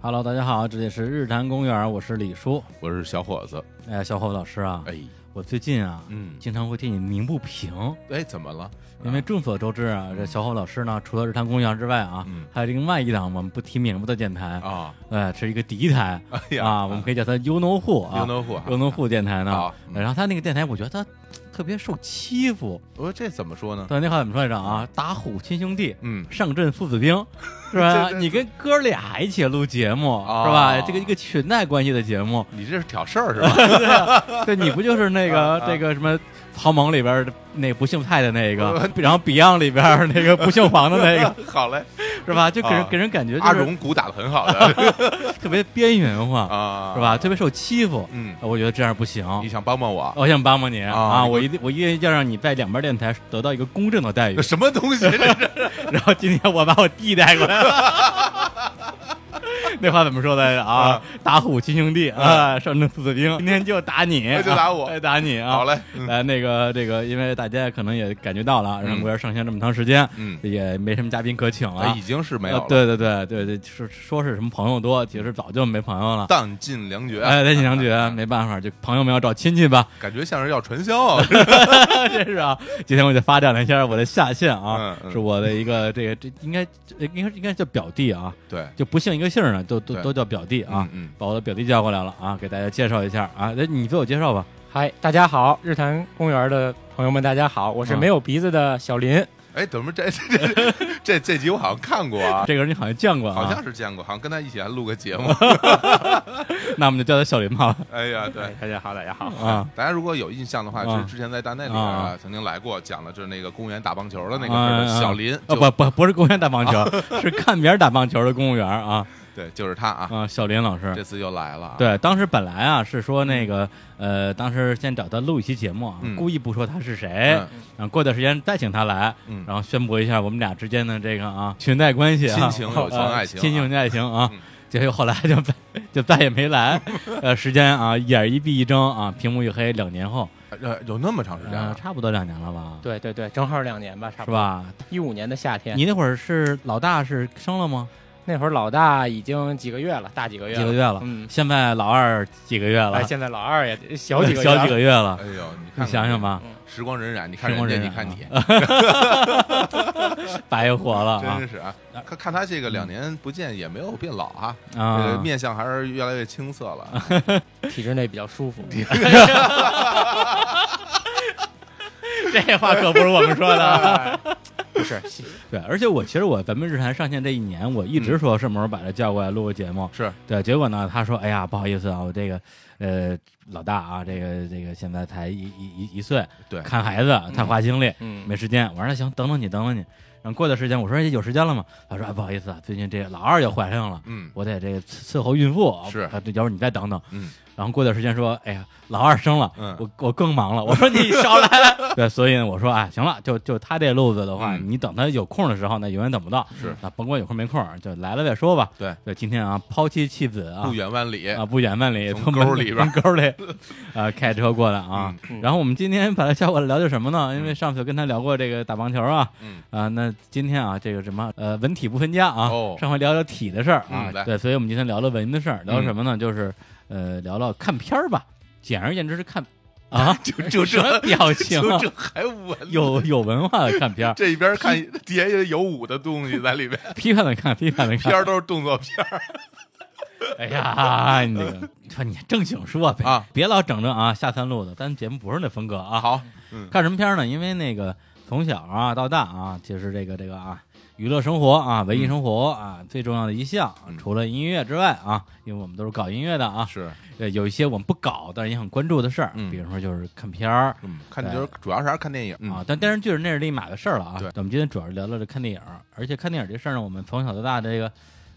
Hello，大家好，这里是日坛公园，我是李叔。我是小伙子，哎，小伙子老师啊，哎，我最近啊，嗯，经常会替你鸣不平，哎，怎么了？因为众所周知啊，这小伙子老师呢，除了日坛公园之外啊，嗯还有另外一档我们不提名的电台，啊，哎，是一个敌台哎呀，啊，我们可以叫它优农户啊， 优诺户啊优农户电台呢哎好。嗯然后他那个电台，我觉得他特别受欺负。我说这怎么说呢？对，那话怎么说来着啊？打虎亲兄弟，嗯，上阵父子兵，是吧？ 这这你跟哥俩一起录节目，哦是吧？这个一个裙带关系的节目，你这是挑事儿 是吧？ 对你不就是那个啊这个什么草蜢里边儿的那不姓蔡的那个， 然后 Beyond 里边儿那个不姓黄的那 个，好嘞，是吧？就给人啊给人感觉阿就是荣鼓打的很 好的特别边缘化，啊，是？吧？特别受欺负。嗯，我觉得这样不行，你想帮帮我？我想帮帮你啊啊！你我一定我一定要让你在两边电台得到一个公正的待遇 这。什么东西？这是然后今天我把我弟带过来了。 那话怎么说来着啊啊？打虎亲兄弟啊，上阵父子兵。今天就打你，就打我啊打你啊！好嘞，嗯呃，那个这个，因为大家可能也感觉到了，让国园上线这么长时间，嗯也没什么嘉宾可请了哎，已。经是没有呃了，对对对对对，说说是什么朋友多，其实早就没朋友了。弹尽粮绝，哎，在锦 江觉没办法，就朋友们要找亲戚吧， 感觉像是要传销啊。这是啊。今天我就发展了一下我的下线啊嗯，嗯是我的一个这个这应该应该应该叫表弟啊，对，就不姓一个姓儿呢，都都对都叫表弟啊嗯。嗯，把我的表弟叫过来了啊，给大家介绍一下啊，那你自我介绍吧。嗨，大家好，日坛公园的朋友们，大家好，我是嗯没有鼻子的小林。哎，怎么这 这这这这集我好像看过啊？这个人你好像见过啊，好像是见过，好像跟他一起还录个节目。那我们就叫他小林吧哎呀，对，哎，大家好，大家好。啊。大家如果有印象的话，啊是之前在大内里边啊啊曾经来过，讲了就是那个公园打棒球的那个啊事啊儿，小林啊，就不不不是公园打棒球， 是看别人打棒球的公务员啊对，就是他啊，啊，小林老师这。次又来了啊，对，当时本来啊是说那个呃，当时先找他录一期节目啊，嗯故意不说他是谁，嗯，然后过段时间再请他来，嗯哎然后宣布一下我们俩之间的这个啊裙带关系啊，亲情友情呃爱情啊亲情爱情啊嗯。结果后来就再就再也没 来，呃，时间啊，眼一闭一睁啊，屏幕一黑，两年后，呃，有那么长时间呃，啊，差不多两年了吧，对对对，正好两年吧，差是不多。吧？一五年的夏天，你那会儿是老大是生了嗯吗？那会儿老大已经几个月了，大几个月几了。个月了，嗯，现在老二几个月了，哎，现在老二也 小几个月了。小几个月了哎，呦，你啊你看嗯想想，吧，时光荏苒，你看时光人家，荏苒你看你，白活了啊真是啊，看看他这个两年不见也没有变老啊，呃啊！面相还是越来越青涩了，体制内比较舒服。这话可不是我们说的啊。 不是， 对，而且我其实我咱们日坛上线这一年，我一直说什么时候把他叫过来录个节目。是对，结果呢，他说：“哎呀，不好意思啊，我这个呃老大啊，这个这个现在才一一一一岁，对看孩子太花精力，嗯，没时间。”我说：“那行，等等你，等等你。”然后过段时间，我说：“哎，有时间了吗？”他说：“哎，不好意思啊，最近这老二又怀上了。”嗯，我得这个伺伺候孕妇，是啊，对，要不你再等等，嗯，然后过段时间说，哎呀，老二生了，嗯我我更忙了，我说你少 来，对，所以呢，我说啊，行了，就就他这路子的话，嗯你等他有空的时候呢，永远等不到，是啊，甭管有空没空，就来了再说吧，对对，今天啊，抛妻弃子啊不，远万里，啊，不远万里，从沟里边从沟里，啊，开车过来啊。嗯然后我们今天把他叫过来聊点什么呢？因为上次跟他聊过这个打棒球啊，嗯啊，那今天啊，这个什么呃，文体不分家啊，哦上回聊聊体的事儿啊嗯，来，对，所以我们今天聊聊文的事儿，聊什么呢？就是呃，聊聊看片儿吧。简而言之是看啊 就 就什么这表情啊就这还稳，有有文化的看片儿，这一边看底下有武的东西在 里面，批判的看，批判的看片。儿都是动作片儿，哎呀，你这个，说你正经说呗，嗯啊别老整这啊下三路的，咱节目不是那风格啊。好，嗯看什么片儿呢？因为那个从小啊到大啊，就是这个这个啊，娱乐生活啊，文艺生活啊，最重要的一项啊，嗯除了音乐之外啊，因为我们都是搞音乐的啊，是，呃，有一些我们不搞，但是也很关注的事儿，嗯比如说就是看片儿。嗯，看就是主要是还是看电影啊，，但电视剧是那是另一码子事儿了啊。嗯对我们今天主要是聊聊这看电影儿，而且看电影儿这事儿呢，我们从小到大这个，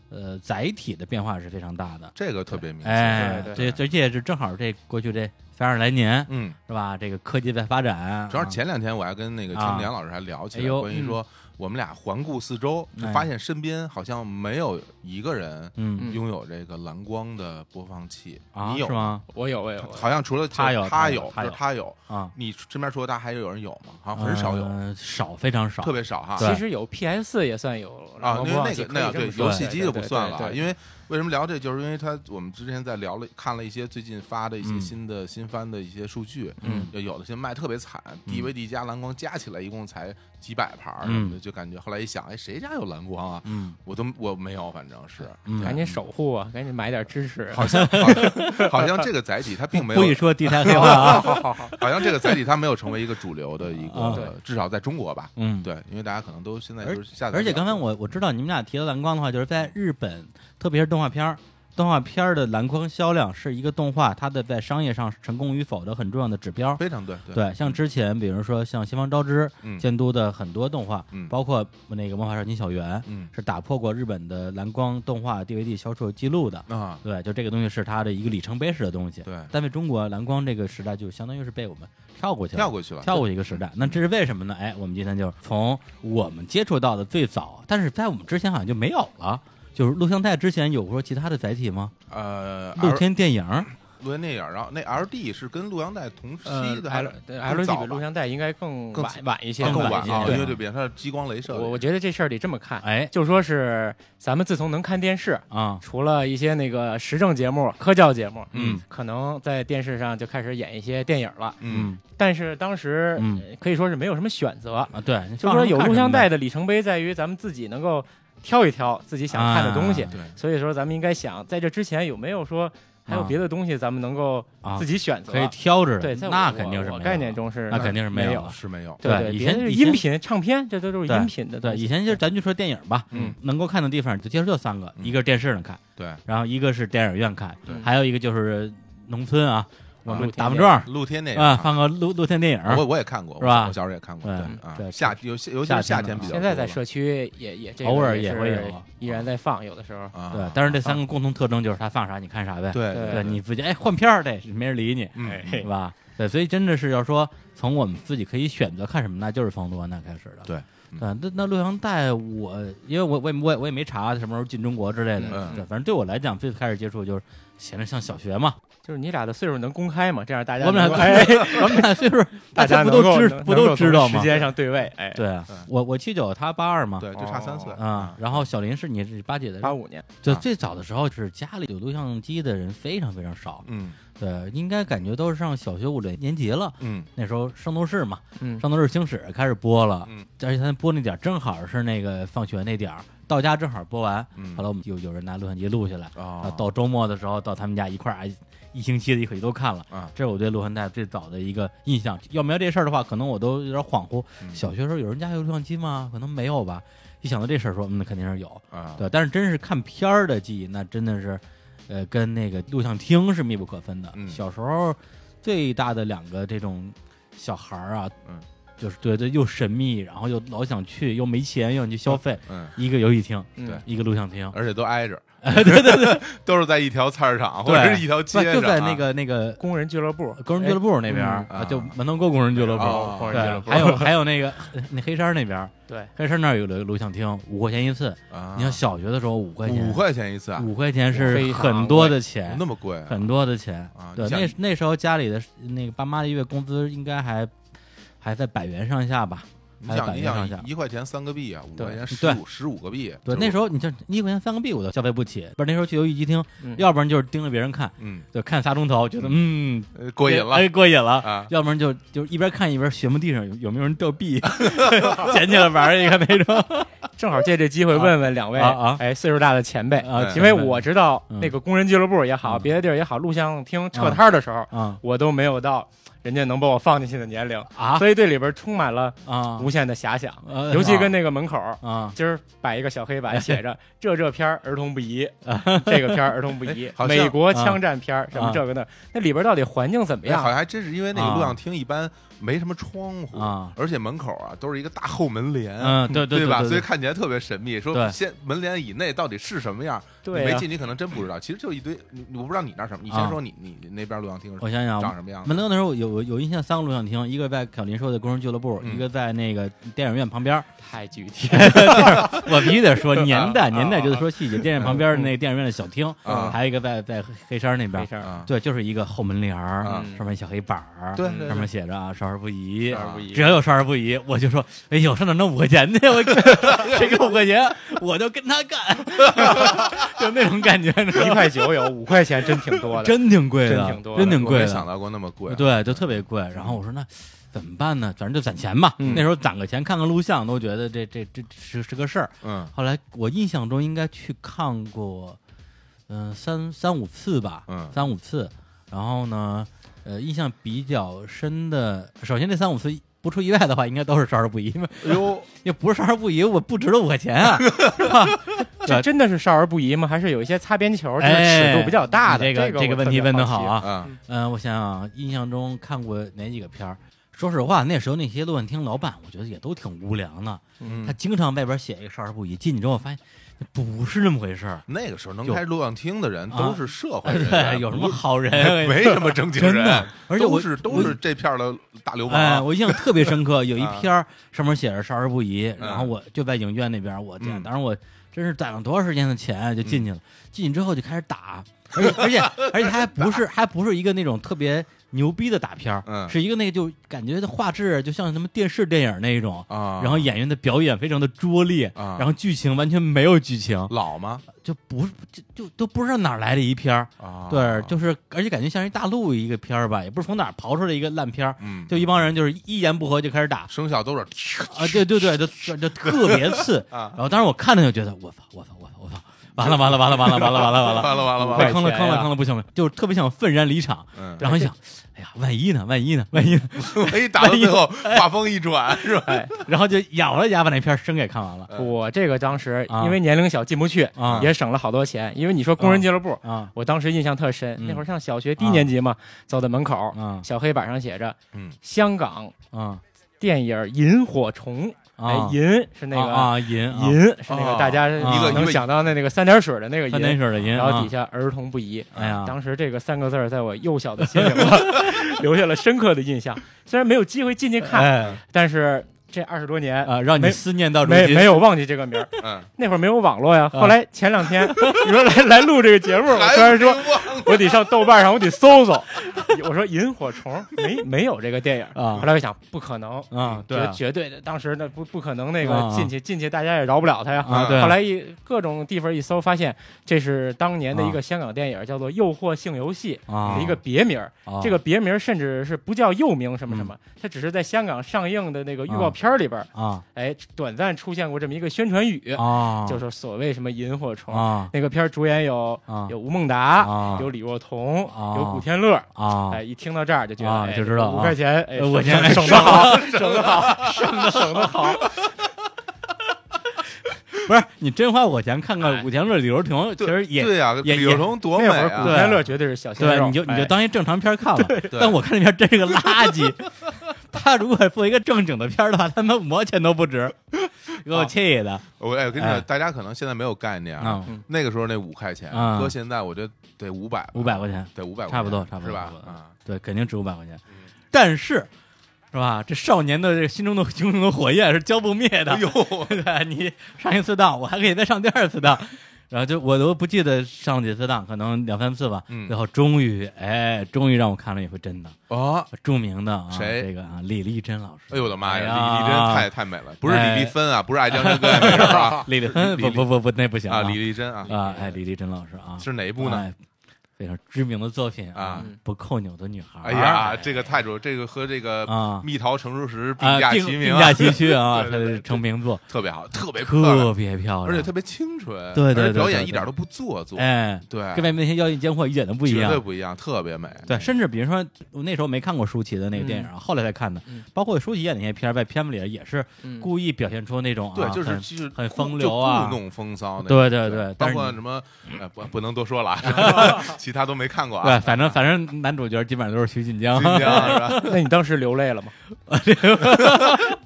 呃，载体的变化是非常大的。这个特别明显，哎，对这这也是正好这过去这三十来年、嗯，是吧？这个科技在发展，主要啊是前两天我还跟那个青年老师还聊啊起哎来，呦关于说我们俩环顾四周，哎就发现身边好像没有一个人嗯拥有这个蓝光的播放器，啊你是有？吗？我有我有，好像除了他有他他有有，他就有是他有，啊，你身边除了他还有人有吗？好像啊很少有，呃少非常少，特别少哈。对其实有 PS 也算有啊，因为那个个那个对游戏机就不算了啊，因为为为什么聊这？就是因为他我们之前在聊了，看了一些最近发的一些嗯新的、新番的一些数据，嗯，有有的些卖特别惨嗯，DVD 加蓝光加起来一共才几百盘儿什么的，嗯就感觉后来一想，哎，谁家有蓝光啊？嗯我都我没有，反正是嗯，赶紧守护啊，赶紧买点支持。好像好像好像这个载体它并没有不许说地摊黑话 啊，好好好，好像这个载体它没有成为一个主流的一啊个，至少在中国吧。嗯，。对，因为大家可能都现在就是下载。而且刚才我我知道你们俩提到蓝光的话，就是在日本，特别是动画片儿，动画片儿的蓝光销量是一个动画它的在商业上成功与否的很重要的指标。非常对对，对，像之前比如说像《西方招之》嗯监督的很多动画，嗯包括那个《魔法少女小圆》，嗯是打破过日本的蓝光动画 DVD 销售记录的。啊对，就这个东西是它的一个里程碑式的东西。对，但在中国，蓝光这个时代就相当于是被我们跳过去了，跳过去了，跳过一个时代。那这是为什么呢？哎，我们今天就是从我们接触到的最早，但是在我们之前好像就没有了。就是录像带之前有过其他的载体吗？呃露 L- 天电影？录像电影，然后那 L D 是跟录像带同呃期的还是，L 对早 L G 吧比录像带应该更更晚晚一些，啊更晚晚一啊？因些。为对对比它是激光镭射的，我我觉得这事儿得这么看，哎就说是咱们自从能看电视，啊，除了一些那个时政节目、科教节目，嗯可能在电视上就开始演一些电影了。嗯，但是当时、嗯呃可以说是没有什么选择，啊，对，就说有录像带的里程碑在于咱们自己能够挑一挑自己想看的东西。啊对，所以说，咱们应该想，在这之前有没有说还有啊别的东西咱们能够啊自己选择？可以挑着的，对，在我那肯定是我没有概念中是那肯定是没没有有了。是没有，对对，以别的前是以前音频、唱片，这这都是对音频的东对，西。以前就是咱就说电影吧，嗯能够看的地方就其实就三个，嗯一个是电视上看，对，然后一个是电影院看对，还有一个就是农村啊，我露们天打木电桩露天电影啊，放个露露天电我影，我也看过，是吧我小时候也看过，嗯对啊，对夏尤其尤其是夏天比较多现吧。在在社区也也这个偶尔也也是会有啊依然在放，有的时候。啊，对，但是这三个共同特征就是他放啥你看啥呗，对对对你自己哎换片儿这没人理你，嗯哎对吧？对，所以真的是要说从我们自己可以选择看什么，那就是从录像带开始的。对嗯对，那那录像带我，因为我我也我也我也没查什么时候进中国之类的，嗯对，反正对我来讲最开始接触就是闲着上小学嘛，就是你俩的岁数能公开吗？这样大家我们俩能够哎， 我们俩岁数大家不能都够知能不能都够知道从吗时？间上对位，哎，对啊对，我我七九，他八二嘛，嗯对，就差三岁哦啊，然后小林是你是八几的，八五年，就啊最早的时候是家里有录像机的人非常非常少，嗯对，应该感觉都是上小学五六年级了。嗯那时候圣斗士嘛，嗯，圣斗士星矢开始播了，嗯而且他播那点儿正好是那个放学那点儿，到家正好播完，嗯，后来我们有有人拿录像机录下来，啊啊，到周末的时候到他们家一块儿，哎一星期的一口气都看了。啊这是我对录像带最早的一个印象。要没有这事儿的话，可能我都有点恍惚。嗯小学时候有人家有录像机吗？可能没有吧。一想到这事儿，说嗯，肯定是有。啊，对，但是真是看片儿的记忆，那真的是，呃，跟那个录像厅是密不可分的。嗯小时候最大的两个这种小孩儿啊，嗯，就是对对，又神秘，然后又老想去，又没钱，又想去消费，嗯，呃一个游戏厅，嗯对一个录像厅，而且都挨着，对对对，都是在一条菜市场或者对是一条不街上啊，就在那个那个工人俱乐部，呃工人俱乐部那边儿哎嗯啊，啊就门头沟工人俱乐部。哦工人俱乐对，部，还有还有那个 那黑山那边儿，对，黑山那儿有个录像厅，五块钱一次。啊，你像小学的时候，五块钱，五块钱一次啊，五块钱是非常很多的钱，那么贵啊，很多的钱啊对，你想那那时候家里的那个爸妈的月工资应该还还在百元上下吧？你还有百想元你上下想一块钱三个币啊，五对块钱十对五十五个币，对，就是那时候你就一块钱三个币我都消费不起，不是那时候去游戏机厅，嗯要不然就是盯着别人看，嗯，就看仨钟头，觉得嗯呃过瘾了哎过瘾了。啊，要不然就就一边看一边寻摸地上有有没有人掉币，捡起来玩一个那 种正好借这机会问问两位，啊啊哎，岁数大的前辈，哎啊，因为我知道嗯那个工人俱乐部也好，嗯别的地儿也好，录像厅撤摊儿的时候，哎啊我都没有到人家能把我放进去的年龄，啊所以对里边充满了啊无限的遐想，呃尤其跟那个门口。啊今儿摆一个小黑板，写 着“这这片儿儿童不宜”，这个片儿儿童不 宜哎好，像美国枪战片儿什啊么这个那，那里边到底环境怎么哎，好样？像还真是因为那啊个录像厅一般没什么窗户啊而且门口啊都是一个大后门帘，嗯对对对吧？对对对所以看起来特别神秘。对说先门帘以内到底是什么样？对啊你呀没进你可能真不知道。其实就一堆，你你我不知道你那儿什么。你啊哦先说你你你那边录像厅我想想，长什么样子？门头那时候有有印象三个录像厅，一个在小林说的工人俱乐部，嗯一个在那个电影院旁边儿。太具体，我必须得说年代，啊年代就是说细节。电影院旁边的那个电影院的小厅，啊还有一个在在黑山那没边事。儿，啊，对，就是一个后门帘儿，啊上面一小黑板儿，对嗯对上面对，写着啊，少儿不宜少。儿啊不宜只。要有少儿不宜，我就说，哎呦，上哪弄五块钱去？我谁给我五块钱，我就跟他干。 就那种感觉，你知道一吗块九有，五块钱真挺多的。真挺贵的，真挺多的真挺我贵没的，想到过那么贵，，对，就特别贵。然后我说那怎么办呢？反正就攒钱吧。嗯那时候攒个钱，看看录像，都觉得这这这这是是个事儿。嗯后来我印象中应该去看过，嗯、三三五次吧， 嗯三五次。然后呢，呃，印象比较深的，首先这三五次不出意外的话，应该都是少儿不宜，因为哟，也不是少儿不宜，我不值了五块钱 啊，是吧？这真的是少儿不宜吗？还是有一些擦边球，就是哎尺度比较大的？你这个个这我个问特题别问的好好奇。啊，嗯嗯、我想想啊，印象中看过哪几个片儿？说实话，那时候那些录像厅老板，我觉得也都挺无良的。他嗯，经常外边写一个少儿不宜，进去之后发现不是那么回事儿。那个时候能有开录像厅的人啊都是社会人对，员，有什么哎不好 人？哎没什么正经人，啊真的而且我都是都是这片儿的大流哎，氓，我印象特别深 刻，有一啊篇儿上面写着“少儿不宜”，嗯然后我就在影院那边儿，我天，嗯当时我真是攒了多长时间的钱就进去了，进去之后就开始打，而且 而且而且还不是还不是一个那种特别牛逼的打片儿，嗯是一个那个就感觉画质就像什么电视电影那一种，啊，然后演员的表演非常的拙劣，啊然后剧情完全没有剧情，老吗？就不就就都不知道哪儿来的一篇儿。啊，对，就是，而且感觉像是大陆一个片儿吧，也不是从哪儿刨出来一个烂片儿，嗯，就一帮人就是一言不合就开始打声效都是。啊，对对对，就就就特别 次啊然后当时我看着就觉得，我操我操我操我操，完了完了完了完了完了完 了完了， 完了完了完被了，坑了快坑钱了呀坑了，不行了，就是特别想愤然离场。嗯，然后一想，哎呀，万一呢？万一呢？万一呢？ 万一打到最后哎画风一转是吧？哎，然后就咬了牙把那片儿生给看完了嗯我这个当时啊因为年龄小进不去，啊也省了好多钱。因为你说工人俱乐部，啊我当时印象特深，嗯那会儿上小学低年级嘛，走到门口，啊小黑板上写着嗯香港啊电影《萤火虫》，哎啊，！银是那个啊银啊银是那个大家啊一个能想到的那个三点水的那个三点银，水的银，然后啊底下儿童不宜。哎呀，当时这个三个字儿在我幼小的心灵啊 留下了深刻的印象。虽然没有机会进去看，哎但是这二十多年啊，让你没思念到如没今没有忘记这个名儿。 嗯，那会儿没有网络呀，啊后来前两天你说来来录这个节目，我突然说还没忘我得上豆瓣上我得搜搜，我说《萤火虫》没没有这个电影。啊后来我想不可能。嗯啊，对绝啊绝对的，当时那不不可能，那啊个啊进去进去，大家也饶不了他呀。啊，对啊，后来一各种地方一搜，发现这是当年的一个香港电影，叫做《诱惑性游戏》啊的一个别名儿。啊嗯这个别名儿甚至是不叫又名什么什么，它只是在香港上映的那个预告片儿里边儿，啊哎，短暂出现过这么一个宣传语，啊，就是所谓什么萤火虫。啊那个片儿主演有啊有吴孟达，啊有李若彤，啊有古天乐。啊哎，一听到这儿就觉得，啊哎就知道五啊块钱，哎，呃我先省得好，省得好，省得省得好。不是你真花我钱看哎看古天乐、李若彤，其实也对呀，也李若彤多美那会儿啊！古对天乐绝哎对是小鲜对，肉，你就你哎就当一正常片儿看了。对但我看这片儿真是个垃圾。 他如果做一个正经的片儿的话，他妈五毛钱都不值，给我气的我哎，我跟你哎讲，大家可能现在没有概念啊。啊！那个时候那五块钱，啊搁现在我觉得得五百，五百块钱，得五百，差不多差不多是差不吧？多啊，对，肯定值五百块钱嗯。但是，是吧？这少年的这个心中的 熊熊的火焰是浇不灭的。哎呦， 对你上一次当，我还可以再上第二次 当，然后就我都不记得上几次当，可能两三次吧。嗯最后终于，哎，终于让我看了一回真的，啊，著名的啊，谁这个啊，李丽珍老师哎，呦我的妈哎呀，呀李丽珍太太美了，不是哎，李丽芬啊，不是爱江山跟爱美人啊李丽芬，李不不不不，那不行啊，李丽珍啊，啊，哎，李丽珍老师啊，是哪一部呢？哎？非常知名的作品啊嗯不扣钮的女孩。哎呀，这个太主，这个和这个啊蜜桃成熟时并啊，驾并齐名并啊，驾齐驱啊， 对她对对是成名作，特别好，特别漂亮，特别漂亮，而且特别清纯，对对而对且表对演对一点都不做作，哎，对，跟外面那些妖艳贱货一点都不一绝样对。不一样，特别美。对，甚至比如说我那时候没看过舒淇的那个电影啊，后来才看的嗯，包括舒淇演的那些片儿，在片子里也是故意表现出那种啊嗯对，就是很就是很故风就流啊故弄风骚那种。对对对但包是括你什么，呃，不不能多说了 啊，其他都没看过对，啊。反正反正男主角基本上都是徐锦江新， 疆是吧？那你当时流泪了吗？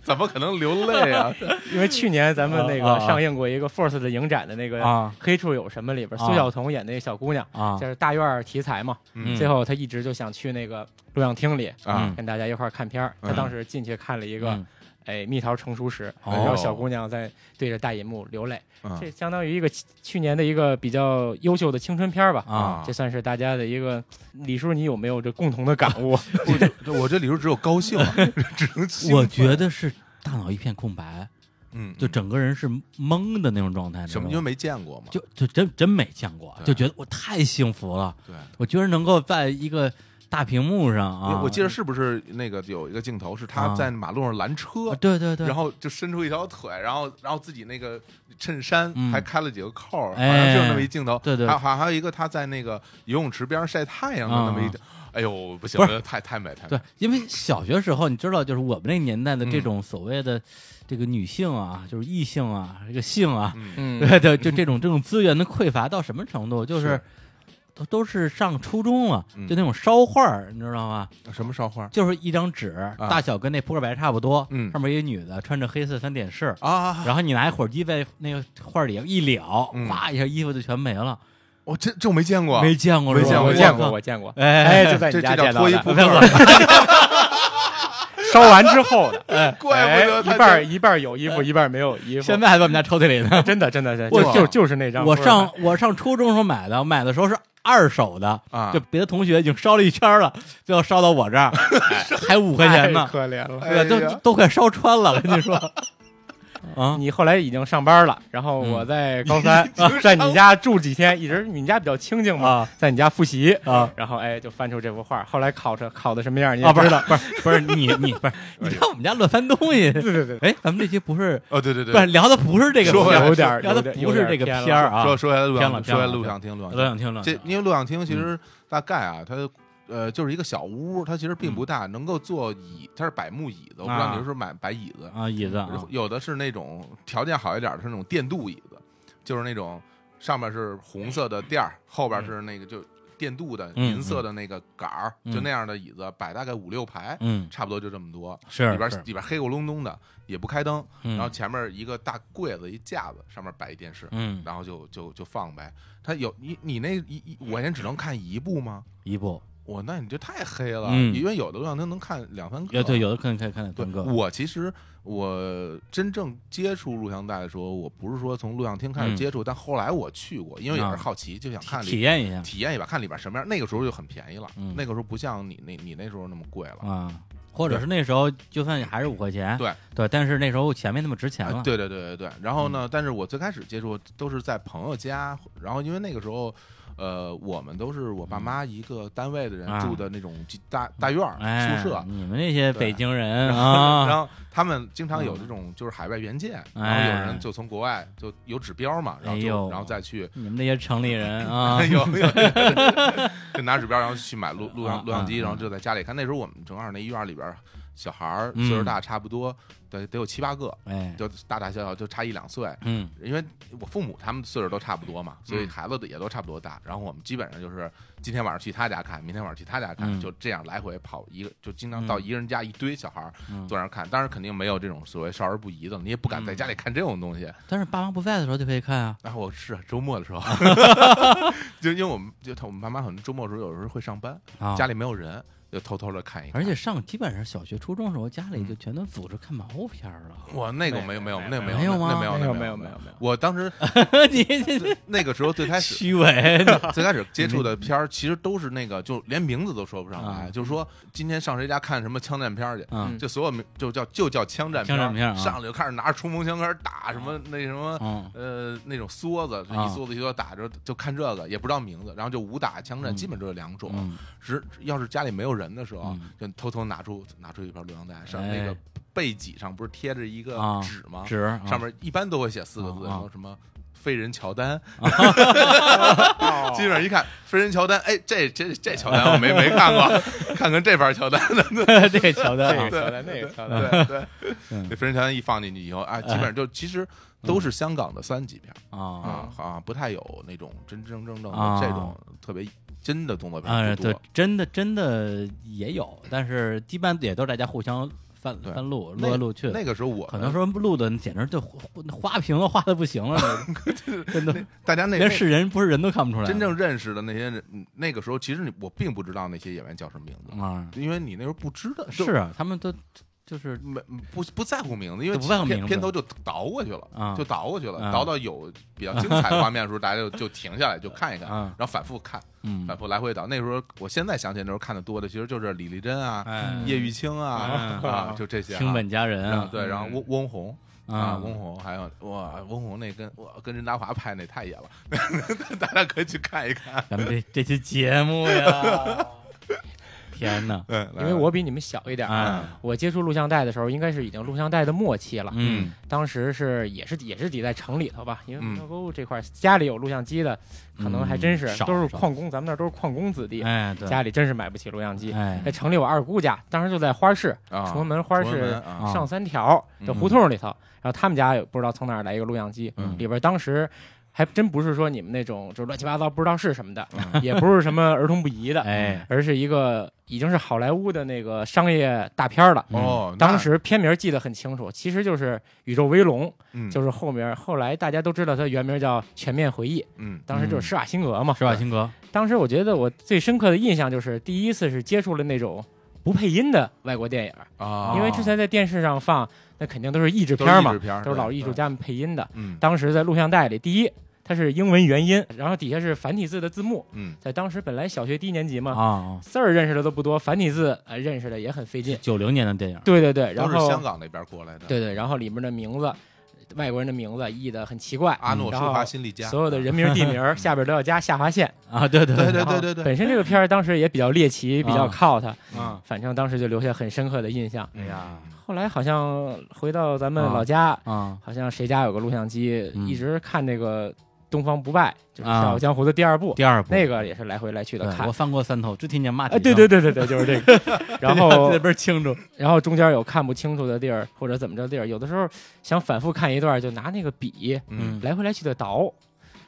怎么可能流泪啊？因为去年咱们那啊啊个啊上映过一个 Force 的影展的那个啊《黑处有什么》里边，啊苏晓彤演那个小姑娘，啊就是大院儿题材嘛。嗯最后她一直就想去那个录像厅里啊，跟大家一块儿看片儿。嗯她当时进去看了一一个《哎蜜桃成熟时》，嗯哦然后小姑娘在对着大银幕流泪，嗯这相当于一个去去年的一个比较优秀的青春片儿吧。 啊这算是大家的一个，李叔，你有没有这共同的感悟？我 这我这里头只有高兴啊，只能兴奋我觉得是大脑一片空白，嗯，就整个人是懵的那种状态。什么你知因为道吗没见过嘛，就就真真没见过，就对觉得我太幸福了，对。我居然能够在一个大屏幕上啊！我记得是不是那个有一个镜头是他啊在马路上拦车啊，，对对对，然后就伸出一条腿，然后然后自己那个衬衫嗯还开了几个扣儿，哎好像就是那么一镜头。对对还有还有还有一个他在那个游泳池边上晒太阳的那么一啊，哎呦不行，不我是觉得太太美太美对，因为小学时候，你知道，就是我们那年代的嗯这种所谓的这个女性啊，就是异性啊，这个性啊，嗯，嗯， 对对，就这种这种资源的匮乏到什么程度？就是是都都是上初中了，嗯就那种烧画儿，你知道吗？什么烧花就是一张纸，大小跟那扑克牌差不多，啊嗯上面一女的穿着黑色三点式，啊？然后你拿一火机在那个画里一燎，嗯哗一下衣服就全没了，我这这我没见过，没见过没是吧？见过我我见靠过，我见过，哎哎，就在这你这家叫见到脱衣的，扑克儿，烧完之后的，哎，怪不得哎他一半儿一半儿有衣服，一半儿没有衣服，现在还在我们家抽屉里呢。真的真的是，我就就就是那张，我不是上我上初中时候买的，买的时候是二手的，啊就别的同学已经烧了一圈了，最后烧到我这儿，还五块钱哎太呢，可怜了。哎呀对，都都快烧穿了，跟 你说啊，你后来已经上班了，然后嗯我在高三在你家住几天，一直你们家比较清静嘛啊，在你家复习啊，然后哎就翻出这幅画，后来考着考的什么样你啊也不知是 道，哎不是不是你你 不是你看我们家乱翻东西，对对对，哎，咱们这期不是哦对对不是对，聊的不是这个说回片来儿，有点儿聊有的点不是这个片儿，啊说，说来录偏了偏像，说了来录像厅，录都像厅。想听了，这因为录像嗯厅其实大概啊，它呃就是一个小屋，它其实并不大，能够坐椅，它是摆木椅子，我不知嗯啊道你是不是买摆椅子，啊椅子啊有的是那种条件好一点的是那种电镀椅子，就是那种上面是红色的垫儿，后边是那个就电镀的嗯银色的那个杆儿，嗯就那样的椅子摆大概五六排，嗯差不多就这么多。是里边是里边黑咕隆咚的，也不开灯，嗯然后前面一个大柜子一架子，上面摆一电视，嗯然后就就就放呗。他有你你那一一五块钱只能看一部吗？一部，我那你这太黑了，嗯因为有的录像厅能看两三个。有呃啊对有的看看看得对懂个，我其实我真正接触录像带的时候，我不是说从录像厅开始接触，但后来我去过，因为也嗯啊是好奇，就想看体里验一下体验一把，看里边什么样。那个时候就很便宜了，嗯那个时候不像你那你那时候那么贵了。啊。或者是那时候就算还是五块钱，对对，但是那时候钱没那么值钱哎了，嗯对对对对对。然后呢，但是我最开始接触都是在朋友家，然后因为那个时候。呃，我们都是我爸妈一个单位的人嗯啊住的那种几大大院儿哎，宿舍，你们这些北京人然啊，后他们经常有这种就是海外援建，然后有人就从国外就有指标嘛，然后哎呦就然后再去你们这些城里人 啊，有 有，就拿指标，然后去买录录啊像录像机，啊然后就在家里看。那时候我们正好那医院里边儿小孩儿嗯岁数大，差不多得得有七八个，哎，就大大小小就差一两岁。嗯因为我父母他们岁数都差不多嘛，所以嗯孩子也都差不多大。然后我们基本上就是今天晚上去他家看，明天晚上去他家看，嗯就这样来回跑一个，就经常嗯到一个人家一堆小孩儿嗯，坐那儿看。当然肯定没有这种所谓少儿不宜的，你也不敢在家嗯里看这种东西。但是爸妈不在的时候就可以看啊，然后我是周末的 时候，就因为我们就他我们爸妈可能周末的时候有时候会上班，啊，家里没有人，就偷偷的看一看。而且上基本上小学、初中的时候，家里嗯就全都组织看毛片儿 了。我那个没有没有那个没有有吗那没有没那有没没有没没有没有我当时你这那个时候最开 始 虚伪，最开始接触的片儿，其实都是那个就连名字都说不上来，啊就说今天上谁家看什么枪战片儿去。嗯就所有名就叫就叫枪战枪战片儿啊上来就开始拿着冲锋枪开始打什么那什么嗯呃那种梭子，啊一梭子一梭子打着，就看这个也不知道名字，然后就武打枪战，嗯基本就是两种。嗯只要是家里没有人的时候嗯，就偷偷拿出拿出一盘录像带，上哎那个背脊上不是贴着一个啊纸吗？纸啊上面一般都会写四个啊字，啊然后什么飞人乔丹， 哦基本上一看飞人乔丹，哎，这这这乔丹我没没看 过，看看这盘乔丹的， 这个乔丹这个啊，乔丹那个乔丹，对对，嗯哎这飞人乔丹一放进去以后啊，基本上就其实都是香港的三级片啊啊，好像不太有那种真真正正啊的这种特别真的动作啊，片不对多，，真的真的也有，但是一般也都是大家互相翻对翻录，录那来录去。那个时候我可能说说录的简直就花屏了，花的不 行了，真的大家那连那是人不是人都看不出来了。真正认识的那些人，嗯那个时候其实你我并不知道那些演员叫什么名字，啊，因为你那时候不知道，就是啊，他们都就是没不不在乎名字，因为就不在乎名片字片头就倒过去了，啊就倒过去了，啊倒到有比较精彩的画面的时候，大家就就停下来就看一看，啊然后反复看，嗯反复来回倒。那时候我现在想起来那时候看的多的，其实就是李丽珍啊、哎叶玉卿啊嗯啊，就这些啊。清本佳人然后啊，嗯对，然后翁翁虹，啊，嗯翁虹还有哇，翁虹那跟哇跟任达华拍那太野了， 大家可以去看一看。咱们这这期节目 呀，天哪，对， 因来为我比你们小一点儿，啊，我接触录像带的时候，应该是已经录像带的末期了。嗯当时是也是也是得在城里头吧，因嗯为哦这块儿家里有录像机的，可能还真是嗯少都是少矿工，咱们那儿都是矿工子嗯弟，哎，对，家里真是买不起录像机。哎在，城里，我二姑家当时就在花市啊，崇文门花崇文门市啊，啊上三条的嗯胡同里头，然后他们家也不知道从哪儿来一个录像机，嗯里边当时还真不是说你们那种就是乱七八糟不知道是什么的，也不是什么儿童不宜的，嗯 哎，而是一个已经是好莱坞的那个商业大片儿了。嗯哦，那当时片名记得很清楚，其实就是《宇宙威龙》，嗯就是后面后来大家都知道它原名叫《全面回忆》，嗯当时就是施瓦辛格嘛。施瓦辛格，当时我觉得我最深刻的印象就是第一次是接触了那种不配音的外国电影，啊，因为之前在电视上放，那肯定都是译制都片是儿艺嘛术，片儿都是老艺术，对家们配音的。嗯当时在录像带里，第一它是英文原音，然后底下是繁体字的字幕，嗯在当时本来小学低年级嘛，啊，字儿认识的都不多，繁体字呃认识的也很费劲。九零年的电影，对对对，然都是后香港那边过来嗯的，对对，然后里面的名字，外国人的名字译的很奇啊怪，阿诺嗯然舒后华辛利加，所有的 人名地名儿下边都要加下划线。啊，对嗯对嗯对对然后对对本身这个片儿当时也比较猎奇，比较靠它，啊，反正当时就留下很深刻的印象。哎呀，后来好像回到咱们老家，啊，好像谁家有个录像机，嗯一直看那个《东方不败》，就是《啊笑傲江湖》的第二部，第二部那个也是来回来去对的看我。翻过三头，就听见骂哎，街，对对对对对，就是这个。 然后这边清楚，然后中间有看不清楚的地儿，或者怎么着地儿，有的时候想反复看一段，就拿那个笔嗯，嗯，来回来去的倒，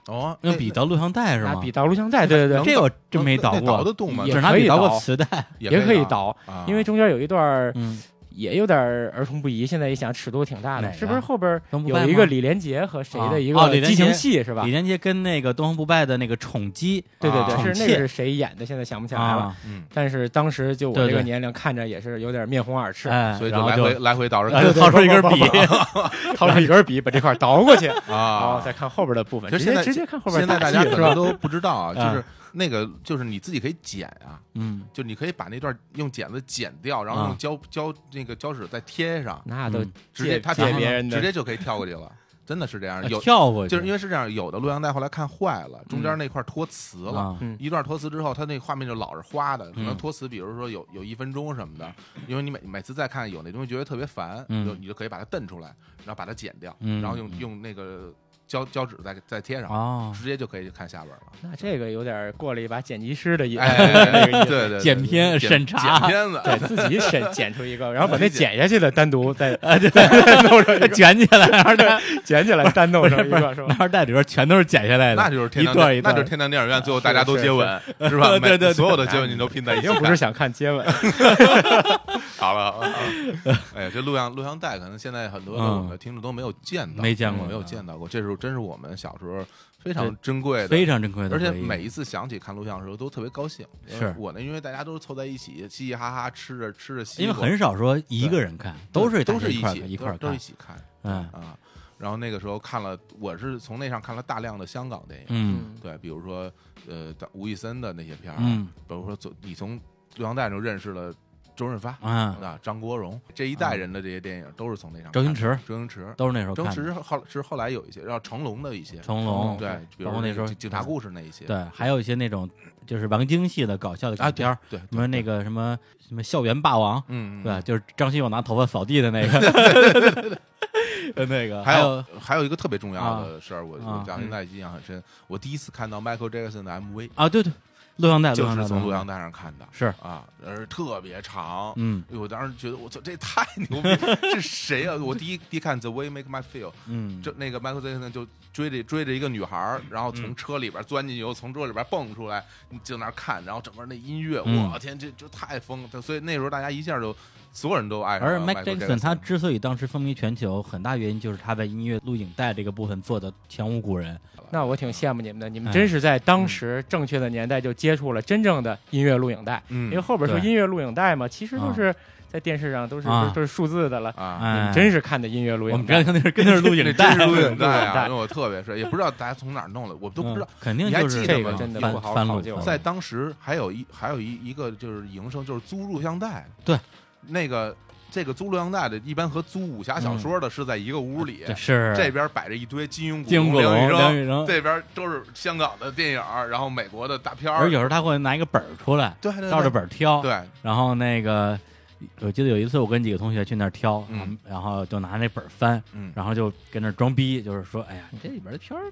哦，用笔倒录像带是拿吗笔？倒录像带，对对能对，这我真没倒倒过，得动吗？只也是拿可笔以倒过倒磁带，也可以倒，倒，啊因为中间有一段嗯，也有点儿童不宜，现在一想尺度挺大哪的，个是不是后边东方不败有吗一个李连杰和谁啊的一哦个李连激杰情戏是吧李？连杰跟那个东方不败的那个宠姬对对对，啊是宠妾那个是谁演的？现在想不起来了。啊，嗯，但是当时就我对这个对年龄看着也是有点面红耳赤，哎，嗯所以然就后来就回来回 倒着然看后就掏出一根笔，掏出一根笔把这块儿倒过去，然后啊。再看后边的部分，其直实现接在直接呃哦看后边现在大打戏家可是吧能？都不知道啊，嗯就是那个，就是你自己可以剪啊，嗯，就你可以把那段用剪子剪掉，然后啊用胶胶那个胶纸再贴上，那都嗯直接嗯借他借打别人的呃直接就可以跳过去了，真的是这样。有跳过去，就是因为是这样，有的录像带后来看坏了，中嗯间那块脱磁了。啊一段脱词之后，它那画面就老是花的，可能嗯脱词，比如说有有一分钟什么的，因为你每每次再看有那东西觉得特别烦，嗯你就你就可以把它瞪出来，然后把它剪掉，嗯然后用嗯用那个胶胶纸再再贴上，哦，直接就可以看下边了。那这个有点过了一把剪辑师的瘾，哎哎，哎 对那个意思对对，剪片对审查剪片子， 对自己审剪出一个，然后把那自己剪剪下去的单 独再再弄上一个，卷起来，然后带剪起来单弄上一啊不是个是然吧？后带里边全都是剪下来的，那就是天堂一段一电，那段啊就是天堂电影院，最后大家都是接吻，是 吧？对对每对所有的接吻你都拼在一肯起定看，不是想看接吻，好了。好了好了哎呀，这录像录像带可能现在很多的嗯我们的听众都没有见到，没见过没有见到过，这是真是我们小时候非常珍贵的非。常珍贵的而回忆，且每一次想起看录像的时候都特别高兴，因为是我呢，因为大家都是凑在一起，嘻嘻哈哈，吃着吃着西因为瓜，很少说一个人看，都是都是一一块儿起一块儿都是一看，起看嗯啊。然后那个时候看了，我是从那上看了大量的香港电影，嗯对，比如说呃吴宇森的那些片儿啊，嗯比如说从你从录像带中认识了周润发啊，啊、张国荣这一代人的这些电影都是从那上看的。周星驰周星驰，都是那时候周星看驰的，后其实后来有一些，然后成龙的一些，成龙龙对，比如包括那那时候个警警察故事那一些，对，还有一些那种就是王晶系的搞笑的啊，港片儿，对，对什么那，个什么什么校园霸王，嗯，嗯对吧，就是张学友拿头发扫地的那个， 呃那个嗯还有还有一个特别重要的事儿，我啊我到现在印象很深。我第一次看到 Michael Jackson 的 MV，啊，对对，录像带，录就像带是从录像像带上看的，是啊，而特别长。嗯哎我当时觉得，我操，这太牛逼！ 这谁啊？我第一第一看《The Way Make My Feel》，嗯，就那个 Michael Jackson 就追着追着一个女孩儿，然后嗯从车里边钻进去，又从桌里边蹦出来，你就那儿看，然后整个那音乐，嗯我天，这这太疯了！所以那时候大家一下就所有人都爱上而了 Mike 哎 Michael Jackson 他 Jackson。之所以当时风靡全球，很大原因就是他在音乐录影带这个部分做的前无古人。那我挺羡慕你们的，你哎们真是在嗯当时正确的年代就接触了真正的音乐录影带，因哎为嗯后边说对音乐录影带嘛，其实都啊是在电视上都是啊都是数字的了，啊，你哎，们真是看的音乐录我们影刚带才。那是跟那是录 那影真带是，录影录带影啊，带因为我特别帅，也不知道大家从哪儿弄的，我都不知道嗯。肯定你还就记是得吗这个真的翻不好翻考录嗯究翻在录当时还有一还有一一个就是营生，就是租录像带，对，那个这个租录像带的，一般和租武侠小说的是在一个屋里，嗯是 这边摆着一堆金庸、古金龙、古龙、梁梁羽生， 这边都是香港的电影儿，然后美国的大片而儿有，时候他会拿一个本儿出来，对对对照哎着本儿挑，对，然后那个。我记得有一次，我跟几个同学去那儿挑，嗯然后就拿那本儿翻，嗯，然后就跟那儿装逼，就是说，哎呀，这里边的片儿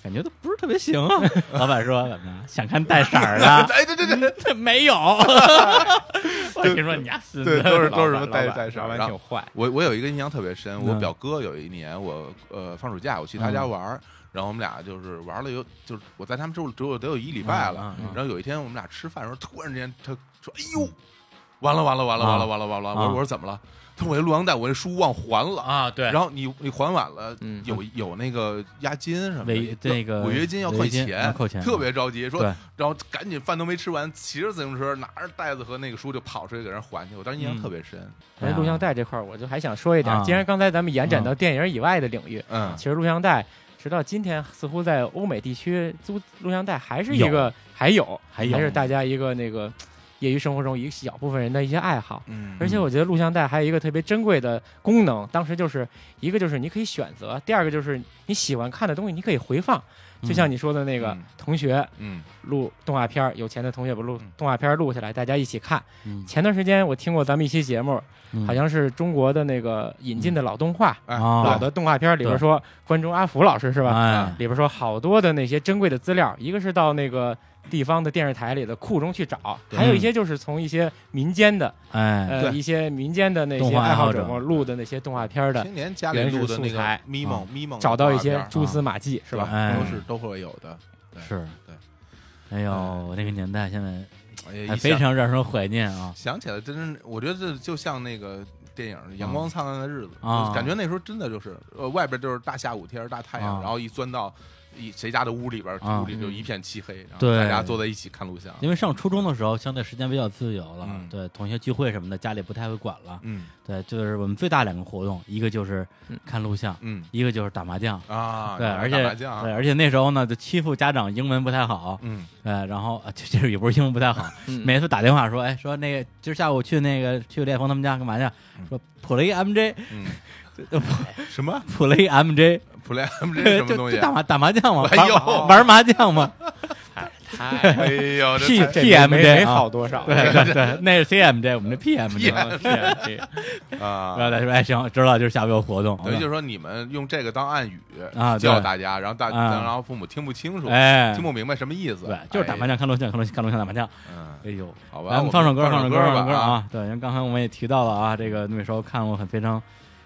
感觉都不是特别行啊。 老板说怎么着想看带色儿 的？哎，对对对对这没 有。 我跟你说，你丫死对，都是都是什么带带老上，板然后挺坏，我我有一个印象特别深，嗯我表哥有一年我呃放暑假我去他家玩儿，然后我们俩就是玩了有就是我在他们这只有得有一礼拜了，嗯嗯嗯嗯然后有一天我们俩吃饭的时候，突然之间他说：“哎呦，完了完了完了啊完了完了完了！”我啊说：“我说怎么了？”他说：“我这录像带我这书忘还了。”啊，对然后你你还晚了，嗯有有那个押金什么的，违那个违约金要违扣约金要钱，扣钱特别着急，说嗯对然后赶紧饭都没吃完，骑着自行车拿着袋子和那个书就跑出去给人还去，我当时印象嗯特别深，哎呀哎，录像带这块儿，我就还想说一点啊儿，既然刚才咱们延展到电影以外的领域，嗯其实录像带直到今天，似乎在欧美地区租录像带还是一个还有还有是大家一个那个业余生活中一小部分人的一些爱好。嗯而且我觉得录像带还有一个特别珍贵的功能，当时就是一个就是你可以选择，第二个就是你喜欢看的东西你可以回放。就像你说的那个嗯同学嗯录动画片儿，有钱的同学不录嗯动画片儿录下来，大家一起看。嗯前段时间我听过咱们一期节目，嗯好像是中国的那个引进的老动画、哎啊老的动画片儿里边说，关中阿福老师是吧？啊哎，里边说好多的那些珍贵的资料，一个是到那个地方的电视台里的库中去找，对还有一些就是从一些民间的、哎，呃对一些民间的那动些画爱爱好好者者们录的那些动画片的，青年家里录的那原始素个材咪蒙咪蒙的找到一动些画片蛛丝马迹是吧？嗯哎都是都会有的，是对。哎呦，那个年代现在哎呀还一非想常让人怀念啊！想起来，真是我觉得这就像那个电影《阳光灿烂的日子》啊就是感觉那时候真的就是，呃，外边就是大下午天儿大太阳，啊然后一钻到一谁家的屋里边，啊屋里就一片漆黑，然后对大家坐在一起看录像。因为上初中的时候，相对时间比较自由了，嗯对同学聚会什么的，家里不太会管了。嗯对，就是我们最大两个活动，一个就是嗯看录像，嗯一个就是打麻将。啊，对，打而麻且对，将，而且那时候呢，就欺负家长英文不太好，嗯呃，然后啊这这也不是英文不太好，嗯每次打电话说，哎，说那个今儿下午去那个去烈风他们家干嘛去嗯？说普了一 MJ，嗯，呃 什么 普了一 MJ， play 这是就什么东西啊就？打麻打麻将嘛，哎玩呦玩玩麻将 嘛，太哎 呦，这屁太这 P M 没 J 没啊好多少，对对对，那是 CMJ，我们这 PMJ， PM 啊，然后他说，哎，行，知道就是下午有活动，等于就是说你们用这个当暗语嗯啊对教大家，然后大啊然后父母听不清楚，哎听，不明白什么意思，对，就是打麻将看录像，看录像看录像打麻将，哎。嗯，哎呦。好吧，咱哎我们放首歌，放首歌放首歌吧！啊！对，因为刚才我们也提到了啊，这个那时候看过很非常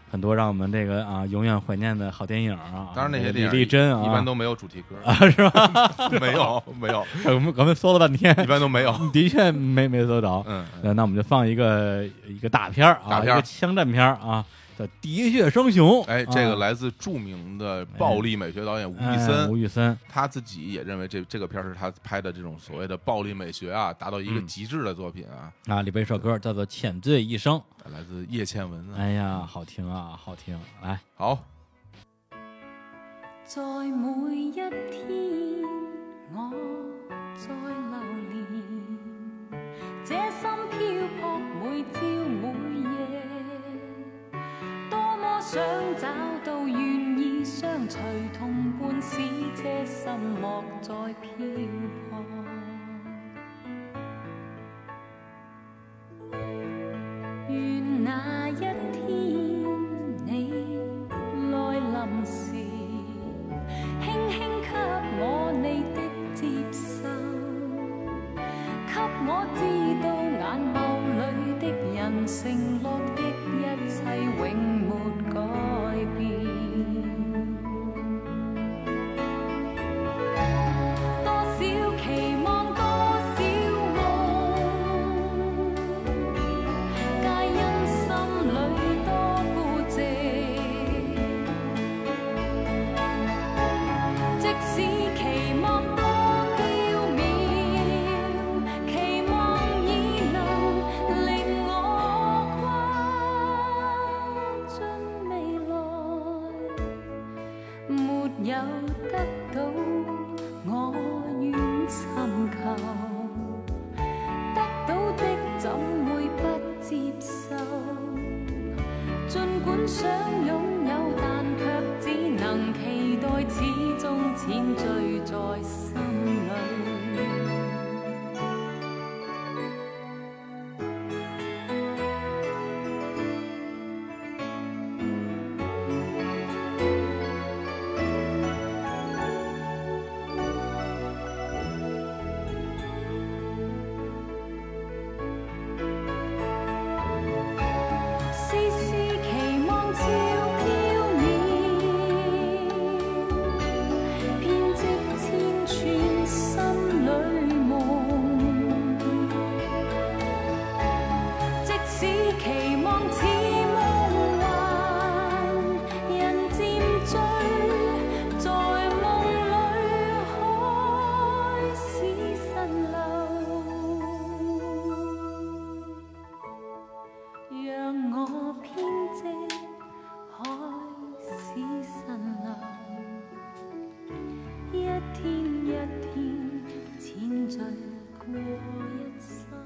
很多让我们这个啊永远怀念的好电影啊。当然那些李电影丽珍啊，一般都没有主题歌，啊是吧？ 没有没有， 我们我们搜了半天， 一般都没有。的确没没搜着。嗯，嗯对，呃那我们就放一个一个大片儿啊，大一片儿个枪战片儿啊，叫《喋血双雄》。哎，这个啊来自著名的暴力美学导演吴宇哎森吴，宇森，他自己也认为这这个片儿是他拍的这种所谓的暴力美学啊，达到一个嗯极致的作品啊，啊，里边一首歌叫做《浅醉一生》，来自叶倩文啊。哎呀，好听啊，好听！来，好，在每一天，我在流连，这心漂泊每朝每夜，多么想找到愿意相隨同伴，使這心莫再漂泊。愿那一天你來臨時，輕輕給我你的接受，給我知道眼眸裏的人承諾的一切永沒改變。多少期望，多少夢。皆因心里多孤寂，即使期望多缥缈，期望已能令我跨進未來，沒有得到我願尋求。得到的怎會不接受？想擁有，但卻只能期待，始終淺醉在心裏。絲絲期望悄飄渺，編織千串心裏夢。即使期望似夢幻，人漸醉，在夢裏開始失漏。讓我編織海市蜃樓，一天一天淺醉過一生。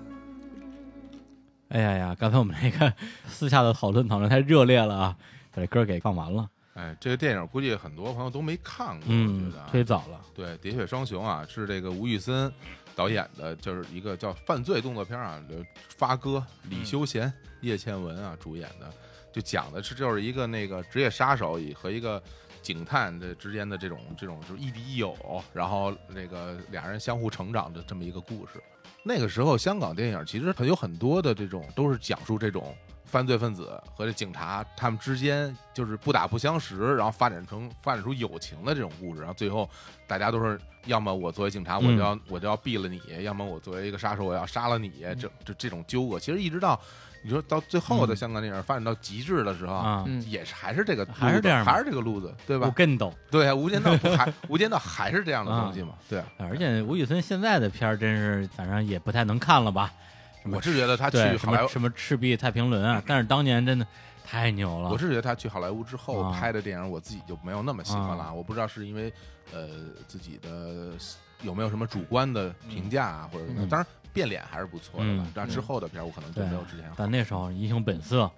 哎呀呀，刚才我们这个私下的讨论讨论太热烈了啊，把这歌给放完了。哎，这个电影估计很多朋友都没看过，我嗯觉得，啊忒早了。对《喋血双雄》啊，是这个吴宇森导演的，就是一个叫犯罪动作片啊，就发哥、嗯李修贤、叶倩文啊主演的，就讲的是就是一个那个职业杀手以和一个警探的之间的这种这种就是亦敌亦友，然后那个俩人相互成长的这么一个故事。那个时候，香港电影其实很有很多的这种都是讲述这种犯罪分子和这警察他们之间就是不打不相识，然后发展成发展出友情的这种故事，然后最后大家都是要么我作为警察我就要、我就要毙了你，要么我作为一个杀手我要杀了你，这这这种纠葛，其实一直到你说到最后的嗯香港电影发展到极致的时候，啊，嗯也是还是这个路子还是这样吗还是这个路子，对我吧？更懂。对啊，《无间道》不还《无间道》还是这样的东西嘛？ 对啊，而且吴宇森现在的片儿真是，反正也不太能看了吧？什么我是觉得他去对，什好莱么坞，什么赤壁太平轮啊，但是当年真的太牛了。我是觉得他去好莱坞之后啊拍的电影，我自己就没有那么喜欢了。啊我不知道是因为呃自己的有没有什么主观的评价啊，或者什么。嗯当然，变脸还是不错的了嗯。但之后的片儿，我可能就对没有之前好。但那时候《英雄本色》《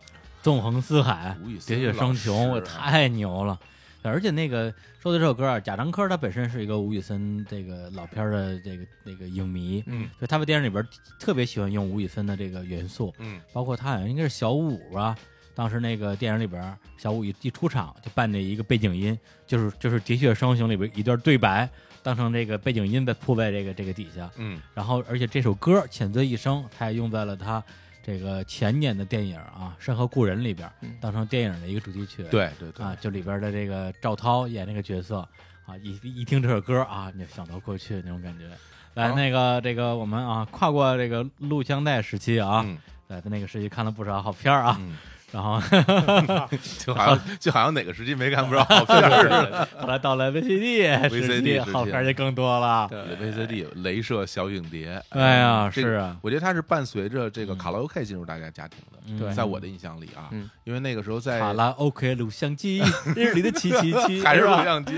纵横四海吴宇》 《喋森血双雄》，老我师啊太牛了。而且那个说的这首歌啊，贾樟柯他本身是一个吴宇森这个老片儿的这个那个影迷，嗯所以他们电影里边特别喜欢用吴宇森的这个元素，嗯，包括他好像应该是小五啊，当时那个电影里边，小五一一出场就伴着一个背景音，就是就是《喋血双雄》里边一段对白，当成这个背景音在铺在这个这个底下。嗯然后，而且这首歌《浅醉一生》，他也用在了他这个前年的电影啊《山河故人》里边嗯，当成电影的一个主题曲。对对对啊，，就里边的这个赵涛演那个角色啊，一一听这首歌啊，你就想到过去那种感觉。来，好那个这个我们啊，跨过这个录像带时期啊，嗯在那个时期看了不少好片儿啊，嗯，然后 就好像就好像哪个时期没干不 少好片儿似的。后来到了 VCD 时 VCD 期，时期啊好片儿就更多了。 VCD 镭射小影碟，嗯哎呀，这是啊，嗯我觉得它是伴随着这个卡拉 OK 进入大家家庭的，对在我的印象里啊，嗯因为那个时候在 卡拉 OK 录像机，日里的七七七，还是是录吧像 机，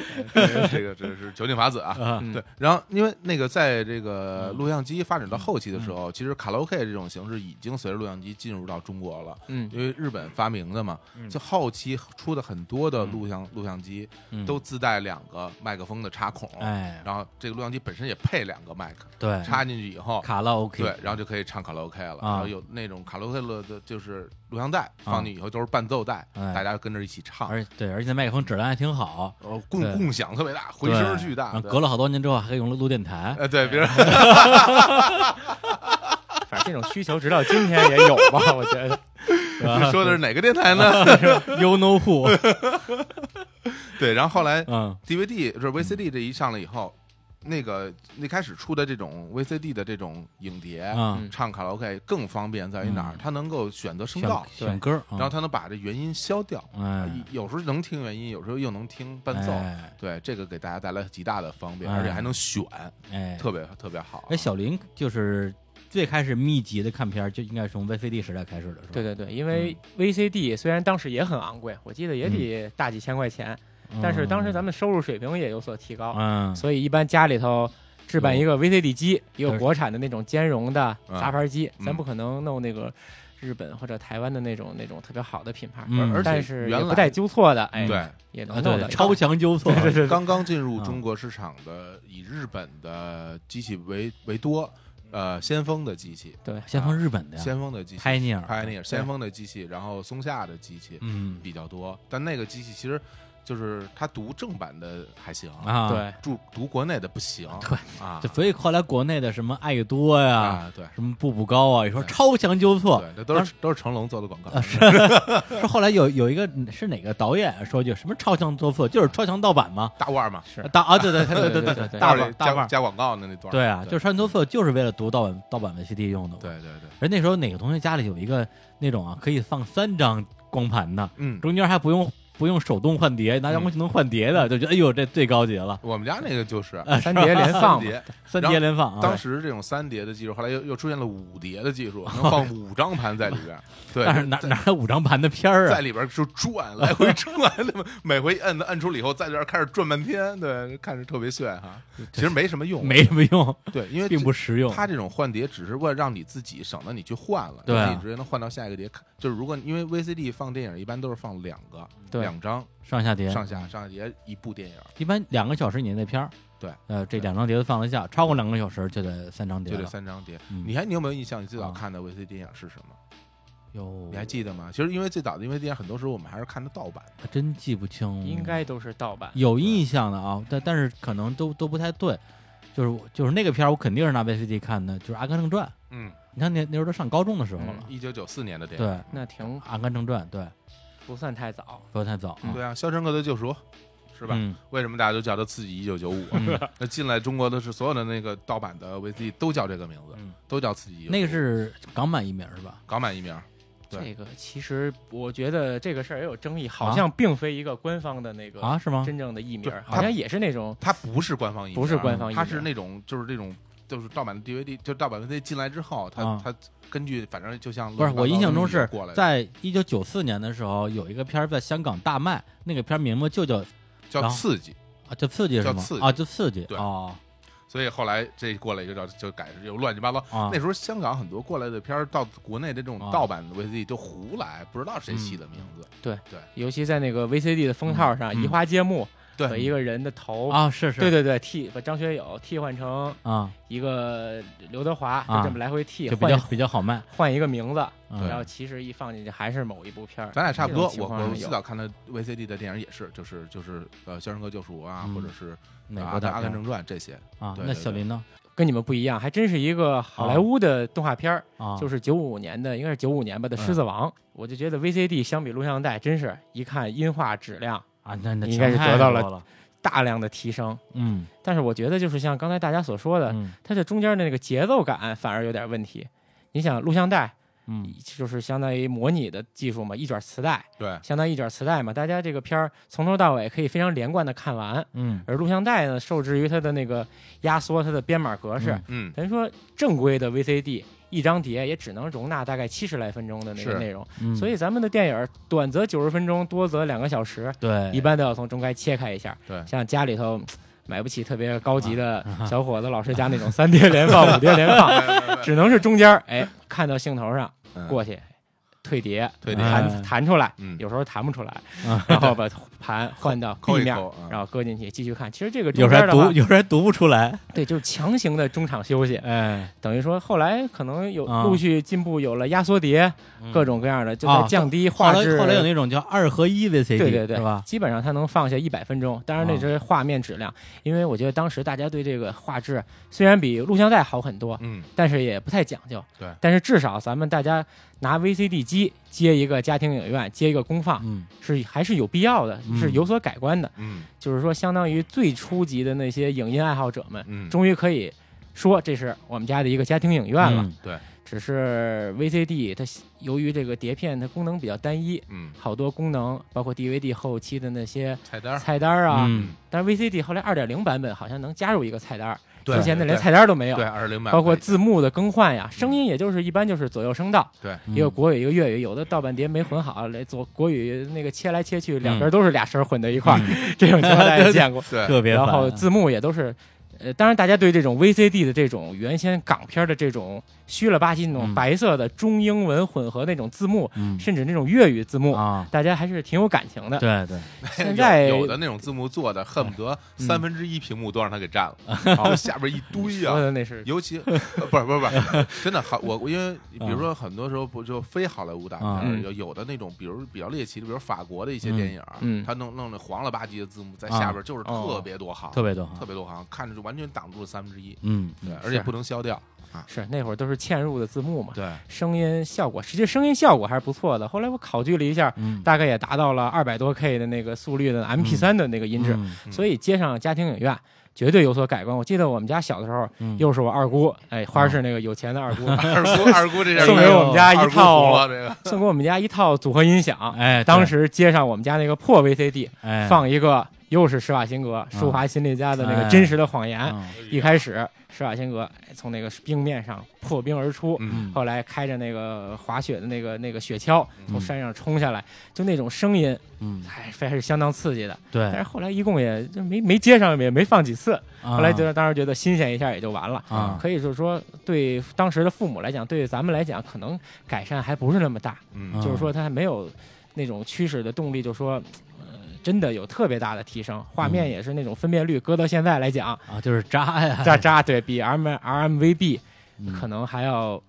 这个这是酒井法子啊。啊，对，然后因为那个在这个嗯录像机发展到后期的时候，其实卡拉 OK 这种形式已经随着录像机进入到中国了，嗯因为日本发明的嘛，就后期出的很多的录像录像机嗯都自带两个麦克风的插孔，哎，然后这个录像机本身也配两个麦克，对，插进去以后，卡拉 OK，对，然后就可以唱卡拉 OK 了。啊然后有那种卡拉 OK 了的，就是录像带放进去以后都是伴奏带，哎大家跟着一起啊唱，而且对，而且麦克风质量还挺好，然后共对共享特别大，回对声巨大。然后对隔了好哎多年之后，还可以用来录电 台。呃，对，别人反正这种需求直到今天也有吧， 我觉得。你 说的是哪个电台 呢？ You know who？对，然后后来嗯 DVD 就是 VCD 这一上了以后，那个那开始出的这种 VCD 的这种影碟，嗯，唱卡拉 OK 更方便在于哪儿？嗯它能够选择声选道，选歌，然后它能把这原音消掉。嗯哎，有时候能听原音，有时候又能听伴奏，哎对，这个给大家带来极大的方便，哎而且还能选，哎，特别特别好。哎，小林就是最开始密集的看片儿，就应该是从 VCD 时代开始的，是吧？对对对，因为 VCD 虽然当时也很昂贵，我记得也得大几千块钱，嗯，但是当时咱们收入水平也有所提高，嗯，所以一般家里头置办一个 VCD 机，也有对国产的那种兼容的嗯杂牌机，嗯咱不可能弄那个。日本或者台湾的那种那种特别好的品牌，嗯而且但是也原不来带纠错的，哎，对，也啊，能弄对的，超强纠 错，刚刚进入啊中国市场的以日本的机器为为多，呃，先锋的机器，对，先锋日本的哎呀先锋的机器，Pioneer， ，Pioneer 先锋的机器，然后松下的机器嗯比较多，但那个机器其实就是它读正版的还行，啊，，对，读读国内的不行，对啊就所以后来国内的什么爱多呀，啊，对什么步步高啊，也说对超强纠错，对，那都是都是成龙做的广告，啊 是后来有有一个是哪个导演说一句什么超强纠错，就是超强盗版嘛，大腕儿嘛，是大啊，对对对对对对对大腕腕儿里大腕加儿，加广告的那段儿，对啊，就是是超强纠错就是为了读盗版盗版 VCD 用的，对。对对，人那时候哪个同学家里有一个那种啊，可以放三张光盘的，嗯，中间还不用不用手动换碟，拿遥控器能换碟嗯的，就觉得哎呦这最高级了，我们家那个就是嗯三碟连 放三嘛，碟，三碟连放啊。当时这种三碟的技术，后来又又出现了五碟的 技术，能放五张盘在里边儿。对，但是哪哪有五张盘的片儿在啊？里边儿就转，来回转，那么每回一摁摁出了以后，在里边儿开始转半天，对，看着特别炫哈。其实没什么 用，没什么用，对，因为并不是。实用。它这种换碟只是为了让你自己省得你去换了，对啊你直接能换到下一个碟。就是如果因为 VCD 放电影一般都是放两个，对两张上下碟，上下上下碟一部电影一般两个小时以内的片儿，对，呃，这对两张碟子放得下，超过两个小时就得三张碟就这了。三张碟。嗯你还你有没有印象？你最早啊看的 VCD 电影是什么？哟你还记得吗？其实因为最早的因为电影很多时候我们还是看的盗版。还真记不嗯清，应该都是盗版，有印象的啊，但但是可能都都不太对。就是我就是那个片儿，我肯定是拿 VCD 看的，就是《阿甘正传》。嗯，你看那那时候都上高中的时候了，一九九四年的电对，影。 《那挺阿甘正传》对，不算太早，不要太早啊，对啊，《肖申克的救赎》是吧？ 嗯为什么大家都叫它《刺激一九九五》？啊嗯那进来中国的是所有的那个盗版的 VCD 都叫这个名字，嗯都叫《刺激一九九五》。那个是港版译名是吧？港版译名，对这个其实我觉得这个事儿也有争议，好啊像并非一个官方的那个啊，是吗？真正的译名对，好像也是那种它不是官方译名，啊不是官方译名它是那种就是这种就是盗版的 DVD，就是盗版 VCD 进来之后，它、啊它根据反正就像不是，我印象中是过来的在一九九四年的时候，有一个片儿在香港大卖，那个片儿名字就叫啊，叫刺激，叫刺激是叫吗刺？激啊，就刺激对哦所以后来这过来就叫就改就乱七八糟。啊那时候香港很多过来的片儿到国内的这种啊盗版 VCD 就胡来，不知道谁起的名字。嗯尤其在那个 VCD 的封套上，嗯移花接木，对把一个人的头，啊，是是，对对对，替把张学友替换成啊，一个刘德华，啊就这么来回替，就比较换比较好 卖。换一个名字，嗯然后其实一放进去还是某一部片儿。咱俩差不多，这种我情况我是有最早看的 VCD 的电影也是，就是就是呃《肖申克救赎》啊，嗯或者是呃美阿国的甘阿甘片正传》这些。儿啊，对那对小林呢？跟你们不一样，还真是一个好莱坞的动画片儿，啊，就是是九五年的，应该是九五年吧的《狮子王》我就觉得 VCD 相比录像带，真是一看音画质量啊，那那应该是强太得到多了了，大量的提升。 嗯但是我觉得就是像刚才大家所说的，嗯它的中间的那个节奏感反而有点问题。你想录像带嗯，就是相当于模拟的技术嘛，一卷磁带，对，相当于一卷磁带嘛，大家这个片儿从头到尾可以非常连贯的看完。嗯，而录像带呢，受制于它的那个压缩，它的编码格式，嗯嗯，等于说正规的 VCD 一张碟也只能容纳大概七十来分钟的那是个内容，嗯所以咱们的电影儿短则九十分钟，多则两个小时，对一般都要从中间切开一下。哎对啊像家里头。嗯买不起特别高级的小伙子老师家那种三碟连 放、五碟连放，只能是中间儿哎看到兴头上嗯过去，退碟，退碟哎弹弹出来嗯，有时候弹不出来啊，然后把 盘换到抠地一面抠，啊然后搁进去继续看。其实这个嗯有中时候间还的读话，有时候还读不出 来，对，就是强行的中场休息，哎，等于说后来可能有啊陆续进步，有了压缩碟，各种。种各样的，就啊在降低后画来质。后来有那种叫二合一 VCD，对对对是吧？基本上它能放下一百分钟，当然那啊是画面质量，因为我觉得当时大家对这个画质虽然比录像带好很多，嗯，但是也不太讲究。对但是至少咱们大家拿 VCD 机接一个家庭影院，接一个功放，嗯是还是有必要的，嗯是有所改观的。嗯就是说，相当于最初级的那些影音爱好者们，嗯，终于可以说这是我们家的一个家庭影院了。嗯只是 VCD 它由于这个碟片它功能比较单一，嗯好多功能包括 DVD 后期的那些菜单儿菜单儿啊。嗯但是 VCD 后来2.0版本好像能加入一个菜单儿，对之前的连对菜单儿都没有对。嗯二零版包括可以字幕的更换呀，声音也就是一般就是左右声道，对嗯一个国语一个粤语，有的盗版碟没混好，来左国语那个切来 切去，两边都是俩声儿混在一块儿，这种情况大家也见过。对嗯 特别然烦啊后字幕也都是呃，当然大家对这种 VCD 的这种原先港片的这种虚了吧唧那嗯种白色的中英文混合那种字幕，嗯甚至那种粤语字幕，啊，大家还是挺有感情的。对对，现在有有的那种字幕做的，恨不得嗯三分之一屏幕都让他给占 了，然后下边一堆啊啊说呀。的那是尤其呃不是不是不是， 真的好我我因为比如说很多时候不就非好莱坞大片儿，嗯有有的那种比如比较猎奇的，比如法国的一些电影儿，嗯嗯啊他弄弄那黄了吧唧的字幕在下边，就是特别多行，特别多哈，特别多行，看着就完全挡住了三分之一，嗯，对，嗯而且是不能消 掉，是那会儿都是嵌入的字幕嘛，对，声音效果，实际声音效果还是不错的。后来我考据了一下，嗯，大概也达到了二百多 K 的那个速率的 MP 3的那个音质，嗯嗯所以接上家庭影院绝对有所改观。我记得我们家小的时候，嗯啊又是我二姑，哎，花市那个有钱的 二姑，二姑二姑这下 送给我们家二一姑红套了，这个送给我们家一套组合音响。哎，对当时接上我们家那个破 VCD，哎放一个又是施瓦辛格《嗯舒华辛力加》的那哎个真实的谎言。嗯 一开始，施瓦辛格哎从那个冰面上破冰而出，嗯，后来开着那个滑雪的那个那个雪橇嗯从山上冲下来，就那种声音，嗯，还还是相当刺激的。对但，是后来一共也就没没接上，也没放几次。后后来觉得当时觉得新鲜一下也就完了。啊，可以就是说，对当时的父母来讲，对咱们来讲，可能改善还不是那么大，嗯嗯就是说他还没有那种驱使的动力，就说。呃真的有特别大的提升，画面也是那种分辨率，搁到现在来讲，啊，就是渣呀，渣渣对比 R M R M V B 嗯可能还要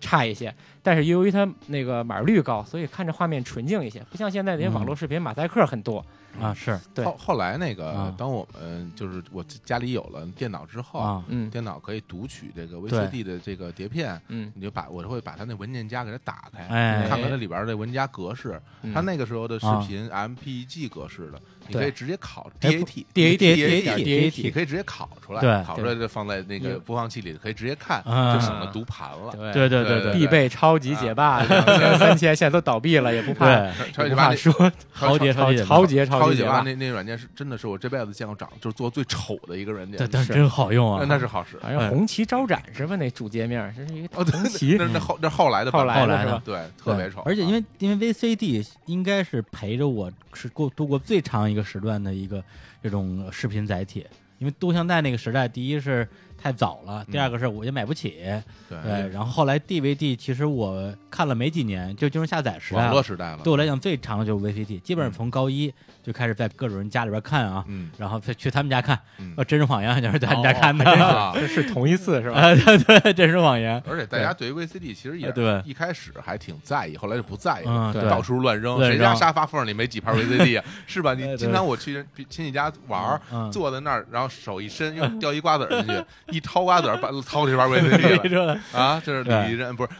差一些。但是由于它那个码率高，所以看着画面纯净一些，不像现在那些嗯网络视频马赛克很多。啊是对后后来那个啊，当我们就是我家里有了电脑之后，啊，嗯电脑可以读取这个 VCD 的这个碟片，嗯，啊你就把我会把它那文件夹给它打开，哎看看它里边的文夹格式。嗯它那个时候的视啊频 MPEG 格式的，你对可以直接拷哎 DAT。 DAT DAT DAT 你可以直接拷出来，对拷出来就放在那个嗯播放器里，可以直接看，啊就省了读盘了。对对对对必备超级解霸，两千三千现在都倒闭了，也不怕，对，超也级不把怕那说 豪杰超杰超级超超级级解霸霸。那那软件是真的是我这辈子见过长就是做最丑的一个软件对，，但是是真好用啊那，那是好使。反正红旗招展是吧？那主界面这是一哦，个对红，旗那，那那后那后来的版本，后来的的对，特别丑。而且啊因嗯为因为 VCD 应该是陪着我是过度过最长一个时段的一个这种视频载体，因为录像带那个时代，第一是太早了，第二个是我也买不起，嗯对，对然后后来 DVD 其实我看了没几年，就进入下载时代嗯网络了。时代了，对我来讲最长的就是 VCD，基本上从高一就开始在各种人家里边看啊，嗯然后去去他们家看，嗯呃，真实谎言就是在他们家哦看的， 啊，这是同一次是吧？啊，对对，真实谎 言，而且大家对于 VCD 其实也哎对一开始还挺在意，后来就不在意了，嗯，对对，到处乱扔，乱谁家扔沙发缝里没几盘 VCD 啊？ 是吧？对你对经常我去人亲戚家玩儿嗯，坐在那儿，然后手一伸，又掉一瓜子儿进去，一掏瓜子儿， 把掏出一盘 VCD 说了。来啊，这是对李仁不是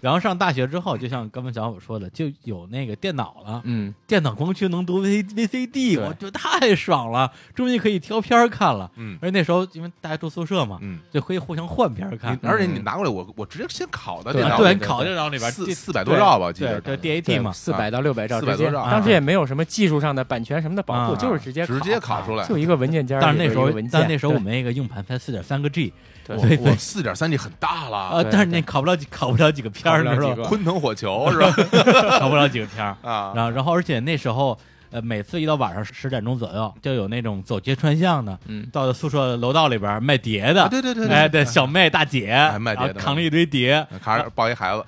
然后上大学之后，就像刚才小虎说的，就有那个电脑了，嗯，电脑光驱能读 V V C D，对我觉得太爽了，终于可以挑片儿看了。嗯而且那时候因为大家住宿舍嘛，嗯。就可以互相换片儿看你。而且你拿过来，我我直接先拷到对电啊脑嗯对，里你考电脑里边四这四百多兆吧，我记对得对当时 D A T 嘛，四百到六百兆之400多间，兆当时也没有什么技术上的版权什么的保护，啊就是直接直接拷出来，就一个文件夹里但是边那时有一个候文，件，但那时候我们那个硬盘才四点三个 G 对所以我四点三 G 很大 了，啊，对但是那考不了几考不了几个片儿，考不你知了几道个吧？昆腾火球是吧？ 考不了几个片儿。 啊，然后，然后，而且那时候，呃，每次一到晚上十点钟左右，就有那种走街串巷的，嗯到宿舍楼道里边儿卖碟的，啊对对对对哎，对，小妹大姐，卖碟的然后扛着一堆碟，卡着抱一孩子，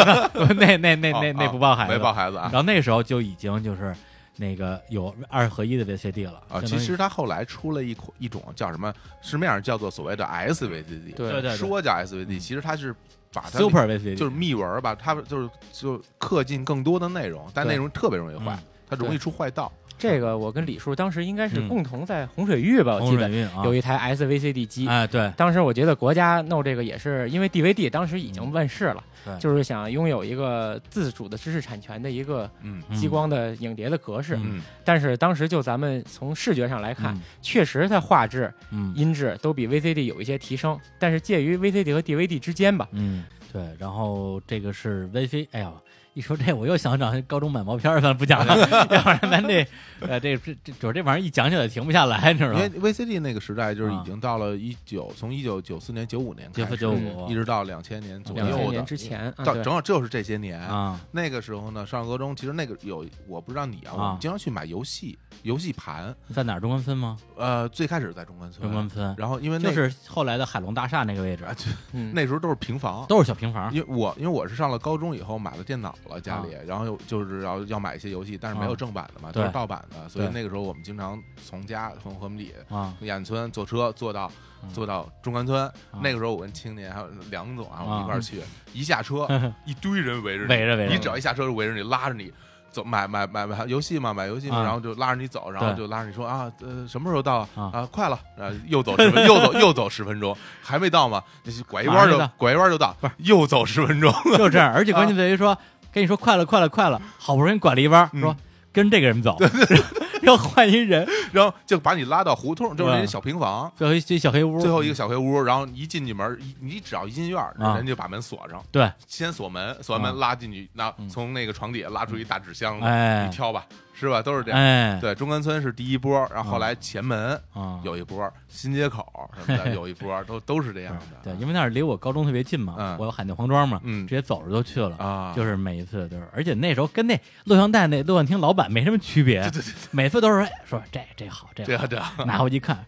那那那那哦那哦不抱孩子，没抱。孩子啊然。后那时候就已经就是那个有二合一的 VCD 了啊，相其当于实它后来出了一款一种叫什么，市面上叫做所谓的 SVCD，对对对对嗯说叫 SVD，其实它是把它 Super VCD 就是密文吧，它就是就刻进更多的内容，但对内容特别容易坏嗯，它容易出坏道。这个我跟李叔当时应该是嗯共同在洪水峪吧，我红记软得运啊，有一台 SVCD 机，哎对当时我觉得国家弄这个也是因为 DVD 当时已经问世了，嗯对就是想拥有一个自主的知识产权的一个嗯嗯激光的影碟的格式。嗯嗯，但是当时就咱们从视觉上来看，嗯确实它画质、嗯音质都比 VCD 有一些提升，但是介于 VCD 和 DVD 之间吧。嗯对，然后这个是 VC，哎呀，一说这，我又想讲高中买毛片儿，咱不讲 了，要不然咱这呃这这这主要这玩意儿一讲起来停不下来，你知道因吗为？VCD 那个时代就是啊已经到了一九，从一九九四年、九五年杰开夫始，九嗯五一直到两千年左两千右年的，之嗯前，啊到对正好就是这些年。啊，那个时候呢，上高中其实那个有，我不知道你啊，我啊们经常去买游戏游戏盘。在哪儿？中关村吗？呃，最开始在中关村，中关村，然后因为那就是后来的海龙大厦那个位置啊，，就嗯那时候都是平房，都是小平房因为我因为我是上了高中以后买了电脑了，家里，然后又就是要要买一些游戏，但是没有啊正版的嘛，对都是盗版的，所以对那个时候我们经常从家从和米 啊，演村坐车坐到嗯啊坐到中关村。那个时候我跟青年还有梁总啊，我们一块儿去，一 下车一堆人围着你，围着围着你只要一下车就围着你，拉着你。走买买买买游戏嘛，买游戏嘛，啊然后就拉着你走，然后对就拉着你说啊，呃，什么时候到啊啊？快了，啊，又走 十分，又走又走十分钟，还没到吗？就是拐一弯马上就就到拐一弯就到，不是又走十分钟， 就这样，而且关啊键在于说，跟你说快了快了快了，好不容易拐了一弯，嗯说跟这个人走， 要换一人，然后就把你拉到胡同，就是那些嗯小平房，最后一小黑屋，最后一个小黑屋，然后一进去门，一你只要一进院儿，啊人就把门锁上，对，先锁门，锁完门嗯拉进去，那嗯从那个床底下拉出一大纸箱子，哎你挑吧，是吧？都是这样。哎，对，中关村是第一波，然后后来前门啊，有一波，新街口什么的有一波，都 都是这样的。对，因为那儿离我高中特别近嘛啊嗯，我有海淀黄庄嘛，嗯直接走着就去了啊就是每一次都是，而且那时候跟那录像带那录像厅老板没什么区别，每次都是哎说这这好这这好，样的，拿回去看，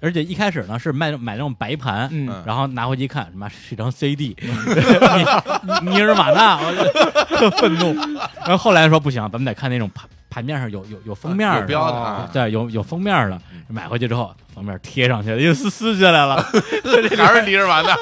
而且一开始呢是卖买那种白盘，嗯嗯然后拿回去一看，妈是一张 CD，尼尼尔玛纳，我就特愤怒。然后后来说不行，咱们得看那种盘盘面上有有有封面有的，标的哦啊，嗯对，有有封面的，买回去之后封面贴上去了，又撕撕下来了， 还是离着玩的。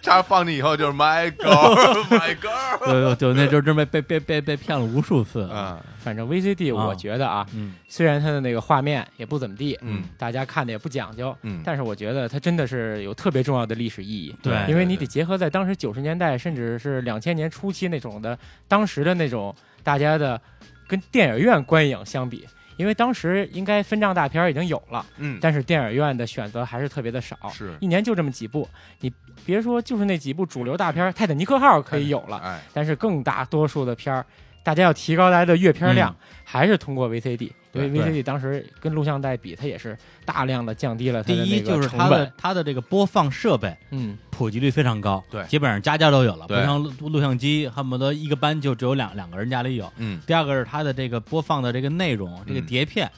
这放进以后就是 My God，My God， 就就就那就真被被被被被骗了无数次。嗯反正 VCD 啊我觉得啊，嗯虽然它的那个画面也不怎么地，嗯大家看的也不讲究，嗯，但是我觉得它真的是有特别重要的历史意义。对因为你对得结合在当时九十年代，甚至是两千年初期那种的，当时的那种大家的跟电影院观影相比，因为当时应该分账大片儿已经有了，嗯但是电影院的选择还是特别的少，是一年就这么几部。你别说，就是那几部主流大片儿，《泰坦尼克号》可以有了，哎，但是更大多数的片儿，大家要提高大家的阅片量，还是通过 VCD，因对为 VCD 当时跟录像带比，它也是大量的降低了它第的一那就个是成它的本。它的这个播放设备嗯，普及率非常高，对基本上家家都有了，不对像录录像机，恨不得一个班就只有两两个人家里有。嗯，第二个是它的这个播放的这个内容，这个碟片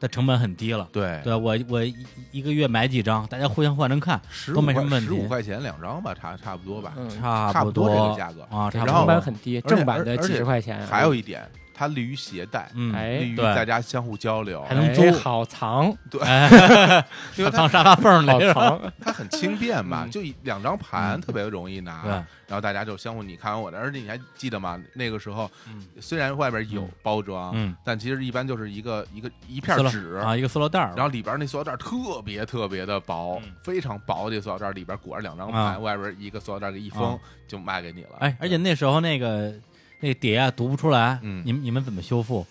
的成本很低了。对，对我我一一个月买几张，大家互相换着看，十都五没什块么问题十五块钱两张吧，差差不多吧。嗯差不多多这个价格啊，差然不后成本多。很低，而且正版的而几而且十块钱。啊还有一点，它利于携带，嗯，哎利于对大家相互交流还，能哎租好藏，哎 因为它放沙发缝里好是吧？藏，它很轻便吧，嗯就一两张盘嗯特别容易拿，对然后大家就相互你看完我的，而且你还记得吗？那个时候嗯虽然外边有嗯包装，嗯，但其实一般就是一个一个一片塑料纸。啊，一个塑料袋儿然后里边那塑料袋特别特别的薄，嗯非常薄的塑料袋，里边裹着两张盘，啊外边一个塑料袋给一封、啊就卖给你了。哎，而且那时候那个那个碟啊读不出来，嗯你们你们怎么修复？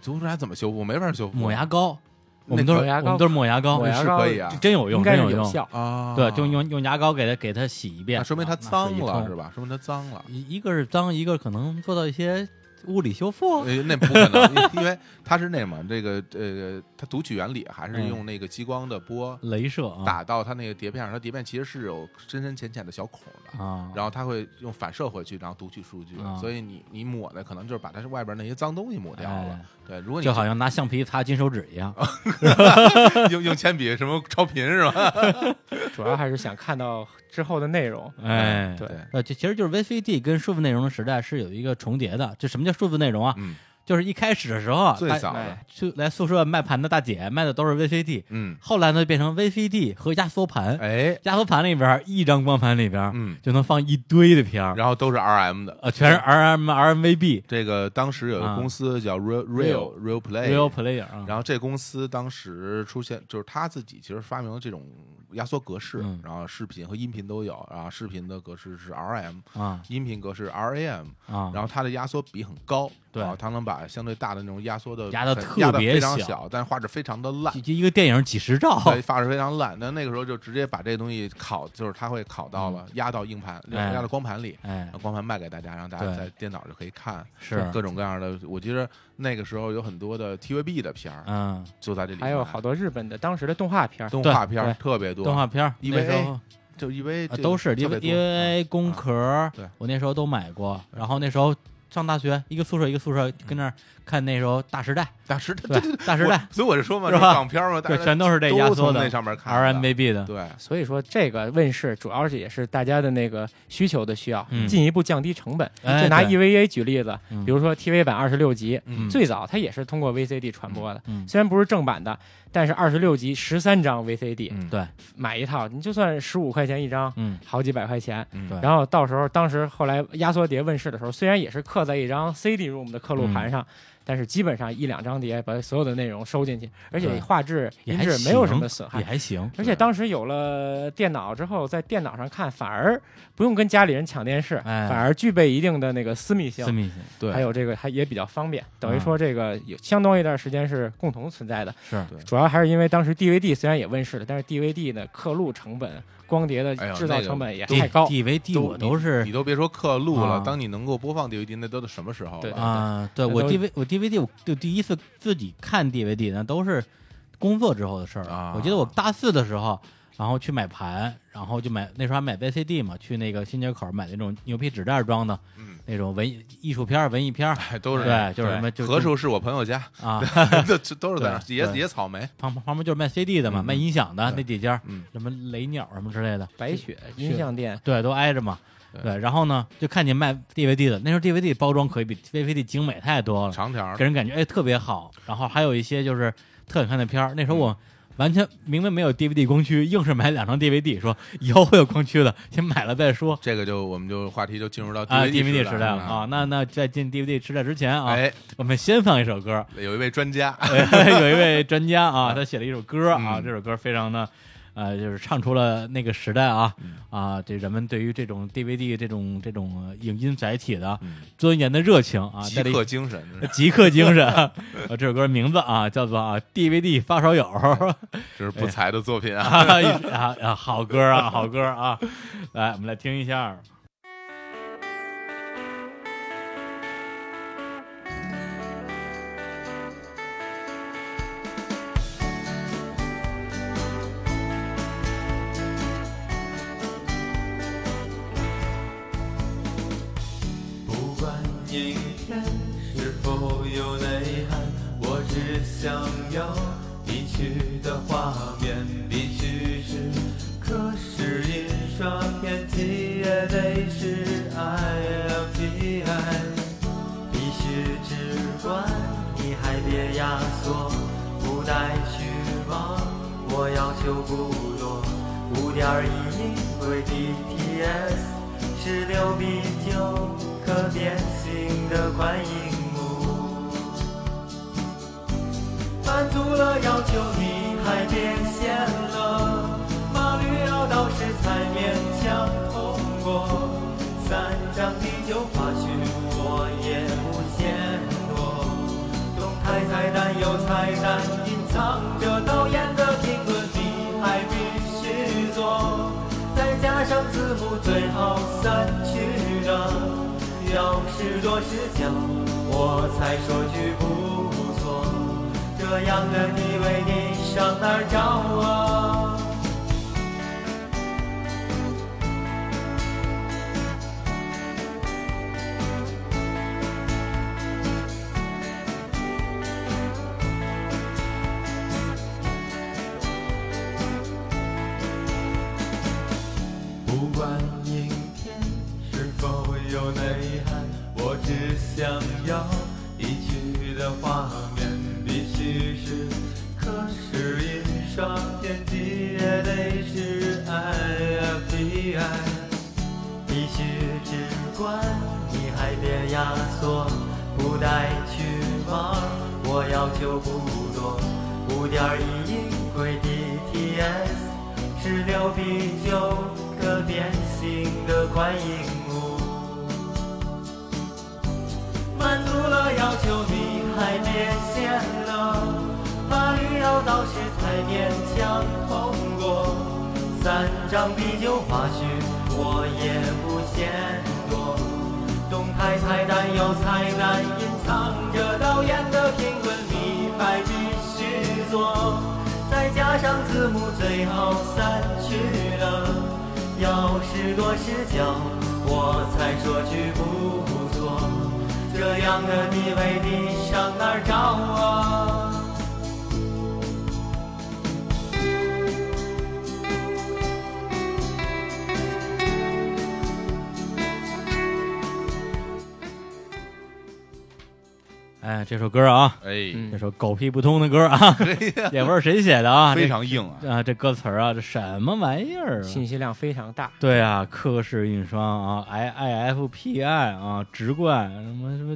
足出来怎么修复？没法修复，抹牙膏，我那们都是抹牙我膏们都是抹牙膏， 抹牙是膏可以啊真有应用，该真是有用。效。啊，对，就用用牙膏给它给它洗一遍，那说明它啊脏了是？那一通吧？说明它脏了。一一个是脏，一个可能做到一些物理修复。呃，那不可能，因因为它是那嘛，这个呃，它读取原理还是用那个激光的波镭射嗯啊，打到它那个碟片上，它碟片其实是有深深浅浅的小孔的，啊，然后它会用反射回去，然后读取数据啊，所以你你抹的可能就是把它外边那些脏东西抹掉了哎。对，如果你就好像拿橡皮擦金手指一 样。用用铅笔什么超频是吧？主要还是想看到之后的内容。哎，对，呃，这其实就是 VCD 跟数字内容的时代是有一个重叠的。这什么叫数字内容啊？嗯，就是一开始的时候啊，最大早的哎，去来宿舍卖盘的大姐卖的都是 VCD，嗯，后来呢变成 VCD 和压缩盘，哎，压缩盘里边儿一张光盘里边儿嗯，就能放一堆的片儿，然后都是 RM 的。呃，全是啊 RM、RMVB、这个当时有个公司叫 Real Real Real Play，嗯 Real Player 啊，然后这公司当时出现，就是他自己其实发明了这种压缩格式嗯，然后视频和音频都有，然后视频的格式是 RM，啊音频格式 RAM，啊，然后它的压缩比很高，对然后它能把相对大的那种压缩的压得很特压得别非常小小，但画质非常的烂就。就一个电影几十兆，对，画质非常烂，那那个时候就直接把这东西拷，就是它会拷到了，压到硬盘，嗯哎压到光盘里，哎然后，光盘卖给大家，让大家对在电脑就可以看，是，各种各样的。我觉得那个时候有很多的 TVB 的片儿嗯，就在这里卖，还有好多日本的当时的动画片儿，动对画片儿对特别多，动画片儿因那为哎时候就因为啊都是因为因为工啊壳儿对，我那时候都买过。对然后那时候上大学，一个宿舍一个宿舍跟那儿看那时候《大时代》，大时代，对嗯对对，大时我代所以我就说嘛，是这吧港片儿嘛，大对，家全都是这压都缩从那的上面看的 RMB 的，对，所以说这个问世主要是也是大家的那个需求的需要，嗯进一步降低成本。哎就拿对 EVA 举例子，嗯比如说 TV 版二十六集，嗯最早它也是通过 VCD 传播的，嗯虽然不是正版的，但是二十六集十三张 VCD、嗯对买一套，你就算十五块钱一张，嗯好几百块钱。嗯对然后到时候，当时后来压缩碟问世的时候，虽然也是刻在一张 CD ROM 的刻录嗯盘上，但是基本上一两张碟把所有的内容收进去，而且对画质也音还质没有什行么损害也。还行，而且当时有了电脑之后，在电脑上看反而不用跟家里人抢电视，哎反而具备一定的那个私密性私，密性对，还有这个还也比较方便。等于嗯说这个有相当一段时间是共同存在的。是对主要还是因为当时 DVD 虽然也问世了，但是 DVD 的刻录成本、光碟的哎呦制那造个成本也 D 太高。 DVD 我都是你都别说刻录了啊，当你能够播放 DVD，那都是什么时候对了？啊，对那我都 DV 我 DVD 我就第一次自己看 DVD 那都是工作之后的事儿了啊我记得我大四的时候。然后去买盘，然后就买那时候还买 VCD 嘛，去那个新街口买那种牛皮纸袋装的嗯，那种文艺艺术片儿、文艺片儿，哎，都是对就是什么就何叔是我朋 友家，啊，这这都是在那儿对野对野草莓，旁旁边就是卖 CD 的嘛，嗯卖音响的对那几家，嗯，什么雷鸟什么之类的，白雪音像店对，都挨着嘛。对对，然后呢，就看见卖 DVD 的，那时候 DVD 包装可以比 DVD 精美太多了，长条儿给人感觉哎特别好。然后还有一些就是特想看的片儿，那嗯时候我完全明明没有 DVD 光驱，硬是买两张 DVD，说以后会有光驱的，先买了再说这个就我们就话题就进入到啊。 DVD DVD 时代了啊。啊，那那在进 DVD 时代之前啊，哎，我们先放一首歌，有一位专家， 有一位专家啊，他写了一首歌啊，嗯这首歌非常的，呃，就是唱出了那个时代啊嗯啊，这人们对于这种 DVD 这种这种呃影音载体的嗯尊严的热情啊，极带了一客精神，真是极客精神。 啊，这首歌名字啊叫做啊 DVD 发烧友这是不才的作品啊。哎啊啊啊，好歌啊，好歌啊，来，我们来听一下。不管影片是否有内涵，我只想要必须的画面，必须是。可是印刷片集也得是 ILPI。必须直观，你还别压缩，不带虚妄，我要求不多。五点一英为 DPS，十六比九可变形的宽银幕。满足了要求，你还变现了。码率要到时才勉强通过，三张地球发虚，我也不嫌多。动态彩蛋有彩蛋，隐藏着导演的评论，你还必须做。再加上字幕，最好删去的。要是多视角，我才说句不错。这样的你为你上哪儿找啊？不管影片是否有内涵，我只想要一曲的画面必须是。可是印刷片集也得是啊 IFPI。必须直观，你还别压缩，不带去望，我要求不多，五点一英规 DTS，只留啤酒个变形的快银幕。满足了要求，你还变现了。马里奥倒是才勉强通过，三张啤酒花絮我也不嫌多。动态菜单有菜单隐藏着导演的评论，你还继续做，再加上字幕最后删去了。要是多视角，我才说句不错。这样的地位，你上哪儿找啊？哎，这首歌啊，哎，嗯这首狗屁不通的歌啊，也不知道谁写的啊，非这常硬啊。啊，这歌词儿啊，这什么玩意儿啊？信息量非常大。对啊，克氏印刷啊，I I F P I 啊，直冠什么什么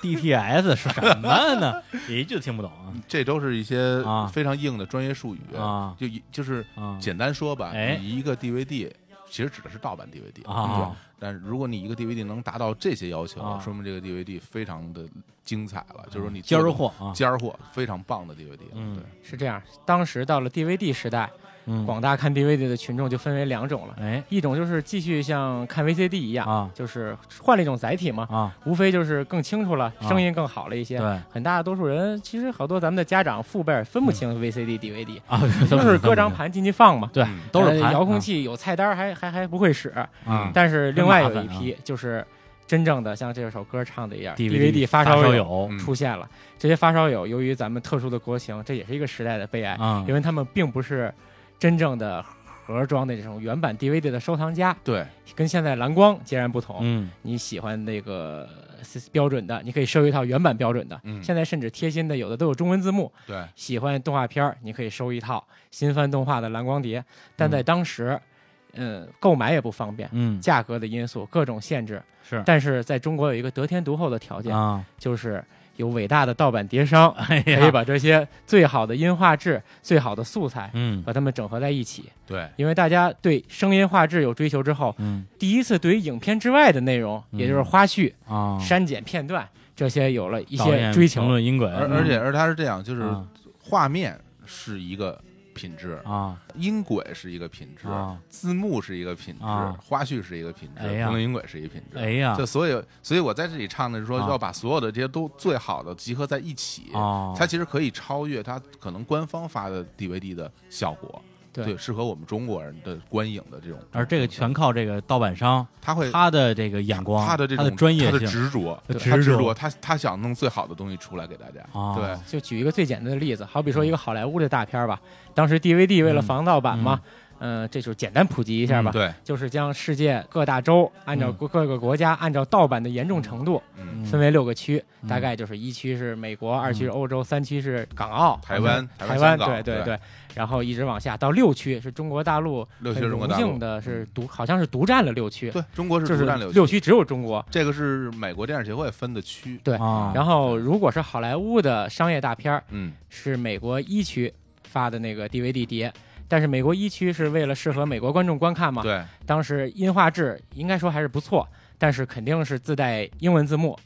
D T S 是什么呢？一句听不懂这都是一些啊非常硬的专业术语啊就一就是啊简单说吧，哎你一个 DVD 其实指的是盗版 DVD 啊对但是如果你一个 DVD 能达到这些要求，啊说明这个 DVD 非常的精彩了，就是说你啊，尖做儿的货啊，尖儿货，非常棒的 DVD 了。嗯对，是这样，当时到了 DVD 时代，嗯广大看 DVD 的群众就分为两种了，哎一种就是继续像看 VCD 一样，啊就是换了一种载体嘛，啊，无非就是更清楚了，啊声音更好了一些。对啊，很大多数人，其实好多咱们的家长父辈儿分不清 VCD、DVD，嗯啊都就是搁张，盘进去放嘛。对，都是呃盘嗯遥控器有菜单儿还还还不会使，啊但是另外有真一麻烦啊批就是真正的像这首歌唱的一样 DVD 发烧友友嗯出现了。这些发烧友由于咱们特殊的国情，这也是一个时代的悲哀，啊因为他们并不是真正的盒装的这种原版 DVD 的收藏家，对，跟现在蓝光截然不哦同。嗯你喜欢那个呃标准的，你可以收一套原版标准的。嗯现在甚至贴心的，有的都有中文字幕。对，喜欢动画片儿，你可以收一套新番动画的蓝光碟。但在当时，嗯，购买也不方便，嗯价格的因素，各种限制。是但是在中国有一个得天独厚的条件，啊，就是有伟大的盗版碟商，哎可以呀，把这些最好的音画质、最好的素材，嗯把它们整合在一起。对，因为大家对声音画质有追求之后，嗯第一次对于影片之外的内容，嗯也就是花絮、嗯啊，删减片段这些，有了一导演些追评求。论音轨，而而且而它是这样，就是嗯啊画面是一个品质，啊音轨是一个品质啊，字幕是一个品质啊，花絮是一个品质，哎呀评论音轨是一个品质。哎呀就所以，所以我在这里唱的是说，啊要把所有的这些都最好的集合在一起，哦它其实可以超越它可能官方发的 DVD 的效果，对适合我们中国人的观影的这种。而这个全靠这个盗版商他会他的这个眼光，他的这种专业他的性执着，对他执执着着，他他想弄最好的东西出来给大家。啊对，就举一个最简单的例子，好比说嗯一个好莱坞的大片儿吧，当时 DVD 为了防盗版嘛，呃，这就简单普及一下吧，嗯对，就是将世界各大洲按照嗯各各个国家按照盗版的严重程度嗯，分为六个区，嗯大概就是一区是美国，二区是欧洲，三区是港澳、台湾台台湾香湾对港对对对，然后一直往下到六区是中国大陆六区很是中国荣大陆嗯幸的是独好像是独占了六区，对中国是就是独占六六，区只有中国。这个是美国电影协会分的区。对啊，然后如果是好莱坞的商业大片儿，嗯，是美国一区发的那个 DVD 碟，但是美国一区是为了适合美国观众观看嘛，对，当时音画质应该说还是不错，但是肯定是自带英文字幕。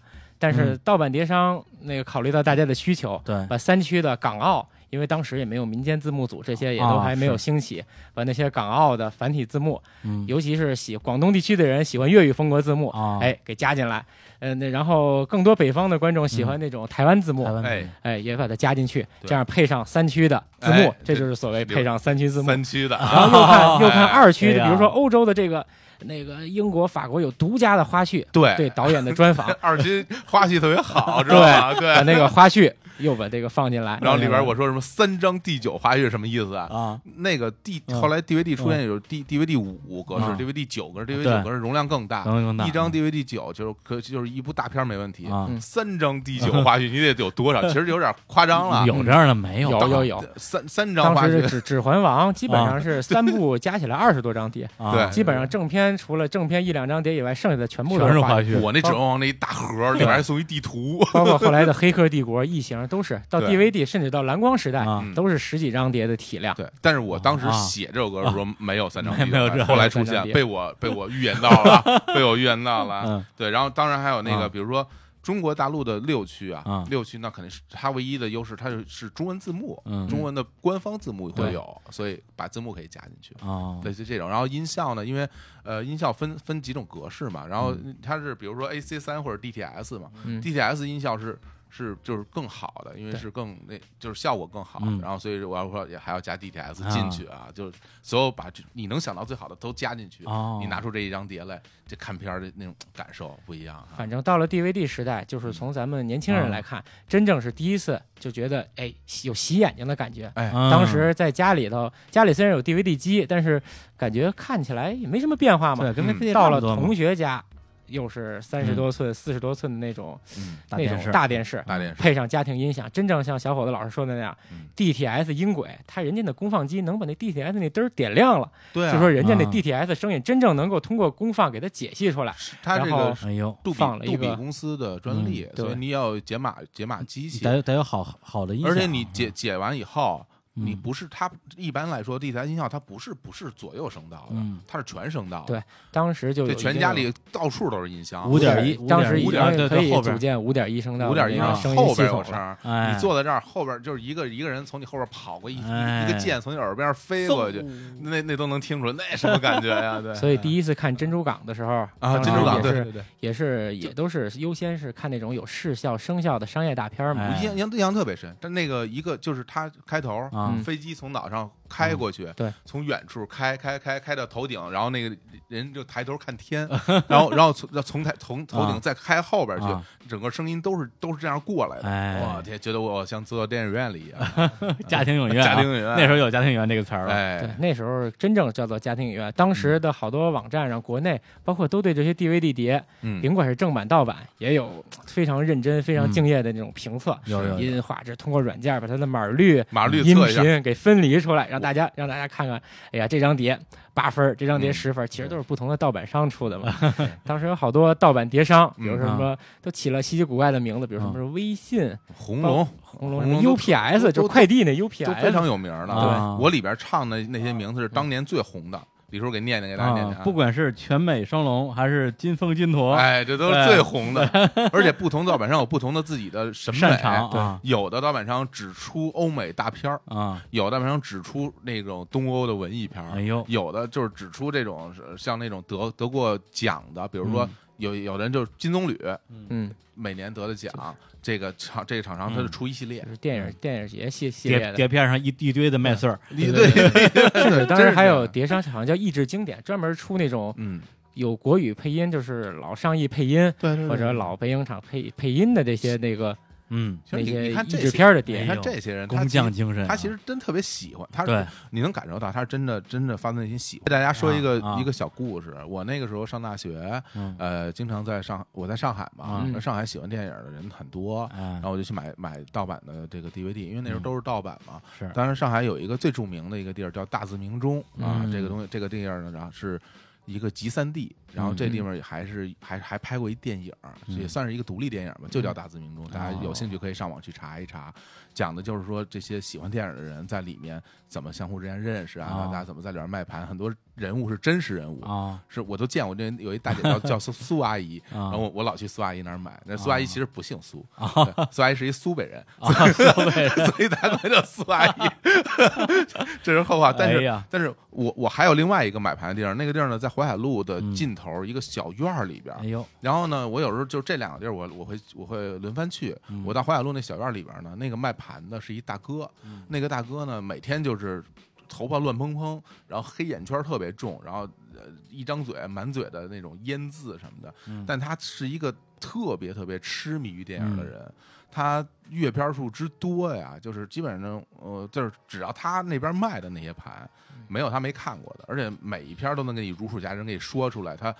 但是盗版碟商那个考虑到大家的需求，嗯对把三区的港澳，因为当时也没有民间字幕组，这些也都啊还没有兴起，把那些港澳的繁体字幕，嗯尤其是喜广东地区的人喜欢粤语风格字幕，啊哎，给加进来。嗯、那然后更多北方的观众喜欢那种台湾字幕，台湾哎的哎，也把它加进去，对这样配上三区的字幕，哎这就是所谓配上三区字幕。三区的然后啊，又看又看哎二区的，哎呀比如说欧洲的这个那个英国、法国有独家的花絮， 对对导演的 ，专访二区花絮特别好，知道吧？对，把那个花絮又把这个放进来， 然后里边我说什么三张第九花絮是什么意思啊？啊那个 D 嗯后来 DVD 出现有 D DVD 五格式啊，DVD 九格式对，DVD 九格式容量更大，容量更大一张 DVD 九就是可就是一部大片没问题，啊，嗯三张 D 九花絮你得有多少？其实有点夸张了，有这样的没有哎有啊有有，三三张当花絮时是，指《指环王》基本上是三部加起来二十多张碟，啊对基本上正片除了正片一两张碟以外，剩下的全部都全是花花絮，絮我那指环王那一大盒里面还送一地图，包括后来的《黑客帝国》《异形》都是到对 DVD，甚至到蓝光时代啊，嗯都是十几张碟的体量。对，但是我当时啊写这首歌的时候没有三张没 D，没有这后来出三张现，碟被我被我预言到了，被我预言到了嗯。对，然后当然还有那个，啊比如说中国大陆的六区啊啊，六区那肯定是它唯一的优势，它就是中文字幕，嗯中文的官方字幕会对有，所以把字幕可以加进去。嗯哦，对，就这种。然后音效呢，因为呃音效分分几种格式嘛，然后它是比如说 AC 三或者 DTS 嘛、嗯 d t s 音效是。是就是更好的，因为对是更那就是效果更好，嗯然后所以我要说也还要加 DTS 啊进去啊，就是所有把这你能想到最好的都加进去，哦你拿出这一张碟来，这看片儿的那种感受不一样啊。反正到了 DVD 时代，就是从咱们年轻人嗯来看，真正是第一次就觉得，哎，有洗眼睛的感觉。哎，嗯当时在家里头，家里虽然有 DVD 机，但是感觉看起来也没什么变化嘛。对，跟嗯 VCD 到了差不多嘛同学家，又是三十嗯多寸、四十多寸的那种嗯，大那电视种大电视，大电视，配上家庭音响，真正像小伙子老师说的那样嗯，DTS 音轨，它人家的功放机能把那 DTS 那灯儿点亮了，对啊，就说人家那啊 DTS 声音真正能够通过功放给它解析出来。它这然个后哎呦，杜比放了一杜比个公司的专利，嗯对所以你要有解码解码机器，得有得有好好的音响，而且你啊解解完以后，嗯你不是它一般来说地台音效它不是不是左右声道的嗯，它是全声道的对，当时就有这一个全家里到处都是音箱，五点一，当时已五经点对可对以后组边，建五点一声道五点一啊的声后音系边统有了。声。哎，你坐在这儿，后边就是一个一个人从你后边跑过一一哎一个箭从你耳边飞过去，那那都能听出来，那什么感觉呀？ 对，嗯所以第一次看《珍珠港》的时候啊，当时珍珠港也对是对对，也是也都是优先是看那种有视效声效的商业大片儿嘛哎。我印象印象印象特别深。但那个一个就是它开头啊嗯嗯飞机从岛上开过去，对，从远处开开开开到头顶，然后那个人就抬头看 天，然后然后从从台从头顶啊再开后边啊去，整个声音都是都是这样过来哎的。我天，觉得我像坐到电影院里一 样。家庭影院啊，家庭影院那时候有家庭影院这个词儿了，对哎，，那时候真正叫做家庭影院。当嗯时的好多网站上，国内包括都对这些 DVD 碟，嗯，甭管是正版盗版，也有非常认真、非常敬业的那种评测，有有有音画质通过软件把它的码率、码率音测一下，频给分离出来，让大家让大家看看，哎呀，这张碟八分儿，这张碟嗯十分儿，其实都是不同的盗版商出 的嘛。当时有好多盗版碟商，嗯比如说什么都起了稀奇古怪的名字，比如说嗯什么微信、红龙红龙什红么龙都 UPS，都就是快递那都非 UPS，常有名了。啊我里边唱的那些名字是当年最红的，李叔给念念给大家念念啊啊，不管是全美双龙还是金凤金驼，哎，这都是最红的，而且不同盗版商有不同的自己的审美。擅长啊有的盗版商只出欧美大片儿，啊，有的盗版商只出那种东欧的文艺片儿，哎呦有的就是只出这种呃像那种得得过奖的，比如说、嗯有有的人就是金棕榈嗯，每年得的奖，这个厂这个厂商他就出一系列就，是电影电影节系系列碟的。碟片上一一堆的麦穗儿，你对， 甚至当时还真是这有样碟商，好像叫益智经典，专门出那种嗯，有国语配音，就是老上译配音对对或者老北影厂配配音的这些那个嗯，嗯其那实你些你看译这制些片儿的碟你哎看呦这些人，工他其实匠精神啊，他其实真特别喜欢，他对你能感受到他是真的真的发自内心喜欢。给大家说一个、啊啊一个小故事，我那个时候上大学，嗯呃，经常在上我在上海嘛，嗯上海喜欢电影的人很多。哎然后我就去买买盗版的这个 DVD，因为那时候嗯都是盗版嘛。是当然，上海有一个最著名的一个地儿叫大字明钟啊，嗯这个东西这个地儿呢，然后是一个集散地，然后这嗯地方也还是还还拍过一电影，嗯也算是一个独立电影吧，就叫《大字明钟》，大家有哦兴趣可以上网去查一查，讲的就是说这些喜欢电影的人在里面怎么相互之间认识啊，哦大家怎么在里面卖盘，很多人物是真实人物。啊是，我都见过这有一大姐叫 叫苏苏阿姨，啊，然后我我老去苏阿姨那儿买。那苏阿姨其实不姓苏，啊对苏阿姨是一苏北人，啊，对，所以 大家叫苏阿姨， 这是后话。但是，哎呀但是我我还有另外一个买盘的地儿，那个地儿呢在淮海路的嗯尽头一个小院儿里边儿。哎呦，然后呢，我有时候就这两个地儿我，我会我会轮番去。嗯我到淮海路那小院里边呢，那个卖盘的是一大哥，嗯那个大哥呢每天就是头发乱蓬蓬，然后黑眼圈特别重，然后呃一张嘴满嘴的那种烟字什么的，嗯但他是一个特别特别痴迷于电影的人。他阅片数之多呀，就是基本上，呃，就是只要他那边卖的那些盘，没有他没看过的，而且每一篇都能给你如数家珍，给你说出来，他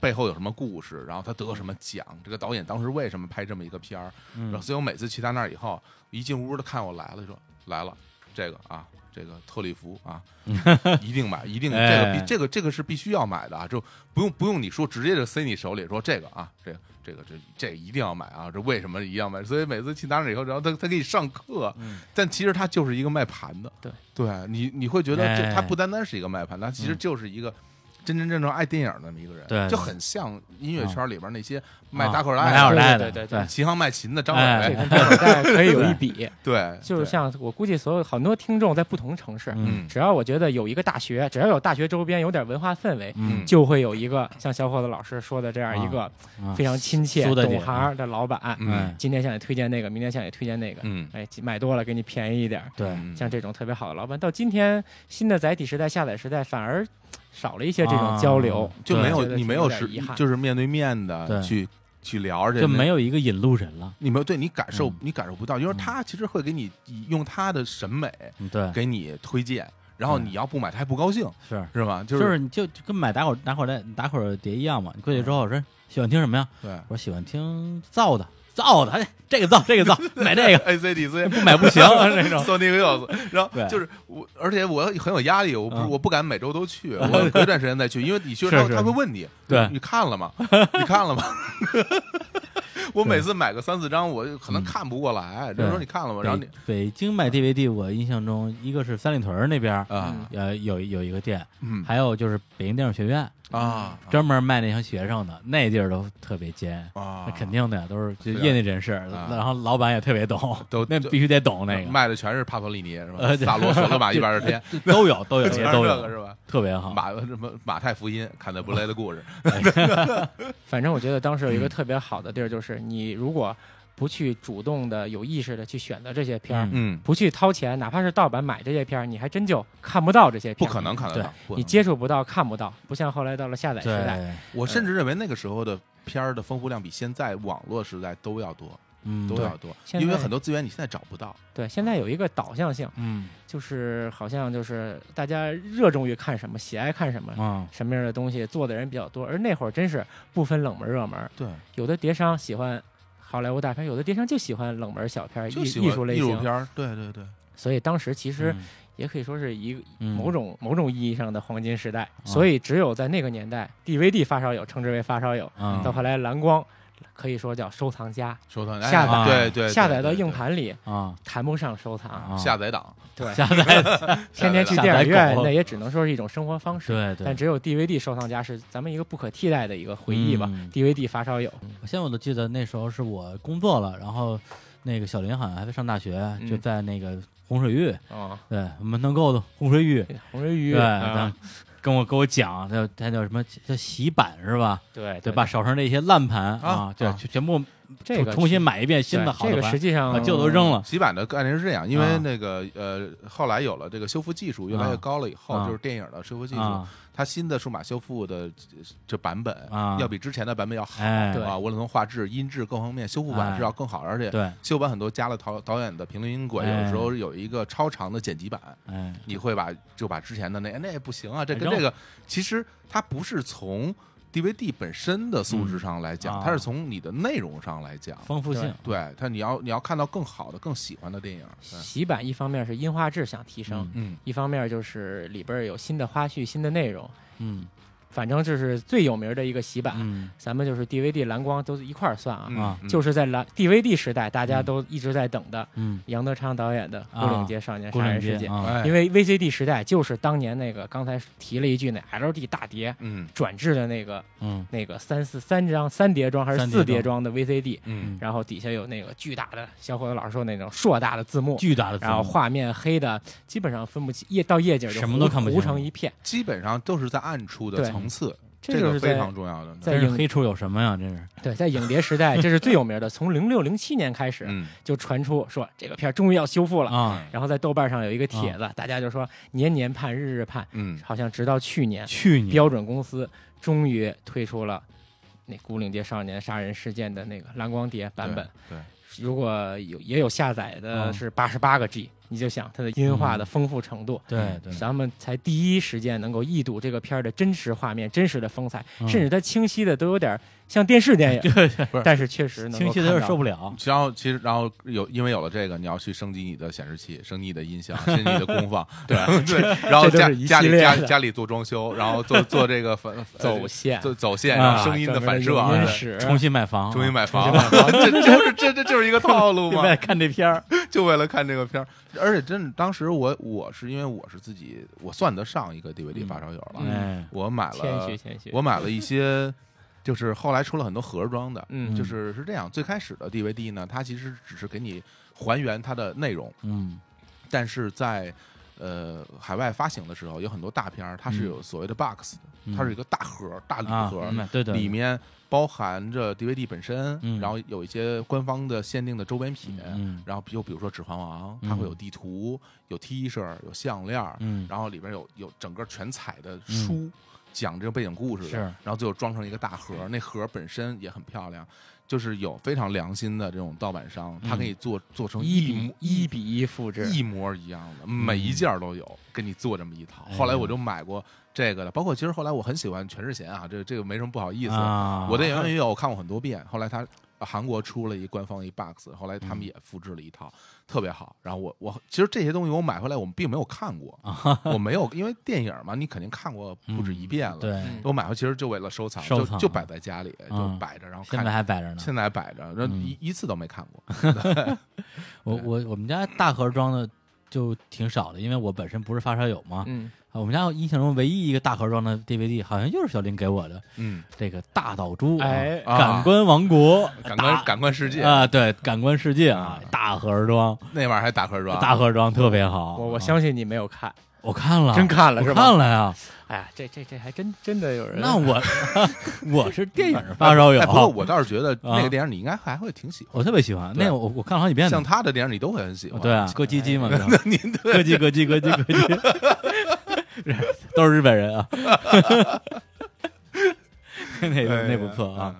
背后有什么故事，然后他得什么奖，这个导演当时为什么拍这么一个片儿，然后嗯，所以我每次去他那儿以后，一进屋他看我来了，就说来了，这个啊，这个特里弗啊一定 买，一定这嗯哎个必这个这个是必须要买的啊，就不用不用你说，直接就塞你手里说这个啊，这个这个这这一定要买啊，这为什么一定要买？所以每次去拿了以后，然后他他给你上课，嗯但其实他就是一个卖盘的，对，对你你会觉得哎这他不单单是一个卖盘，他其实嗯就是一个。真真正正爱电影的那么一个人，对就很像音乐圈里边那些卖打口袋啊卖打的、口袋的，对对对对，琴行卖琴的张哎伟这，跟大口袋可以有一比。对，就是像我估计所有很多听众在不同城市，嗯嗯只要我觉得有一个大学，只要有大学周边有点文化氛围，嗯，就会有一个像小伙子老师说的这样一个啊非常亲切、苏大姐懂行的老板。嗯哎今天向你推荐那个，明天向你推荐那个，嗯，哎，买多了给你便宜一点儿。对，嗯像这种特别好的老板，到今天新的载体时代、下载时代，反而少了一些这种交流啊，就没对有觉得你没挺有点实遗憾就是面对面的对去去聊，而且就那没有一个引路人了，你没有对你感受嗯你感受不到，因为嗯他其实会给你以用他的审美嗯对，给你推荐，然后对你要不买他还不高兴，是。是吧？就就是你就就跟买打口打口袋打口碟一样嘛。你过哎去之后说喜欢听什么呀？对我说喜欢听造的，造的，哎这个造这个造， 买这个 A C D C 不买不行 那种。索尼 Hills，然后对就是我，而且我很有压力，我不、嗯我不敢每周都 去，我隔一段时间再去，因为你去是他是他会问你，对你 看了吗？你看了吗？ 我每次买个三四张，我可能看不过来，就嗯对是说你看了吗？然后你北北京买 DVD，我印象中一个是三里屯儿那边儿，啊呃，有有一个店，嗯还有就是北京电影学院啊专门卖那些学生的，那地儿都特别尖。啊那，肯定的呀，都是就是啊业内人士，然后老板也特别懂，都那都必须得懂那个，卖的全是帕托利尼是吧呃？对萨罗、索罗马一百二十天， 都有都有 全是都这个是有，啊吧？特别好。马什么马太福音，看的布雷的故事，反正我觉得当时有一嗯个特别好的地儿，就是你如果不去主动的、有意识的去选择这些片儿，嗯，不去掏钱，哪怕是盗版买这些片儿，你还真就看不到这些不片儿，可能看得到对。不可能你接触不到，看不到，不像后来到了下载时代，对，我甚至认为那个时候的片儿的丰富量比现在网络时代都要多，嗯，都对要多，现因为在很多资源你现在找不到。对，现在有一个导向性，嗯就是好像就是大家热衷于看什么，喜爱看什嗯么，啊，什么样的东西做的人比较多，而那会儿真是不分冷门热门，对，有的碟商喜欢好莱坞大片，有的碟商就喜欢冷门小片、艺就喜艺术欢类艺术型，片儿，对对对，所以当时其实嗯也可以说是一个嗯啊某种某种意义上的黄金时代。所以只有在那个年代，DVD 发烧友称之为发烧友，啊到后来蓝光可以说叫收藏家，收藏下哎载对对，对下载到对硬对盘里啊谈不上收藏，啊，下载档，对，下载，天下天去下载档电影载院狗那也只能说是一种生活方式。对对但。只有 DVD 收藏家是咱们一个不可替代的一个回忆吧。嗯 DVD 发烧友，我现在我都记得那时候是我工作了，然后那个小林好像还在上大学，就在那个洪水峪，啊，对门头沟的洪水峪，红人鱼，对，啊他跟我跟我讲，他他叫什么叫洗版是吧？对对，把手上这些烂盘啊，对，啊就全部这个重新买一遍新的对好的这个实盘，际把上旧都扔。了，洗版的概念是这样，因啊为那个呃，后来有了这个修复技术越来越高了以后，啊就是电影的修复技术，啊，它新的数码修复的这这版本啊要比之前的版本要好哎，对啊，无论从画质、音质各方面，修复版哎是要更好，而且对，修版很多加了导导演的评论音轨，哎有时候有一个超长的剪辑版，哎，你会把就把之前的那哎那也不行啊，这跟扔了这个其实它不是从 DVD 本身的素质上来嗯讲，啊它是从你的内容上来讲。丰富性，对它，你要你要看到更好的、更喜欢的电影。对洗版一方面是音画质想提升，嗯嗯一方面就是里边有新的花絮、新的内容，嗯反正就是最有名的一个洗版。嗯咱们就是 DVD、蓝光都一块儿算啊，啊嗯就是在蓝 DVD 时代，大家都一直在等的嗯，杨德昌导演的《啊牯岭街少年郭杀岭人街事件》啊，哎因为 VCD 时代就是当年那个刚才提了一句那 LD 大碟嗯转制的那个嗯那个三四三张三碟装还是三碟四碟装的 VCD，嗯然后底下有那个巨大的小伙子老师说那种硕大的字幕，巨大的字幕，然后画面黑的基本上分不清，夜到夜景就什么都糊看不糊清成一片，基本上都是在暗处的对层次，这就个是非在常重要的。在真是影黑处有什么呀？这是，对在影碟时代，这是最有名的，从零六零七年开始嗯就传出说这个片儿终于要修复了，啊，然后在豆瓣上有一个帖子，大家就说年年盼日日盼，嗯，好像直到去年去年标准公司终于推出了那《古岭街少年杀人事件》的那个蓝光碟版本。对，如果有也有下载的嗯是八十八个 G，、你就想它的音画的丰富程度。对对，咱们才第一时间能够一睹这个片儿的真实画面、真实的风采，嗯甚至它清晰的都有点像电 视电 影，不是但是确实能清够晰的有看点受到。不了。然后其实然后有因为有了这个，你要去升级你的显示器，升级你的音响，升级你的功 放，对对，然后这都家是一家系里列家的家里做装修，然后做做这个反 走线走走线，啊然后声音的反射啊，啊整对个的音。啊史重新买房，啊重新买房， 这这就是这这就是一个套路就嘛为，了看这片儿，就为了看这个片儿。而且真的，当时我我是因为我是自己，我算得上一个 DVD 发烧友了，嗯哎，我买谦了虚谦虚，我买了一些，就是后来出了很多盒装的，嗯就是是这样。最开始的 DVD 呢，它其实只是给你还原它的内容，嗯，但是在呃海外发行的时候，有很多大片儿，它是有所谓的 box，、嗯它是一个大盒、大礼啊盒，，嗯对对，里面包含着 DVD 本身，嗯然后有一些官方的限定的周边品，嗯然后比就比如说《指环王》，嗯它会有地图、有 T 恤、有项链儿，嗯然后里边有有整个全彩的书。讲这个背景故事的，是然后最后装成一个大盒儿，那盒儿本身也很漂亮，就是有非常良心的这种盗版商，他嗯给你做做成一模比一比一复制，一模一样的，每一件儿都有，给你做这么一套。后来我就买过这个的，包括其实后来我很喜欢全智贤啊，这这个没什么不好意思。啊，我的演员也有，我看过很多遍。后来他韩国出了一官方一 box，后来他嗯们也复制了一套，特别好。然后我我其实这些东西我买回来我们并没有看过，啊我没有，因为电影嘛，你肯定看过不止一遍了。对，嗯我买回来其实就为了收藏，收就藏啊就摆在家里，就嗯摆着，然后看现在还摆着呢。现在还摆着，然后一、嗯一次都没看 过。我我我们家大盒装的就挺少的，因为我本身不是发烧友嘛。嗯，啊我们家印象中唯一一个大盒装的 DVD，好像就是小林给我的嗯，这个《大岛猪》啊哎啊感官王国》感大官感官世界啊，对，感官世界啊啊，大盒装，那玩意儿还打啊盒装，大盒装特别好。我我啊相信你没有看，我看了，真看了我是吧看了呀。哎呀，这这这还真真的有人，那 我我是电影发烧友哎，不过我倒是觉得那 啊个电影你应该还会挺喜欢，我特别喜欢对那个我我看了好几遍呢像。他的电影你都会很喜欢。对啊，咯叽叽嘛，对吧您咯叽咯叽咯叽咯 叽，都是日本人啊。那哎那呀不错啊，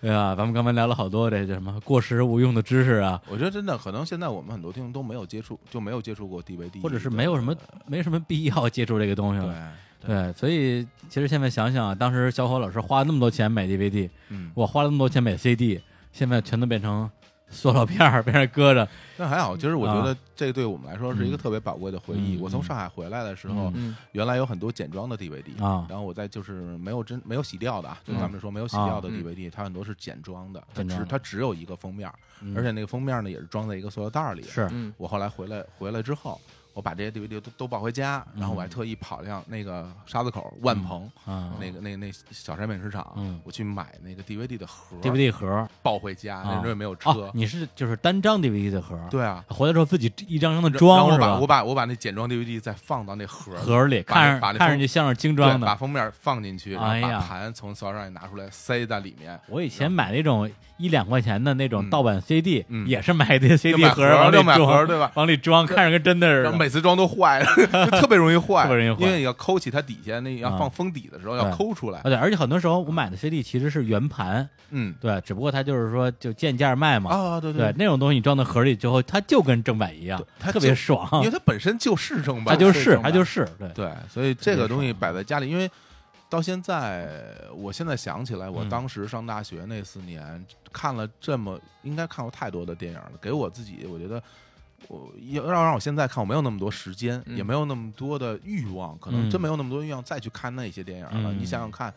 对啊，咱们刚才聊了好多这叫什么过时无用的知识啊，我觉得真的，可能现在我们很多听众都没有接触，就没有接触过 DVD，或者是没有什么没什么必要接触这个东西对了。，对，所以其实现在想想啊，当时小伙老师花那么多钱买 DVD，嗯，我花了那么多钱买 CD，现在全都变成塑料片儿，被 人搁着。但还好，其实我觉啊得这对我们来说是一个特别宝贵的回忆。嗯我从上海回来的时候，嗯原来有很多简装的 DVD 啊然后我在就是没有真没有洗掉的啊，就嗯咱们说没有洗掉的啊嗯 DVD，它很多是简装的，它简装只的它只有一个封面，嗯而且那个封面呢也是装在一个塑料袋里，是，嗯我后来回来回来之后，我把这些 DVD 都都抱回家，然后我还特意跑向那个沙子口万鹏、嗯啊那个那那小山美食场，嗯我去买那个 DVD 的盒，DVD 盒儿抱回家，那啊时候也没有车，哦，你是就是单张 DVD 的盒儿，对啊，回来之后自己一张张的然后装我是把吧？我把我把那简装 DVD 再放到那盒盒儿里把看那把着那看封着就像是精对装把的。封面放进去，然后哎呀把盘从塑料袋里拿出来塞在里面，我以前买那种一两块钱的那种盗版 CD，嗯也是买的 CD 买盒盒儿儿往里就买盒儿装，对吧往里装，看着跟真的似然后的。每次装都坏了， 就特别容易坏，特别容易坏因为你要抠起它底下那要啊放封底的时候要对抠出来啊，，对，而且很多时候我买的 CD 其实是圆盘，嗯对，只不过它就是说就贱价卖嘛。啊，对对，那种东西你装到盒里之后，它就跟正版一样对，它特别就爽。因为它本身就是正版，啊它就是是正版它就是对，对，所以这个东西爽摆在家里，因为到现在，我现在想起来，我嗯当时上大学那四年、看了这么，应该看过太多的电影了，给我自己，我觉得。我要要让我现在看，我没有那么多时间，嗯也没有那么多的欲望，可能嗯真没有那么多欲望再去看那些电影了。嗯你想想看，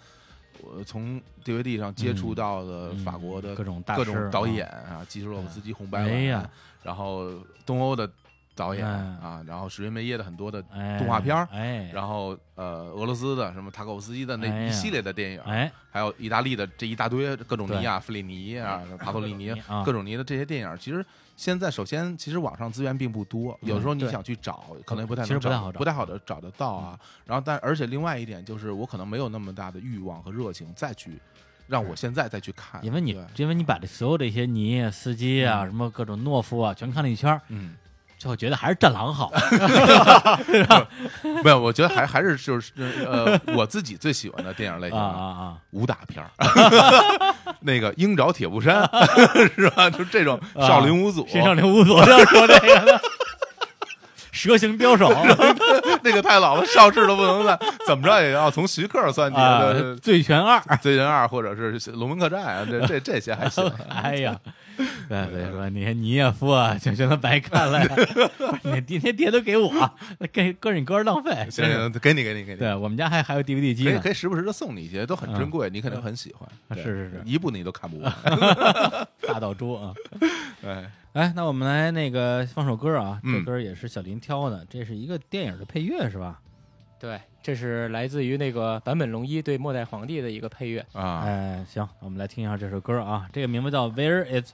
我从 DVD 上接触到的嗯法国的各种大各师种啊导演啊，基斯洛夫斯基、红白哎蓝呀，，然后东欧的导演嗯啊，然后史云梅耶的很多的哎动画片儿哎，然后呃，俄罗斯的什么塔可夫斯基的那哎一呀系列的电影，哎，还有意大利的这一大堆各种尼对哎啊、弗里尼啊、帕托利尼尼啊各种尼的这些电影，其实现在首先其实网上资源并不多，有时候你对想去找，可能也不太嗯其实能不太好找嗯不太好的找得到啊。然后但而且另外一点就是，我可能没有那么大的欲望和热情再去让我现在再去看，因为嗯你对因为你把这所有这些泥、司机啊、什么各种懦夫啊全看了一圈儿，嗯，最后觉得还是战狼好。没有，我觉得还还是就是呃，我自己最喜欢的电影类啊型啊 啊！武打片儿， 那个《鹰爪铁布衫》啊是吧？就这种少林五祖， 身上这无所要说这个呢，蛇形刁手那个太老了，上市都不能算，怎么着也要从徐克算起。啊，对《醉拳二》。 《醉人二》或者是《龙门客栈》啊，这这这些 还行。哎 呀，对对说你你也富啊，就觉得白看 了呀。不是你那碟都给我，那给哥你哥浪费。真行是行，给你给你给你，对我们家还还有 DVD 机可以呢可。以时不时的送你一些，都很珍贵，你肯定很喜欢。对是嗯啊是是一部你都看不完。 大岛猪啊。哎，哎，那我们来那个放首歌啊，这嗯歌也是小林挑的，这是一个电影的配乐是吧？对，这是来自于那个坂本龙一对《末代皇帝》的一个配乐。啊，哎，行，我们来听一下这首歌啊，这个名字叫《Where Is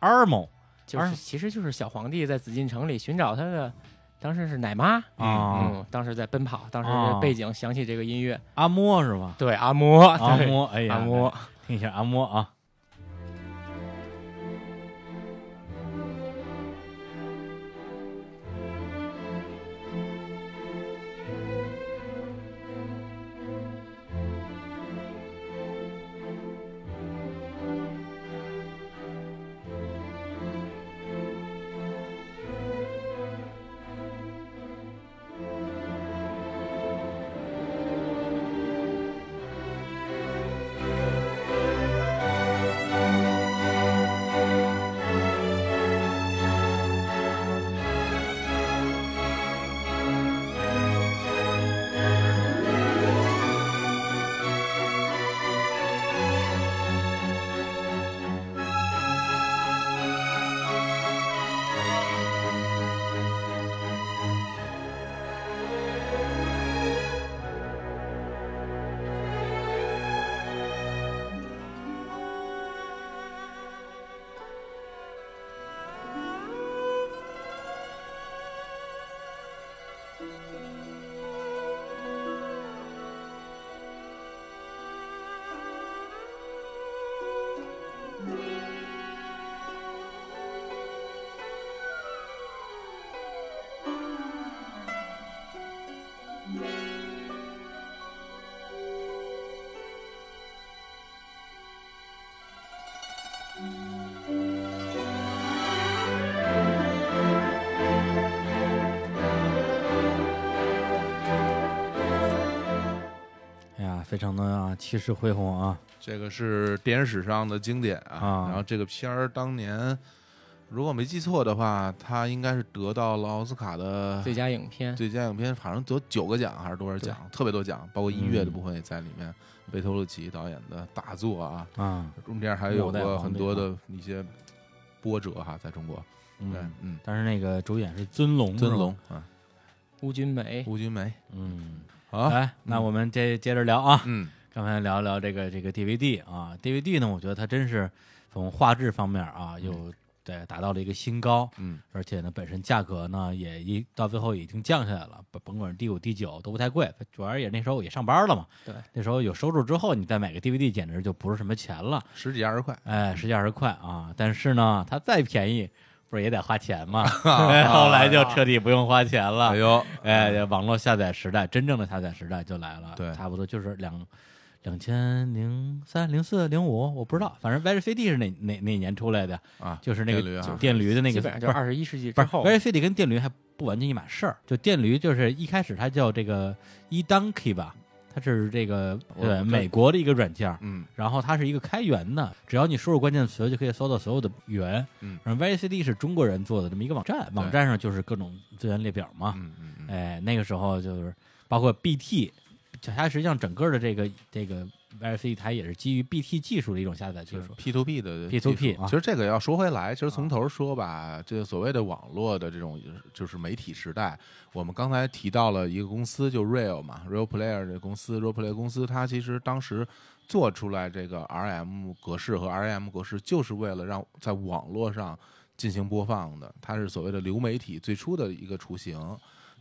Armo 就而是其实就是小皇帝在紫禁城里寻找他的，当时是奶妈，》啊，嗯，当时在奔跑，当时哦背景响起这个音乐，阿莫是吧？对，阿嬷，啊阿对，莫，哎呀，阿嬷，听一下阿莫啊。哎呀，非常的啊，气势恢宏啊！这个是电影史上的经典啊啊。然后这个片儿当年，如果我没记错的话，它应该是得到了奥斯卡的最佳影片，最佳影片，好像得九个奖还是多少奖，特别多奖，包括音乐的嗯部分也在里面。贝托鲁奇导演的大作啊，啊，中间还有末代过皇很帝多啊的一些波折哈，在中国。对嗯，，嗯，但是那个主演是尊龙，尊是吧龙，啊，邬君梅，吴君梅嗯，啊，来，那我们接接着聊啊，嗯刚才聊聊这个这个 DVD 啊，DVD 呢，我觉得它真是从画质方面啊，又对达到了一个新高，嗯，而且呢，本身价格呢也一到最后已经降下来了，甭甭管是第五、第九都不太贵，主要也那时候也上班了嘛，对，那时候有收入之后，你再买个 DVD 简直就不是什么钱了，十几二十块，哎，十几二十块啊，但是呢，它再便宜。不是也得花钱 吗？哎后来就彻底不用花钱了。哎呦，哎，网络下载时代，真正的下载时代就来了。对差不多就是两两千零三、零四、零五，我不知道，反正 v e r c d 是哪哪哪年出来的？啊，就是那电驴个啊就电驴的那基个，本上就是二十一世纪不之是后 v e r c d 跟电驴还不完全一码事儿。就电驴就是一开始它叫这个 e donkey 吧，它是这个我呃我美国的一个软件儿。嗯然后它是一个开源的，只要你输入关键词就可以搜到所有的源。嗯然后 VCD 是中国人做的这么一个网站，网站上就是各种资源列表嘛。嗯 嗯嗯，哎，那个时候就是包括 BT，就它实际上整个的这个这个 VFC 它也是基于 BT 技术的一种下载技就是术。啊 P to P 的 P2P 技术啊其实这个要说回来，其实从头说吧，这所谓的网络的这种就是媒体时代，我们刚才提到了一个公司，就 Real 嘛，Real Player 这公司，Real Player 公司，它其实当时做出来这个 RM 格式和 RAM 格式，就是为了让在网络上进行播放的，它是所谓的流媒体最初的一个雏形。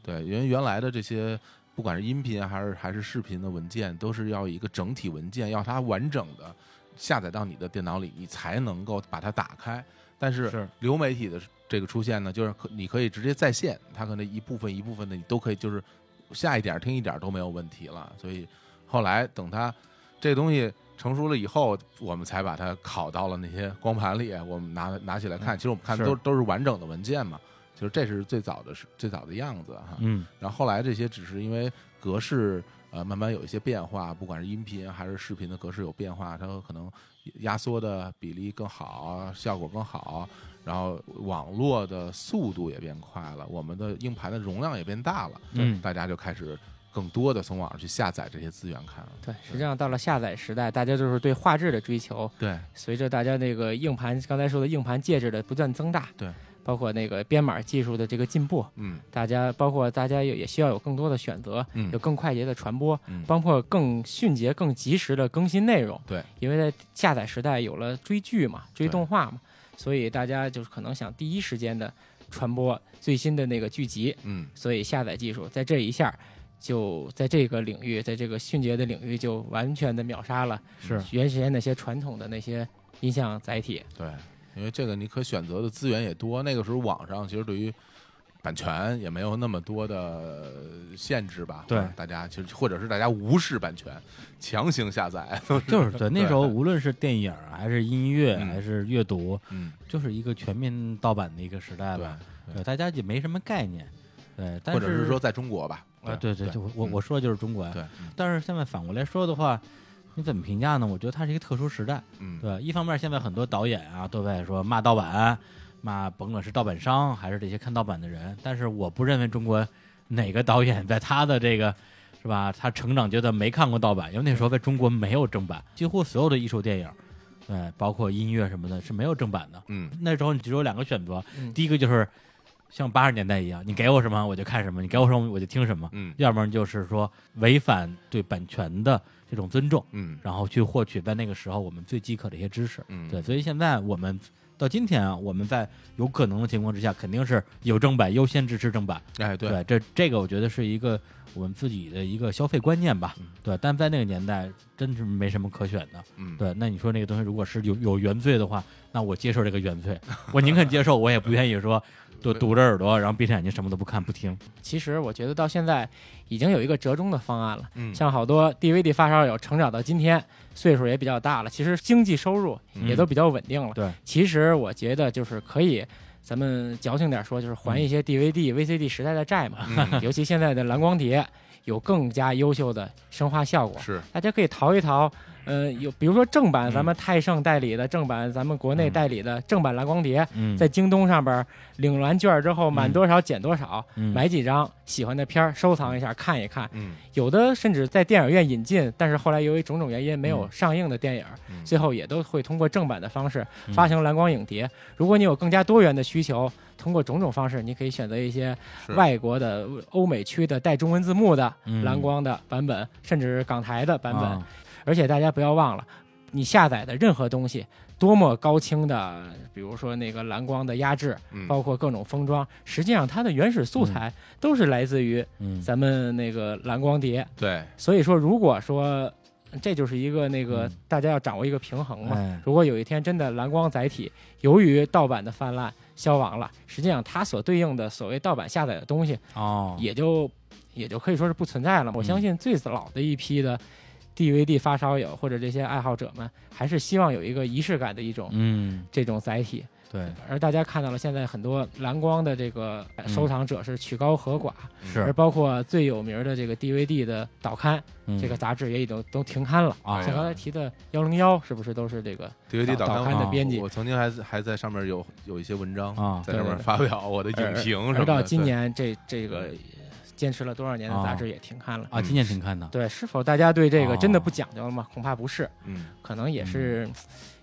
对，因为原来的这些。不管是音频啊还是还是视频的文件，都是要一个整体文件，要它完整的下载到你的电脑里，你才能够把它打开。但是是流媒体的这个出现呢，就是可你可以直接在线，它可能一部分一部分的你都可以，就是下一点儿听一点儿都没有问题了。所以后来等它这个东西成熟了以后，我们才把它拷到了那些光盘里，我们拿拿起来看。其实我们看嗯是都都是完整的文件嘛。就是这是最早的是最早的样子啊哈。嗯然后后来这些只是因为格式呃慢慢有一些变化，不管是音频还是视频的格式有变化，它可能压缩的比例更好，效果更好，然后网络的速度也变快了，我们的硬盘的容量也变大了，嗯大家就开始更多的从网上去下载这些资源看了。对，实际上到了下载时代，大家就是对画质的追求，对随着大家那个硬盘刚才说的硬盘介质的不断增大，对，包括那个编码技术的这个进步，嗯大家包括大家也也需要有更多的选择，嗯有更快捷的传播，嗯包括更迅捷、更及时的更新内容。对，因为在下载时代有了追剧嘛，追对动画嘛，所以大家就是可能想第一时间的传播最新的那个剧集，嗯所以下载技术在这一下。就在这个领域，在这个迅捷的领域，就完全的秒杀了是原先那些传统的那些音像载体。对，因为这个你可选择的资源也多，那个时候网上其实对于。版权也没有那么多的限制吧？对或者大家其实或者是大家无视版权，强行下载， 就是对，那对时候无论是电影儿还是音乐嗯还是阅读，嗯，就是一个全面盗版的一个时代对吧，，对对，大家也没什么概念，对，但或者是说在中国吧，啊，对对对，就我我嗯我说的就是中国呀，对，嗯但是现在反过来说的话，你怎么评价呢？我觉得它是一个特殊时代，嗯，对，一方面现在很多导演啊都在说骂盗版，骂甭管是盗版商还是这些看盗版的人，但是我不认为中国哪个导演在他的这个是吧，他成长阶段没看过盗版，因为那时候在中国没有正版，几乎所有的艺术电影，对，包括音乐什么的是没有正版的。嗯，那时候你只有两个选择，嗯第一个就是像八十年代一样，你给我什么我就看什么，你给我什么我就听什么，嗯，要不然就是说违反对版权的这种尊重。嗯，然后去获取在那个时候我们最饥渴的一些知识。嗯对，所以现在我们到今天啊，我们在有可能的情况之下，肯定是有正版优先支持正版。哎，对，这这个我觉得是一个我们自己的一个消费观念吧。嗯对，但在那个年代真是没什么可选的。嗯，对，那你说那个东西如果是有有原罪的话，那我接受这个原罪，我宁肯接受，我也不愿意说就堵着耳朵，然后闭上眼睛什么都不看不听。其实我觉得到现在已经有一个折中的方案了。嗯，像好多 DVD 发烧友成长到今天，岁数也比较大了，其实经济收入也都比较稳定了。嗯对，其实我觉得就是可以，咱们矫情点说，就是还嗯一些 DVD、VCD 时代的债 嘛。 嗯尤其现在的蓝光碟有更加优秀的声化效果，是，大家可以淘一淘。呃，有比如说正版，咱们泰盛代理的正版，咱们国内嗯代理的正版蓝光碟，嗯，在京东上边儿领完券儿之后，满多少减多少，嗯买几张喜欢的片儿收藏一下看一看。嗯，有的甚至在电影院引进，但是后来由于种种原因没有嗯上映的电影儿，嗯最后也都会通过正版的方式发行蓝光影碟。如果你有更加多元的需求，通过种种方式，你可以选择一些是外国的、欧美区的带中文字幕的嗯蓝光的版本，甚至港台的版本。啊而且大家不要忘了，你下载的任何东西，多么高清的，比如说那个蓝光的压制，嗯包括各种封装，实际上它的原始素材都是来自于嗯咱们那个蓝光碟。对，所以说，如果说这就是一个那个嗯大家要掌握一个平衡嘛。哎如果有一天真的蓝光载体由于盗版的泛滥消亡了，实际上它所对应的所谓盗版下载的东西哦也就也就可以说是不存在了。我嗯相信最早的一批的 DVD 发烧友或者这些爱好者们，还是希望有一个仪式感的一种嗯这种载体。对而大家看到了，现在很多蓝光的这个呃嗯收藏者是曲高和寡，而是包括最有名的这个 DVD 的导刊，嗯这个杂志也已经都停刊了。啊哎像呀刚才提的幺零幺，是不是都是这个 DVD 导导刊啊的编辑？我曾经还还在上面有有一些文章啊在上面对对对发表我的影评什呃而么的，到今对，哦年这这个坚持了多少年的杂志也停刊了。啊，今年挺看的，对，是否大家对这个真哦的不讲究了吗？恐怕不是，嗯，可能也是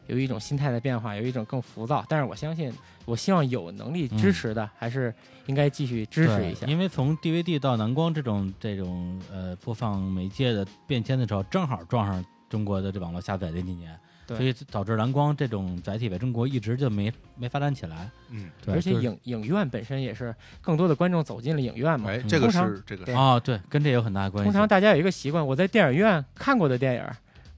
有一种心态的变化，有一种更浮躁。但是我相信，我希望有能力嗯支持的，还是应该继续支持对一下。因为从 DVD 到蓝光这种这种呃播放媒介的变迁的时候，正好撞上中国的这网络下载这几年，对所以导致蓝光这种载体在中国一直就没没发展起来。嗯，对，而且就是影影院本身也是更多的观众走进了影院嘛。哎，嗯这个通常是这个对是，啊、对，跟这有很大的关系。通常大家有一个习惯，我在电影院看过的电影，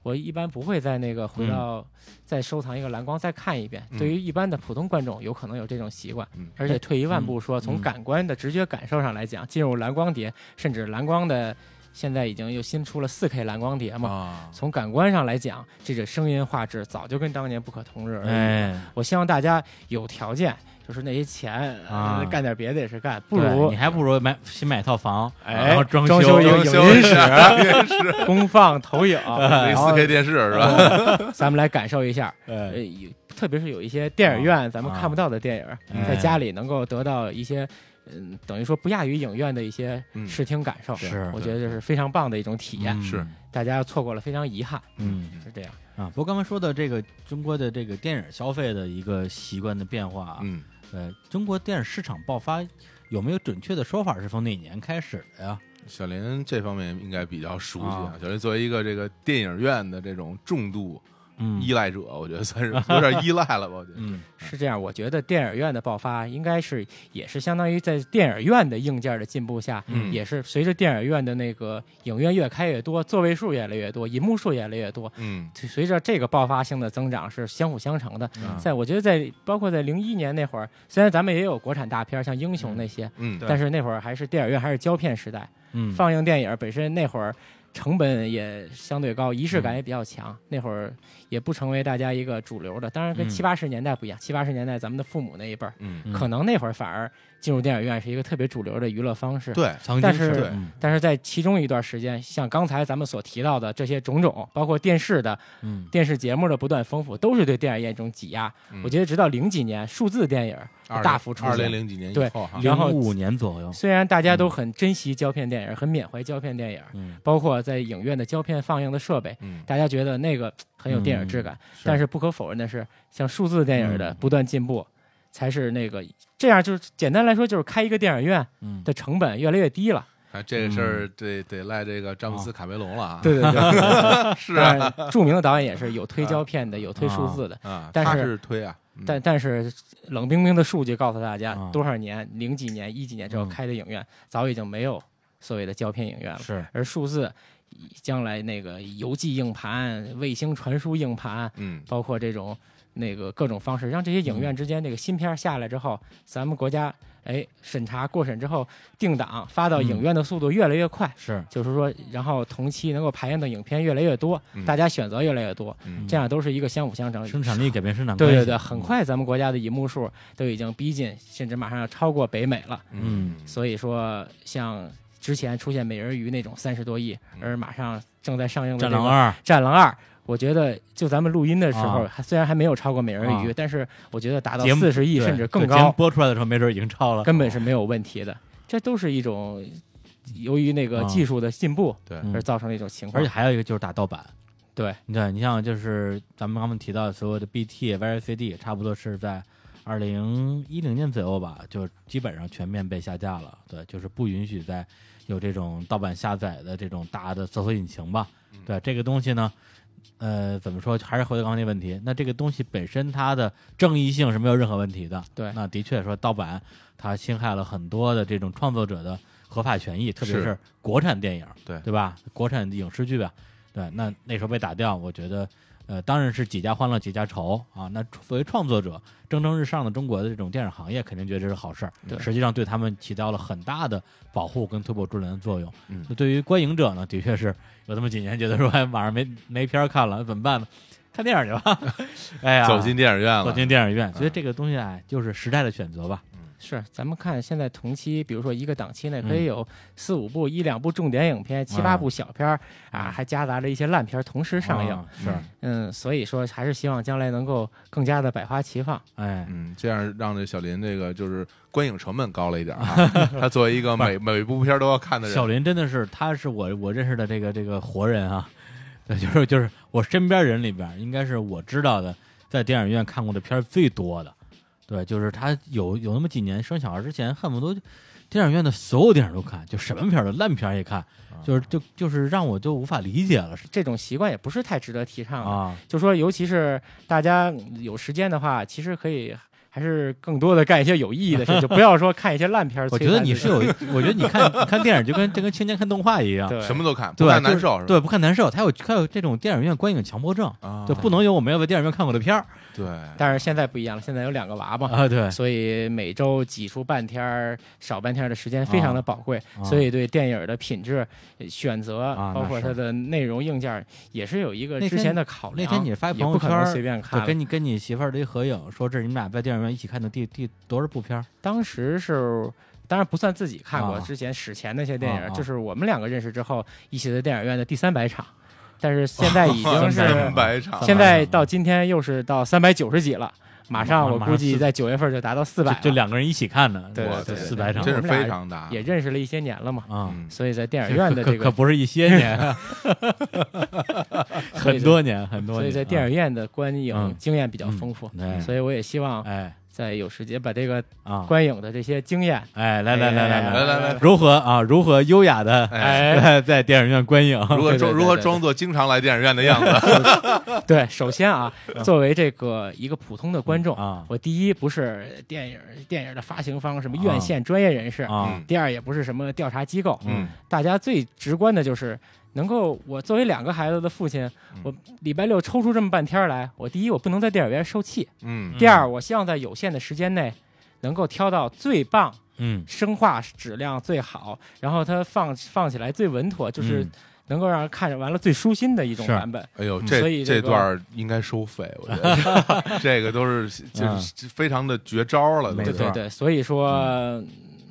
我一般不会在那个嗯回到、再收藏一个蓝光再看一遍。嗯对于一般的普通观众，有可能有这种习惯。嗯而且退一万步说，嗯从感官的直觉感受上来讲，进入蓝光碟，甚至蓝光的现在已经又新出了 4K 蓝光碟哦嘛。啊，从感官上来讲，这个声音画质早就跟当年不可同日而语。哎，我希望大家有条件，就是就是那些钱呃啊干点别的也是干，不对如你 还不如买新买一套房，哎然后装装修修一个装有修音一啊下 也是功放 投影，这然后四 K 电视是吧？吧？咱们来感受一下，哎呃，有特别是有一些电影院咱们看不到的电啊影，在家里能够得到一些，嗯，等于说不亚于影院的一些嗯视听感受，是我觉得这是非常棒的一种体验，嗯是大家错过了非常遗憾，嗯。是这样。啊，不过刚才说的这个中国的这个电影消费的一个习惯的变化啊，嗯，呃，中国电影市场爆发有没有准确的说法是从哪年开始的呀？小林这方面应该比较熟悉啊。啊小林作为一个这个电影院的这种重度嗯依赖者，我觉得算是有点依赖了吧。我觉得，嗯是这样，我觉得电影院的爆发应该是也是相当于在电影院的硬件的进步下，嗯也是随着电影院的那个影院越开越多，座位数越来越多，银幕数越来越多，嗯随着这个爆发性的增长是相辅相成的。啊在我觉得在包括在零一年那会儿，虽然咱们也有国产大片儿像《英雄》那些，嗯，对但是那会儿还是电影院还是胶片时代，嗯，放映电影本身那会儿成本也相对高，仪式感也比较强，那会儿也不成为大家一个主流的。当然跟嗯七八十年代不一样，七八十年代咱们的父母那一辈儿，嗯，嗯可能那会儿反而进入电影院是一个特别主流的娱乐方式。对，曾经但是是对嗯但是在其中一段时间，像刚才咱们所提到的这些种种，包括电视的嗯电视节目的不断丰富，都是对电影业一种挤压。嗯我觉得直到零几年，数字电影二大幅出二现零。零几年以对后哈，然后零五年左右，虽然大家都很珍惜胶片电影，很缅怀胶片电影，嗯，包括在影院的胶片放映的设备，嗯，大家觉得那个很有电影质感。但是不可否认的是，像数字电影的嗯不断进步，才是那个这样就是简单来说就是开一个电影院嗯，的成本越来越低了。啊，这个事儿得得赖这个詹姆斯卡梅隆了啊，对对对， 是啊当然著名的导演也是有推胶片的，有推数字的。啊，但他是是推啊，嗯但但是冷冰冰的数据告诉大家啊，多少年零几年、一几年之后嗯开的影院，早已经没有所谓的胶片影院了。是而数字，以将来那个邮寄硬盘、卫星传输硬盘，嗯包括这种那个各种方式，让这些影院之间这个新片儿下来之后，咱们国家哎审查过审之后定档发到嗯影院的速度越来越快，是，就是说，然后同期能够排映的影片越来越多，嗯大家选择越来越多，嗯这样都是一个相辅相成。生产力改变生产对关呃对系对，很，快咱们国家的银幕数都已经逼近，甚至马上要超过北美了。嗯所以说，像之前出现美人鱼那种三十多亿，而马上正在上映《的、这嗯战个《狼二》战狼二》，我觉得就咱们录音的时候，啊还虽然还没有超过美人鱼，但是我觉得达到节目四十亿对甚至更对节目高，播出来的时候没准已经超了，根本是没有问题的。这都是一种由于那个啊技术的进步对嗯而造成的一种情况。而且还有一个就是打盗版，对对，你像就是咱们刚刚提到所有的 BT、VCD，差不多是在二零一零年左右吧，就基本上全面被下架了。对，就是不允许再有这种盗版下载的这种大的搜索引擎吧。嗯对这个东西呢，呃，怎么说？还是回到刚刚那问题，那这个东西本身它的正义性是没有任何问题的。对那的确说盗版它侵害了很多的这种创作者的合法权益，特别是是国产电影，对对吧？国产影视剧吧，对，那那时候被打掉，我觉得。呃，当然是几家欢乐几家愁啊！那作为创作者蒸蒸日上的中国的这种电影行业，肯定觉得这是好事儿。对实际上对他们起到了很大的保护跟推波助澜的作用。嗯那对于观影者呢，的确是有这么几年觉得说，哎，晚上没 没片儿看了，怎么办呢？看电影去吧。 哎呀，走进电影院嗯了，走进电影院，所以这个东西哎，就是时代的选择吧。是咱们看现在同期，比如说一个档期内嗯可以有四五部、一两部重点影片、七八部小片儿啊，还夹杂着一些烂片儿同时上映嗯啊。是，嗯，所以说还是希望将来能够更加的百花齐放。哎，嗯，这样让这小林这个就是观影成本高了一点儿 啊。他作为一个每每部片儿都要看的小人，林真的是，他是我我认识的这个这个活人啊， 对，就是就是我身边人里边，应该是我知道的，在电影院看过的片儿最多的。对，就是他有有那么几年生小孩之前，恨不得就电影院的所有电影都看，就什么片儿都烂片儿也看，啊就是就就是让我就无法理解了是这种习惯也不是太值得提倡的啊，就说尤其是大家有时间的话，其实可以还是更多的干一些有意义的事，就不要说看一些烂片儿。我觉得你 是有一，我觉得你看你看电影就跟就跟青年看动画一样，对啊什么都看，不对吧，但就难是受是吧？对，不看难受。他有他有这种电影院观影强迫症，啊，对，不能有我没有在电影院看过的片儿对，但是现在不一样了，现在有两个娃嘛。啊，对，所以每周挤出半天儿、少半天儿的时间非常的宝贵，啊所以对电影的品质、呃选择，啊包括那是它的内容硬件儿，也是有一个那之天前的考那量。天你发也朋不友可圈能儿，随便看就了，跟你跟你媳妇儿的一合影，说这是你们俩在电影影院一起看的第第多少部片儿？当时是，当然不算自己看过，啊之前史前那些电影，啊啊就是我们两个认识之后一起在电影院的第三百场，但是现在已 三百经是场白场三百啊现在到今天又是到三百九十几了，马上我啊马上估计四在九月份就达到四百，就就两个人一起看的，对哇塞对四百场真是我们俩非常大。也认识了一些年了嘛，啊，嗯，所以在电影院 的可这可个，不是一些年啊，所以很在多年很多年，所以在电影院的观影啊嗯经验比较嗯丰富，哎所以我也希望哎在有时间把这个啊，观影的这些经 验，哎来来来来来来来如何啊？如何优雅的哎在在电影院观影？如何啊 对对装对如何对装作经常来电影院的样子？对，首先啊，作为这个一个普通的观众嗯啊我第一不是电影电影的发行方，什么啊院线专业人士；啊，第二也不是什么调查机构。嗯，大家最直观的就是能够，我作为两个孩子的父亲，嗯我礼拜六抽出这么半天来，我第一我不能在电影院受气，嗯第二我希望在有限的时间内能够挑到最棒、嗯，生化质量最好，然后它放放起来最稳妥，就是嗯能够让人看着完了最舒心的一种是版本。哎呦，嗯所这以这这个段儿应该收费，我觉得 这个都是嗯就是非常的绝招了，没都对是错对对，所以说、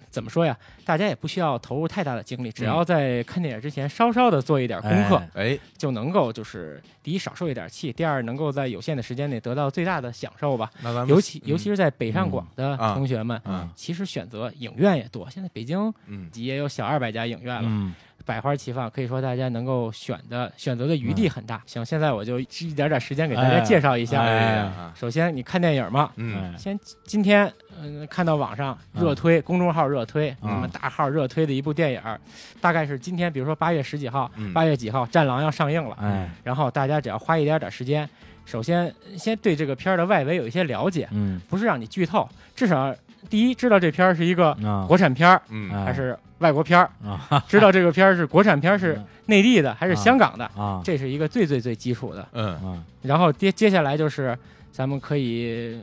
怎么说呀？大家也不需要投入太大的精力，只要在看电影之前稍稍的做一点功课，哎哎，就能够就是第一少受一点气，第二能够在有限的时间内得到最大的享受吧。那咱们尤其嗯尤其是在北上广的啊同学们，啊其实选择影院也多，现在北京嗯也有小二百家影院了，嗯，百花齐放，可以说大家能够选的选择的余地很大。行，现在我就一点点时间给大家嗯哎介绍一下。啊哎呀首先，你看电影嘛，啊嗯哎先今天，嗯、看到网上热推、公众号热推，嗯什么大号热推的一部电影儿，大概是今天，比如说八月十几号嗯、八、月几号，《战狼》要上映了。哎然后大家只要花一点点时间，首先先对这个片儿的外围有一些了解，嗯不是让你剧透，至少第一知道这片儿是一个啊，国产片儿嗯哎还是外国片儿，啊嗯知道这个片儿是国产片儿是内地的还是啊香港的，啊这是一个最最最基础的。嗯啊然后接接下来就是咱们可以，呃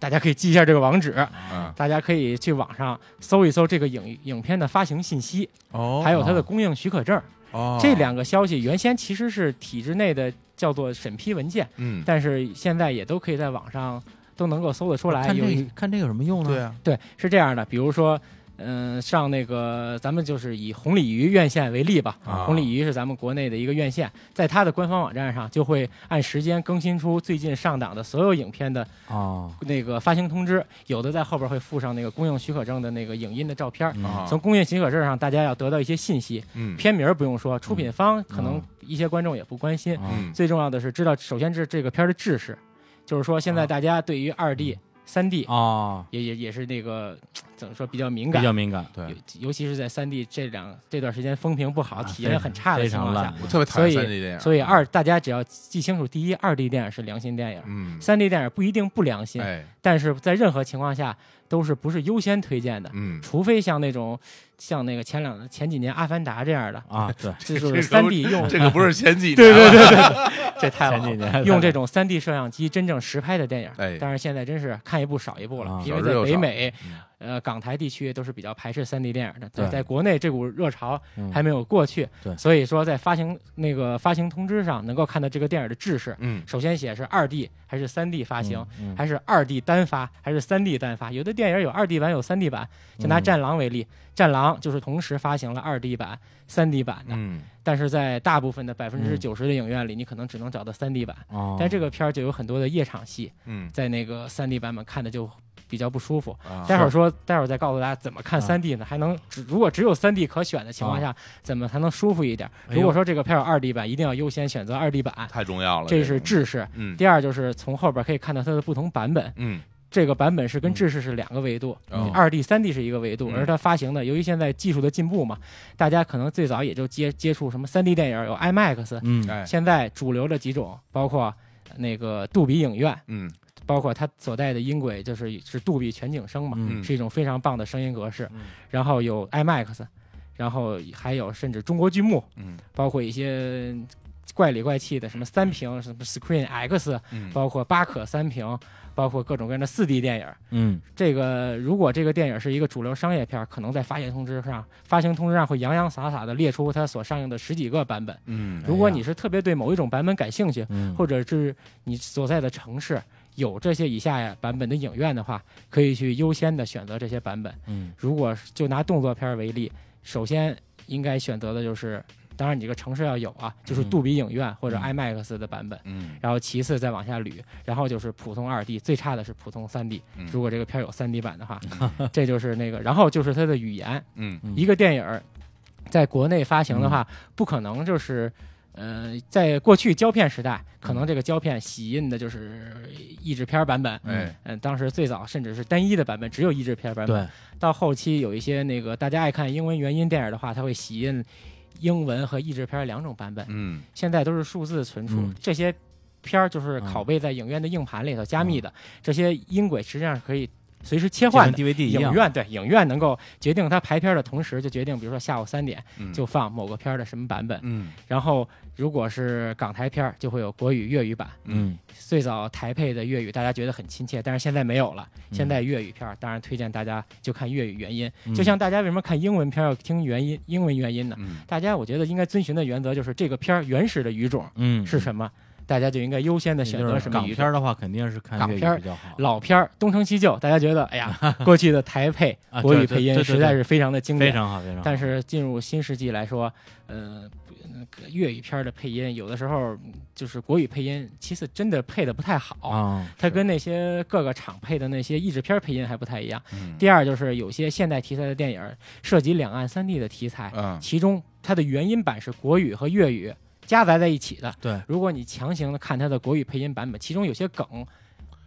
大家可以记一下这个网址，啊大家可以去网上搜一搜这个影影片的发行信息，哦还有它的供应许可证。哦这两个消息原先其实是体制内的叫做审批文件，嗯但是现在也都可以在网上都能够搜得出来。看有这一个看这有什么用呢？对啊对是这样的，比如说。嗯，上那个咱们就是以红鲤鱼院线为例吧。啊红鲤鱼是咱们国内的一个院线，在它的官方网站上就会按时间更新出最近上档的所有影片的啊，那个发行通知，有的在后边会附上那个供应许可证的那个影音的照片儿。嗯啊从供应许可证上，大家要得到一些信息，嗯片名儿不用说，出品方可能一些观众也不关心。嗯最重要的是知道，首先是这个片儿的制式，就是说啊现在大家对于二嗯 D、三 D 啊，也也也是那个怎么说比较敏比感较，敏感，对尤，尤其是在三 D 这两这段时间风评不好、啊体验很差的非情常况烂下，，我特别讨厌所三以 D 电影，啊所以二大家只要记清楚，第一，二 D 电影是良心电影，嗯三 D 电影不一定不良心，哎但是在任何情况下都是不是优先推荐的，嗯除非像那种像那个前两前几年《阿凡达》这样的，啊，对，这这是个三 D 用这个不是前几对对年对对， 这太前老几了。年 用这种三 D 摄像机真正实拍的电影，哎但是现在真是看一部少一部了，啊因为少之在又北少美、嗯呃港台地区都是比较排斥三 D 电影的，对在在国内这股热潮嗯还没有过去，对所以说在发行那个发行通知上能够看到这个电影的制式，嗯首先写是二 D 还是三 D 发行，，嗯还是二 D 单发，还是三 D 单发？有的电影有二 D 版，有三 D 版。就拿嗯《战狼》为例，战狼》就是同时发行了二 D 版、三 D 版的，嗯但是在大部分的百分之九十的影院里，你可能只能找到三 D 版。嗯但这个片儿就有很多的夜场戏，嗯在那个三 D 版本看的就比较不舒服。啊待会儿说，待会儿再告诉大家怎么看啊三 D 呢？还能只如果只有三 D 可选的情况下，怎么才能舒服一点？哎呦如果说这个片儿有二 D 版，一定要优先选择二 D 版，太重要了，这个是制式。嗯第二就是从后边可以看到它的不同版本，嗯这个版本是跟嗯制式是两个维度，哦二 D、三 D 是一个维度，嗯而它发行的，由于现在技术的进步嘛，大家可能最早也就接接触什么三 D 电影，有 IMAX，嗯哎现在主流的几种，包括那个杜比影院，嗯包括它所在的音轨就是是杜比全景声嘛，嗯是一种非常棒的声音格式，嗯然后有 IMAX，然后还有甚至中国剧目，嗯包括一些怪里怪气的什么三屏，什么 Screen X，嗯包括巴可三屏，包括各种各样的四 D 电影。嗯这个如果这个电影是一个主流商业片儿，可能在发行通知上，发行通知上会洋洋洒洒的列出它所上映的十几个版本。嗯哎如果你是特别对某一种版本感兴趣，嗯，或者是你所在的城市有这些以下版本的影院的话，可以去优先的选择这些版本。嗯如果是就拿动作片儿为例，首先应该选择的就是，当然你这个城市要有啊，就是嗯杜比影院或者嗯 IMAX 的版本。嗯然后其次再往下捋，然后就是普通二 D，最差的是普通三 D 嗯。如果这个片儿有三 D 版的 话，这就是那个。然后就是它的语言，嗯嗯一个电影儿在国内发行的话，不可能就是。呃，在过去胶片时代，可能这个胶片洗印的就是译制片儿版本。嗯、哎当时最早甚至是单一的版本，只有译制片儿版本。对，到后期有一些那个大家爱看英文原音电影的话，它会洗印英文和译制片儿两种版本。嗯现在都是数字存储，嗯这些片儿就是嗯拷贝在影院的硬盘里头加密的，这些音轨实际上是可以随时切就换跟的。 DVD 一影样，院对影院能够决定它排片的同时，就决定比如说下午三点嗯就放某个片儿的什么版本。嗯然后如果是港台片儿，就会有国语、粤语版。嗯最早台配的粤语大家觉得很亲切，但是现在没有了。嗯现在粤语片儿当然推荐大家就看粤语原音，嗯就像大家为什么看英文片儿要听原音英文原音呢？嗯大家我觉得应该遵循的原则就是这个片儿原始的语种嗯是什么，大家就应该优先的也选就是择什么港语片种。儿的话，肯定是看港粤片语儿比较好。老片儿《东成西就》，大家觉得哎 呀，过去的台配啊国对语对配音对对实在对是非常的经非典。常好，非常好。但是进入新世纪来说，呃，粤语片儿的配音有的时候就是国语配音，其次真的配的不太好。啊，它跟那些各个厂配的那些译制片儿配音还不太一样。嗯第二就是有些现代题材的电影儿涉及两岸三地的题材，啊其中它的原音版是国语和粤语夹杂在一起的。对，如果你强行的看它的国语配音版本，其中有些梗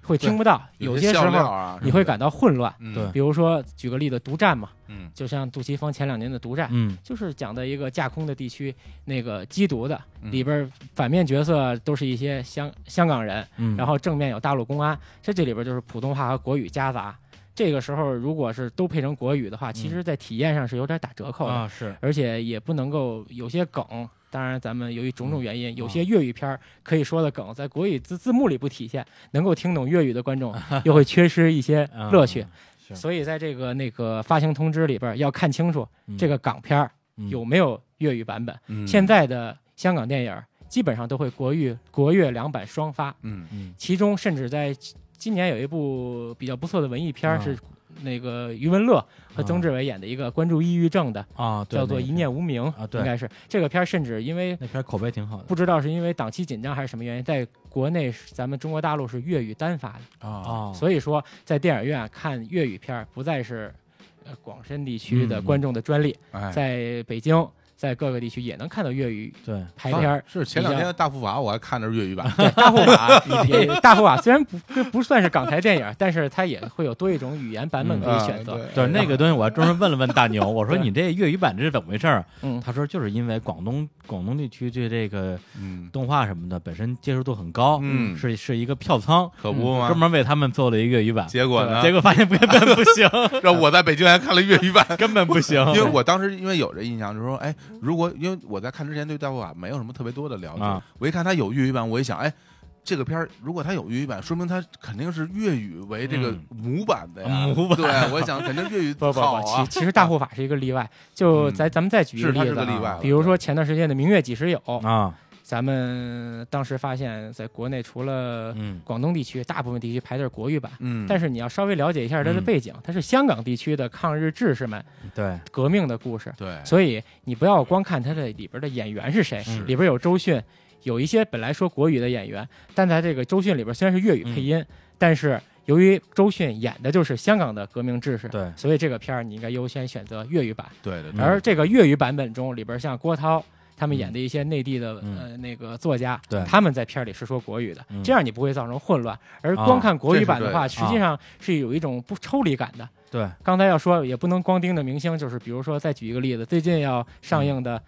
会听不到，有些时笑料候啊你会感到混乱。嗯对比如说，举个例子，独占嘛，嗯就像杜琪峰前两年的独占，嗯就是讲的一个架空的地区，那个缉毒的嗯里边儿反面角色都是一些香香港人，嗯，然后正面有大陆公安，这这里边就是普通话和国语夹杂。这个时候，如果是都配成国语的嗯话，其实在体验上是有点打折扣的。啊是而且也不能够有些梗。当然，咱们由于种种原因，有啊些粤语片儿可以说的梗，在国语字字幕里不体现，能够听懂粤语的观众又会缺失 一些啊嗯乐趣。是所以，在这个那个发行通知里边儿，要看清楚嗯这个港片儿嗯有没有粤语版本。嗯现在的香港电影儿基本上都会国语、国粤两版双发，嗯嗯其中甚至在今年有一部比较不错的文艺片儿啊是那个余文乐和嗯曾志伟演的一个关注抑郁症的啊，对叫做《那个一片念无名》啊对应该是这个片儿，甚至因为那片儿口碑挺好的不知道是因为档期紧张还是什么原因，在国内是咱们中国大陆是粤语单发的，啊啊，所以说在电影院啊看粤语片儿不再是呃广深地区的嗯观众的专利，哎在北京。在各个地区也能看到粤语以对排 片儿，是前两天大富法我还看的是粤语版，对大护法也大护法虽然不不算是港台电影，但是它也会有多一种语言版本可以选择。对嗯啊对那个东西，我还专门问了问大牛，我说对你这粤语版这是怎么回事儿？嗯他说就是因为广东广东地区对这个嗯动画什么的本身接受度很高，嗯是是一个票仓，可不专嗯嘛，门为他们做了一个粤语版，结果呢，结果发现不 根本不行，让我在北京还看了粤语版，根本不行， 因为我当时因为有这印象，就是说，哎，如果因为我在看之前对大富法没有什么特别多的了解，啊我一看他有粤语版，我一想，哎，这个片儿如果他有粤语版，说明他肯定是粤语为这个嗯母版的呀，母版对，我一想肯定粤语啊 不不好不，啊其，其实大护法是一个例外。就嗯咱咱们再举一个是例他是子个啊，例外了，比如说前段时间的《明月几时有》，啊，咱们当时发现，在国内除了嗯广东地区，大部分地区排的是国语版。嗯，但是你要稍微了解一下它的嗯背景，它是香港地区的抗日志士们对，革命的故事，对，所以你不要光看它的里边的演员是谁，是里边有周迅，有一些本来说国语的演员，但在这个周迅里边虽然是粤语嗯配音，但是由于周迅演的就是香港的革命志士，对所以这个片儿你应该优先选择粤语版。对对嗯对，而这个粤语版本中，里边像郭涛他们演的一些内地的、嗯呃那个作家，对他们在片儿里是说国语的，嗯这样你不会造成混乱。而啊光看国语版的话，这对的啊实际上是有一种不抽离感的。对，刚才要说，也不能光盯着明星，就是比如说，再举一个例子，最近要上映的，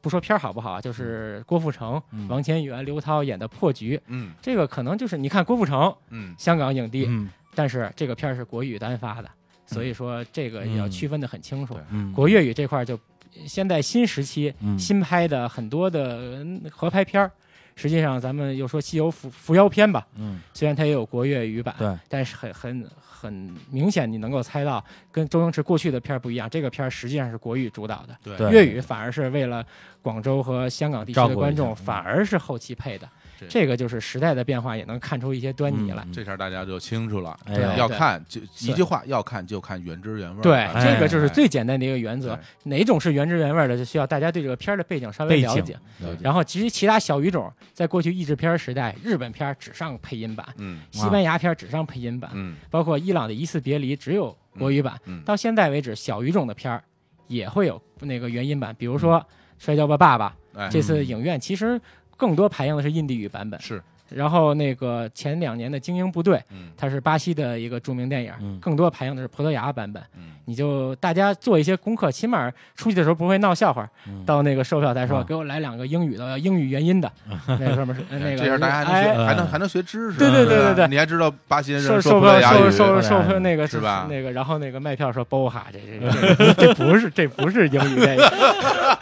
不说片儿好不好，就是郭富城、嗯王千源、刘涛演的《破局》，嗯这个可能就是你看郭富城，嗯香港影帝，嗯但是这个片儿是国语单发的，所以说这个要嗯区分的很清楚。对嗯，国粤语这块儿就现在新时期嗯新拍的很多的嗯合拍片儿，实际上咱们又说《西游伏伏妖篇》吧，嗯虽然它也有国粤语版，对，但是很很很明显，你能够猜到跟周星驰过去的片儿不一样，这个片儿实际上是国语主导的，对对粤语反而是为了广州和香港地区照的顾一观下众，嗯反而是后期配的。这这个就是时代的变化也能看出一些端倪来。嗯这下大家就清楚了。哎呀要对看就一对句话，要看就看原汁原味儿。对，哎这个就是最简单的一个原则对。哪种是原汁原味的，就需要大家对这个片儿的背景稍微背了景解。了解然后，其实其他小语种，在过去译制片儿时代，日本片儿只上配音版，嗯西班牙片儿只上配音版，嗯包括伊朗的《一次别离》只有国语版。嗯，到现在为止，小语种的片儿也会有那个原音版，比如说《摔跤吧，爸爸》，嗯哎这次影院其实更多排映的是印地语版本。是然后那个前两年的《精英部队》，嗯它是巴西的一个著名电影，嗯更多排映的是葡萄牙版本。嗯你就大家做一些功课，起码出去的时候不会闹笑话。嗯到那个售票台说：“啊给我来两个英语的，英语原音 的。那上面是呃那个哎这样大家还能哎学，还能还能学知识。啊对对对吧对对你还知道巴西人说售售葡萄票牙售语售售对票那个是吧那个，然后那个卖票说包哈，这这这这不是这不是英语电影，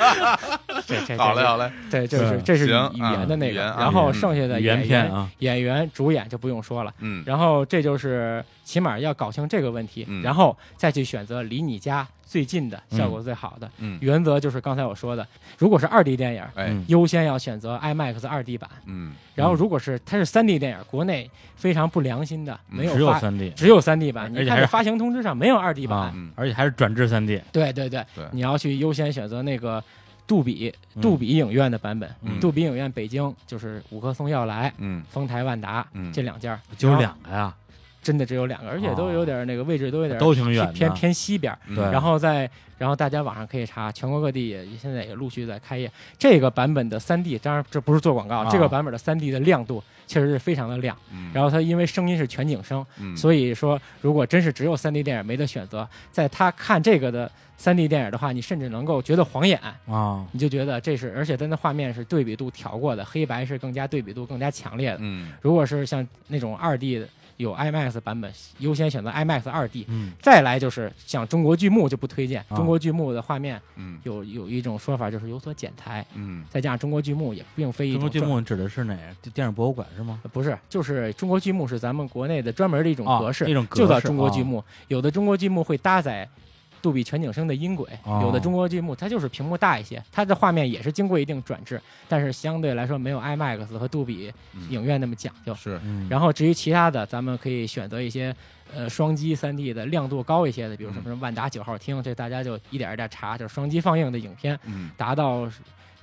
这这这好嘞好嘞，对，这是嗯这是语行语啊言的那语个，言啊然后剩下的语言演片员啊，演员主演就不用说了。嗯然后这就是起码要搞清这个问题，嗯然后再去选择离你家最近的、效果最好的。嗯，原则就是刚才我说的，如果是二 D 电影，哎嗯优先要选择 IMAX 二 D 版。嗯然后如果是它是三 D 电影，国内非常不良心的，嗯没只有发。三 D 只有三 D 版，而你且看还是这发行通知上没有二 D 版，啊嗯，而且还是转制三 D，对对对，对你要去优先选择那个杜比杜比影院的版本，嗯杜比影院北京就是五棵松要来、嗯丰台万达、嗯这两家，就是两个呀，真的只有两个，而且都有点那个位置都有点哦都挺远的偏偏西边儿。嗯对然后在然后大家网上可以查，全国各地也现在也陆续在开业。这个版本的三 D，当然这不是做广告，啊这个版本的三 D 的亮度确实是非常的亮。嗯，然后它因为声音是全景声，嗯所以说如果真是只有三 D 电影没得选择，在他看这个的三 D 电影的话，你甚至能够觉得晃眼。啊，你就觉得这是，而且它的画面是对比度调过的，黑白是更加对比度更加强烈的。嗯如果是像那种二 D 的，有 IMAX 版本，优先选择 IMAX 二 D。嗯再来就是像中国剧目就不推荐，啊中国剧目的画面嗯有有一种说法就是有所剪裁，嗯再加上中国剧目也并非一中种国剧正呃目指的是哪个电影博物馆是吗？不是，就是中国剧目是咱们国内的专门的一种啊格式，一种格式啊就叫中国剧目。有的中国剧目会搭载杜比全景声的音轨，哦有的中国剧目它就是屏幕大一些，它的画面也是经过一定转制，但是相对来说没有 IMAX 和杜比嗯影院那么讲究。是嗯，然后至于其他的，咱们可以选择一些。呃，双击三 D 的亮度高一些的，比如说嗯什么万达九号厅，这大家就一点一点查，就是双击放映的影片嗯达到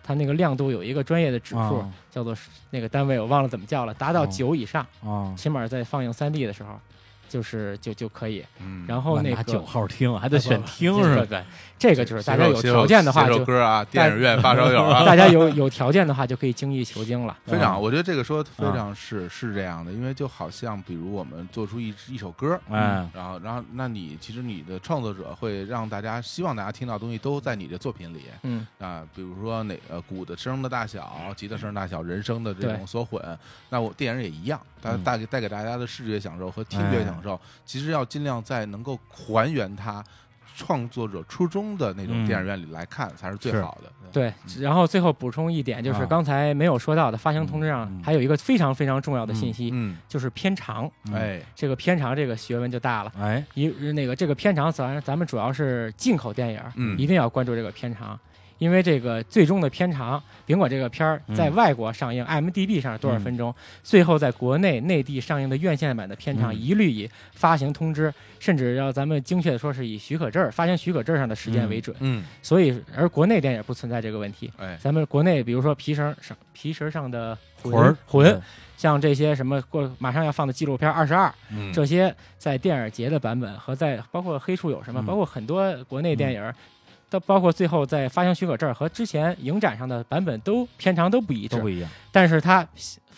它那个亮度有一个专业的指数，啊叫做那个单位我忘了怎么叫了，达到哦九以上，啊，起码在放映三 D 的时候，就是就就可以。嗯，然后后那拿个九号厅 还得选厅这是吧？个对，这个就是大家有条件的话这首就。嗯歌啊，电影院发烧友啊，大家有 有条件的话，就可以精益求精了。非常，我觉得这个说得嗯非常是、是这样的，因为就好像比如我们做出一一首歌，哎嗯然后然后那你其实你的创作者会让大家希望大家听到的东西都在你的作品里嗯，啊，比如说哪呃鼓的声的大小、吉他声的大小、人声的这种对所混，那我电影也一样，它嗯带给带给大家的视觉享受和听觉享哎受，其实要尽量在能够还原它创作者初衷的那种嗯电影院里来看才是最是好的。对。然后最后补充一点，就是嗯啊刚才没有说到的，发行通知嗯嗯上还有一个非常非常重要的信息，嗯，就是片长。嗯哎，这个片长这个学问就大了。哎，一那个这个片长，咱咱们主要是进口电影，嗯一定要关注这个片长，因为这个最终的片长，甭管这个片儿嗯在外国上映、m d b 上是多少嗯分钟，最后在国内内地上映的院线版的片长，嗯一律以发行通知，甚至要咱们精确的说是以许可证儿、发行许可证儿上的时间为准。嗯，所以，而国内电影不存在这个问题。哎，咱们国内，比如说皮绳上皮绳上的魂儿嗯魂，像这些什么过马上要放的纪录片《二十二》，嗯这些在电影节的版本和在包括黑处有什么，嗯包括很多国内电影，都包括最后在发行许可证和之前影展上的版本都片长都不一对都致，不一样，但是它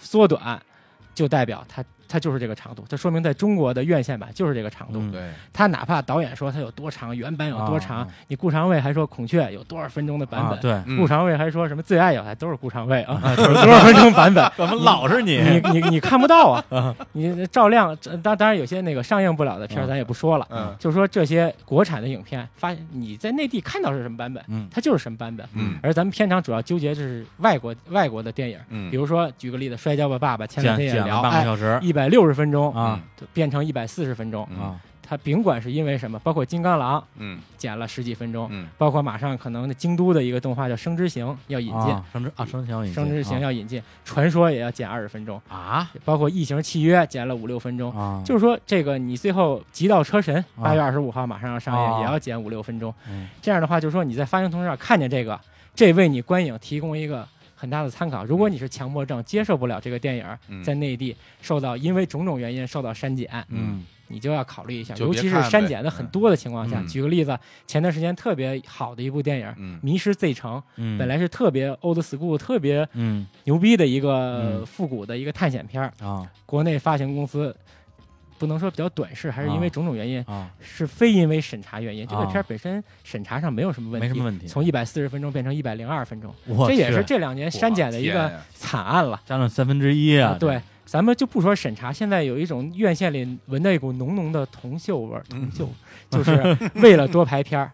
缩短，就代表它它就是这个长度，这说明在中国的院线版就是这个长度。嗯对，它哪怕导演说它有多长，原版有多长，啊你顾长卫还说孔雀有多少分钟的版啊本，对，嗯顾长卫还说什么最爱有爱都是顾长卫啊， 有多少分钟版本。怎么老是你你你你看不到啊！你照亮，这当当然有些那个上映不了的片嗯儿，咱也不说了。嗯就说这些国产的影片，发你在内地看到是什么版本，嗯它就是什么版本。嗯而咱们片场主要纠结就是外国外国的电影，嗯比如说举个例子，《摔跤吧，爸爸》前两讲天也讲了，聊半个哎，小时一百六十分钟啊变成一百四十分钟，嗯啊，他甭管是因为什么，包括《金刚狼》嗯剪了十几分钟，嗯包括马上可能的京都的一个动画叫《生之行》要引进，啊，生之啊，生之行，生之行》要引进，传说》也要剪二十分钟，啊包括《异形契约》剪了五六分钟。啊，就是说，这个你最后《极道车神》啊八月二十五号马上要上啊映，也要剪五六分钟。嗯这样的话，就是说你在发行同时啊看见这个，这为你观影提供一个很大的参嗯考。如果你是强迫症，接受不了这个电影嗯在内地受到因为种种原因受到删减，嗯你就要考虑一下，就尤别其是看呗删减的很多的情况下。嗯举个例子，前段时间特别好的一部电影《嗯迷失 Z 城》，嗯，本来是特别 old school、特别嗯牛逼的一个嗯复古的一个探险片儿，啊国内发行公司不能说比较短视，还是因为啊种种原因，啊，是非因为审查原因，这个啊片儿本身审查上没有什么问题，没什么问题从一百四十分钟变成一百零二分钟，我这也去是这两年删减的一我个天呀惨案了。占了三分之一啊，呃对，咱们就不说审查，现在有一种院线里闻到一股浓浓的铜臭味儿，铜臭味儿， 就是为了多排片儿，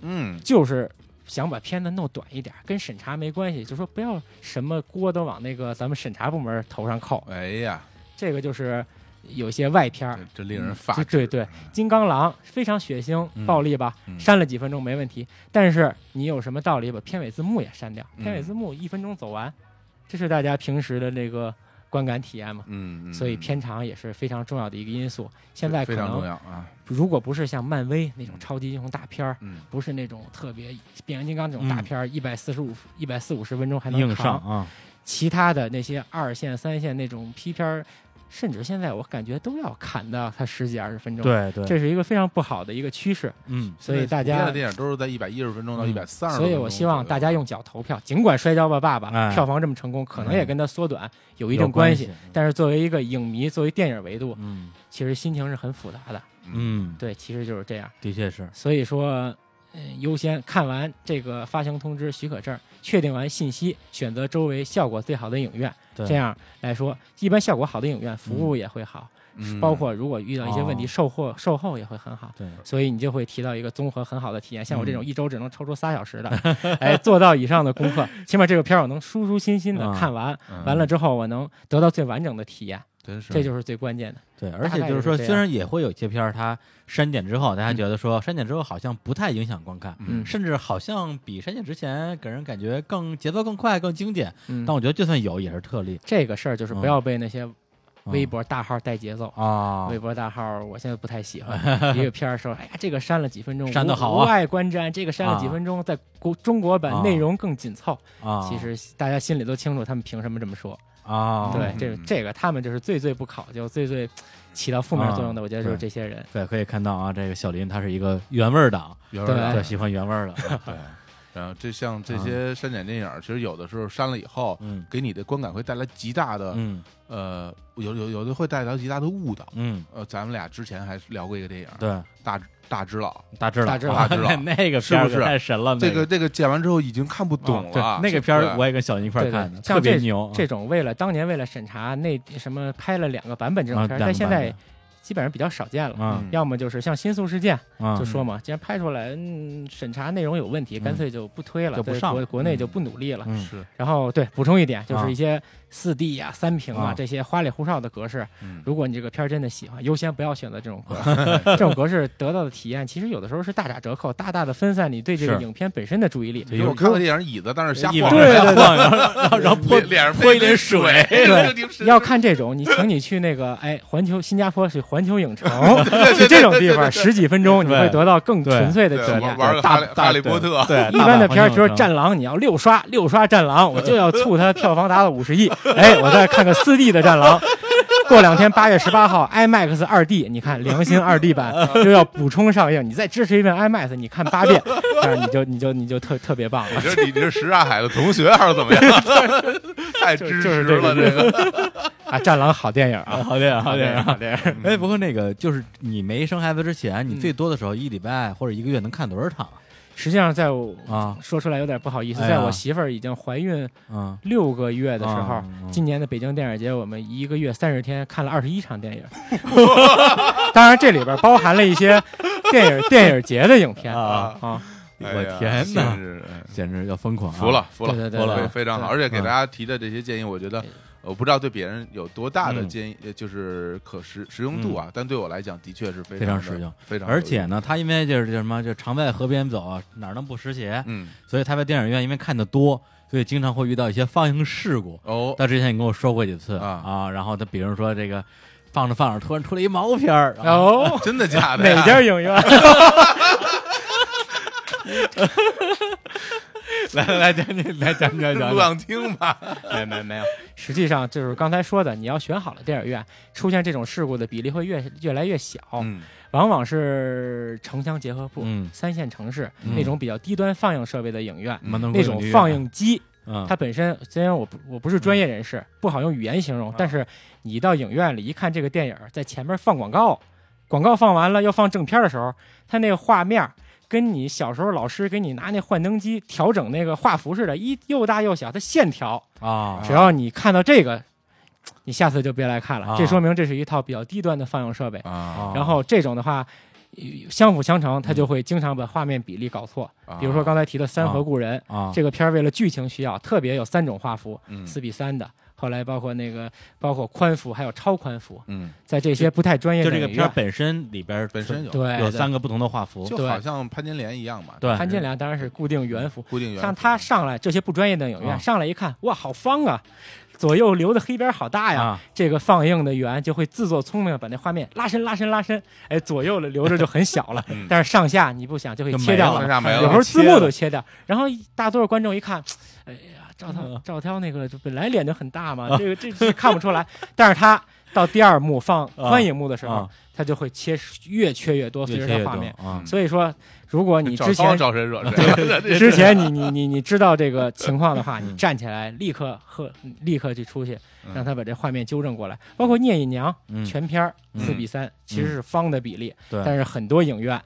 嗯就是想把片子弄短一点儿，跟审查没关系，就说不要什么锅都往那个咱们审查部门头上扣，哎呀，这个就是有些外片儿这。这令人发就指。嗯对对，金刚狼非常血腥、嗯暴力吧，嗯删了几分钟没问题。但是你有什么道理把片尾字幕也删掉？嗯片尾字幕一分钟走完，这是大家平时的这个观感体验嘛？嗯，嗯所以嗯片长也是非常重要的一个因素。现在可非常重能要啊，如果不是像漫威那种超级英雄大片儿，嗯，不是那种特别变形金刚这种大片儿，一百四十五、一百四五十分钟还能硬扛上啊，其他的那些二线、三线那种批片儿，甚至现在我感觉都要砍到它十几二十分钟。对对，这是一个非常不好的一个趋势，嗯所以大现在普遍家的，电影都是在一百一十分钟到嗯一百三十，所以我希望大家用脚投票。尽管《摔跤吧，爸爸哎》票房这么成功，可哎能也跟它缩短有一有定关系系，但是作为一个影迷，作为电影维度，嗯其实心情是很复杂的。嗯，对，其实就是这样。的确是，所以说，嗯，优先看完这个发行通知、许可证，确定完信息，选择周围效果最好的影院。对这样来说，一般效果好的影院服务也会好，嗯包括如果遇到一些问题，哦售后售后也会很好。对，所以你就会提到一个综合很好的体验。像我嗯这种一周只能抽出仨 小时的，哎，做到以上的功课，起码这个片儿我能舒舒心心的啊看完，嗯完了之后我能得到最完整的体验，真是这就是最关键的。对，而大且概就是是说，这虽样然也会有些片儿它删减之后，大家嗯觉得说删减之后好像不太影响观看，嗯甚至好像比删减之前给人感觉更节奏更快、更经典。嗯但，我觉得就算有，也是特例。这个事儿就是嗯不要被那些嗯微博大号带节奏。啊，微博大号，我现在不太喜 欢。一个片儿说，哎呀，这个删了几分钟，删得无好啊无碍观瞻。这个删了几分钟，在国中国啊版内容更紧凑。啊，其实大家心里都清楚，他们凭什么这么说。啊，对，这嗯这个他们就是最最不考究、最最起到负面作用的，我觉得就是这些人。对，可以看到啊，这个小林他是一个原味儿党，有点儿对，喜欢原味儿 的，对。然后这像这嗯些删减电影儿，其实有的时候删了以后，嗯给你的观感会带来极大的嗯呃，有有有的会带来极大的误导。嗯，呃，咱们俩之前还聊过一个电影儿，对，大大只佬，大致大致啊大致了那个是片不儿是可太神了，这那个个这个剪完之后已经看不啊懂对了。那个片儿对我也跟小林一块儿对对看的，像特别这牛，嗯这种为了当年为了审查那什么拍了两个版本这种啊片儿，两在个现版在基本上比较少见了。啊嗯要么就是像《新宿事件》，啊嗯嗯就说嘛，既然拍出来，嗯，审查内容有问题，干脆就不推了，就不对上了国国内嗯就不努力了。嗯是，然后对，补充一点，就啊是一些四 D 呀、三屏啊啊这些花里胡哨的格式，嗯如果你这个片儿真的喜欢，优先不要选择这种格 式，这种格式得到的体验，其实有的时候是大打折扣，大大的分散你对这个是影片本身的注意力。对因为有我看过电影，椅子但是瞎晃，一往上晃，然后然后然后 泼脸脸上泼一脸脸水，对，要看这种，你请你去那个哎，环球新加坡去环球影城， 去这种地方十几分钟，你对会得到更对纯粹的对体玩验。玩个大哈利大哈利波特 对，一般的片儿，比如说《站战狼》，你要六刷六刷《战狼》，我 就要促它票房达到五十亿。哎，我再看个四 D 的《战狼》。过两天八月十八号，IMAX 二 D，你看良心二 D 版又要补充上映，你再支持一遍 IMAX，你看八遍，这样你就你就你就特特别棒你了。这你这是什刹海的同学还是怎么 样？太支持了，就是就是这个 啊，《战狼》好电影啊，好电影，好电影，好电影。 哎，不过那个就是你没生孩子之前，你最多的时候一礼拜或者一个月能看多少场实际上，在我啊？说出来有点不好意思，哎呀在我媳妇儿已经怀孕嗯，六个月的时候啊嗯，今年的北京电影节，我们一个月三十天看了二十一场电影， 当然这里边包含了一些电影电影节的影片啊啊，哎我天哪 哪，！简直要疯狂、啊，哎服了，服了，对对对服对非常好。对嗯而且给嗯大家提的这些建议，我觉得我不知道对别人有多大的嗯建议，呃就是可实实用度啊，嗯但对我来讲，的确是非非常常的实用，非常有而用且，呢，他因为就是就是什么，就常在河边走啊，哪儿能不湿鞋？嗯，所以他在电影院因为看的多，所以经常会遇到一些放映事故。哦，他之前也跟我说过几次啊然后他比如说这个放着放着突然出来一毛片儿，啊 然后哦，真的假的呀？哪家影院？ 来来来讲你来讲讲讲 录讲，像厅 吧？没没没有，实际上就是刚才说的，你要选好了电影院，出现这种事故的比例会越越来越小，嗯往往是城乡结合部、嗯三线城市、嗯那种比较低端放映设备的影院，嗯门头沟那种影剧放映机，嗯它本身虽然我不我不是专业人士，不好用语言形嗯容，但是你一到影院里一看这个电影，在前面放广告，广告放完了要放正片的时候，它那个画面儿跟你小时候老师给你拿那幻灯机调整那个画幅似的，一又大又小，它线条。啊只要你看到这个，你下次就别来看啊了。这说明这是一套比较低端的放映设备。啊，然后这种的话，呃相辅相成，它就会经常把画面比例搞错。哦比啊如说刚才提的《三河故人》啊这个片儿，为了剧情需要，特别有三种画幅，嗯四比三的。后来包括那个包括宽幅还有超宽幅，嗯，在这些不太专业就的这个领域片儿本身里边儿本身有对有对三个不同的画幅，就对好像潘金莲一样嘛，对潘金莲当然是固定圆幅，固定原像他上来这些不专业的影院、啊上来一看，哇，好方啊，左右留的黑边好大呀，啊这个放映的员就会自作聪明，把那画面拉伸、拉伸、拉伸，哎，左右了留着就很小 了嗯，但是上下你不想就给就切没掉了上下没了有时候字切了幕都切掉，然后一大多数观众一看，哎呀，赵涛嗯赵涛那个就本来脸就很大嘛，这个这这看不出来，但是他到第二幕放宽银幕的时候，啊，他就会切越切越多，随越着切越他多画面。啊，所以说，如果你找之前招谁 惹谁了？这之 前你你你你知道这个情况的话，嗯你站起来立刻和立刻去出去嗯，让他把这画面纠正过来。包括《聂隐娘嗯》全片儿嗯四比三，其实是方的比例，对，但是很多影院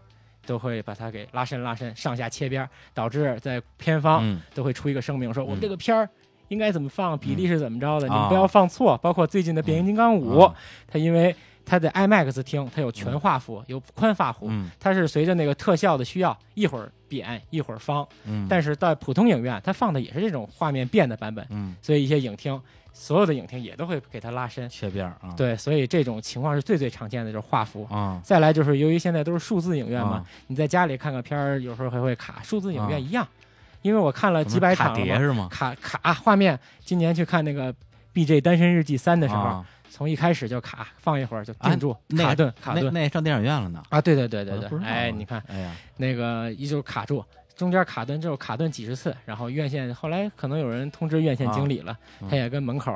都会把它给拉伸拉伸，上下切边儿，导致在片方嗯都会出一个声明说，嗯我们这个片儿。应该怎么放，比例是怎么着的？嗯你们不要放错。包括最近的《变形金刚五》啊它因为它在 IMAX 厅，它有全画幅，有宽画幅，嗯它是随着那个特效的需要，一会儿扁，一会儿方。嗯，但是在普通影院，它放的也是这种画面变的版本，嗯所以一些影厅，所有的影厅也都会给它拉伸。切边儿啊，对，所以这种情况是最最常见的，就是画幅。啊再来就是由于现在都是数字影院嘛啊，你在家里看个片儿，有时候还会卡。数字影啊院一样，因为我看了怎么几百卡场碟了嘛，是吗？卡卡啊画面。今年去看那个《B J 单身日记三》的时候，啊从一开始就卡，放一会儿就啊定住，那卡顿卡那顿。那上电影院了呢，啊，对对对我对都不对，知道哎，呢你看，哎呀，那个一就是卡住，中间卡顿就是卡顿几十次，然后院线后来可能有人通知院线经理了，嗯他也跟门口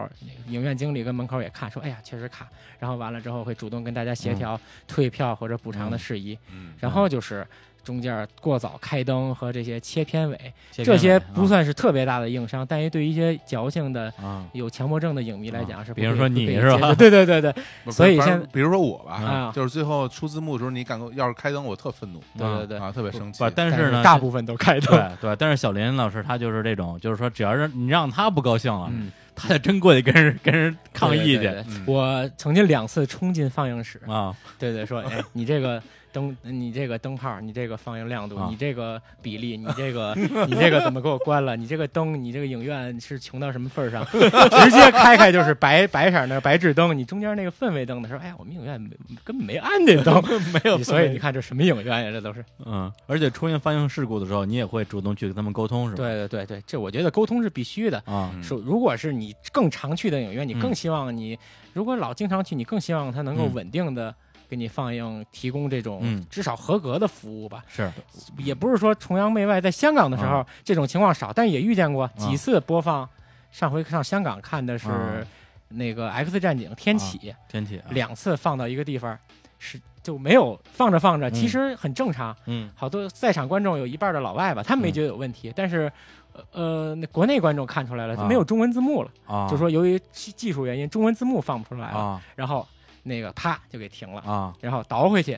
影院经理跟门口也看说，哎呀确实卡，然后完了之后会主动跟大家协嗯调退票或者补偿的事宜，嗯然后就是。中间过早开灯和这些切片尾，切这边些呗啊不算是特别大的硬伤，但是对于一些矫情的、啊，有强迫症的影迷来讲啊是不比会。如说你不会是吧接受对对对对对不是所以反正现在比如说我吧啊，就是最后出字幕的时候，你敢跟我要是开灯，我特愤怒对对，啊，特别生气不，。但但是呢，大部分都开灯。对对，但是小林老师他就是这种，就是说只要是你让他不高兴了，嗯，他就真过去跟人跟人抗议对去对对嗯我曾经两次冲进放映室，啊对 对，说，哎，你这个灯，你这个灯泡，你这个放映亮度啊，你这个比例，你这个 你这个怎么给我关了？你这个灯，你这个影院是穷到什么 份儿上？直接开开就是白白色儿那白炽灯，你中间那个氛围灯的时候，哎呀，我们影院没根本没按 这灯，没有，所以你看这什么影院呀？这都是。嗯，而且出现放映事故的时候，你也会主动去跟他们沟通，是吧？对对对对，这我觉得沟通是必须的。啊，嗯说，如果是你更常去的影院，你嗯更希望你、如果老经常去，你更希望它能够嗯稳定的给你放映，提供这种嗯至少合格的服务吧。是也不是说崇洋媚外，在香港的时啊候、这种情况少，但也遇见过几次播放。上回上香港看的啊是那个《X 战警：天启》天启啊，两次放到一个地方是就没有放着放着，嗯其实很正常。嗯好多在场观众有一半的老外吧，他们没嗯觉得有问题，但是。呃呃，那国内观众看出来了，就啊没有中文字幕了，啊，就说由于技技术原因，中文字幕放不出来了，啊然后那个啪就给停了，啊然后倒回去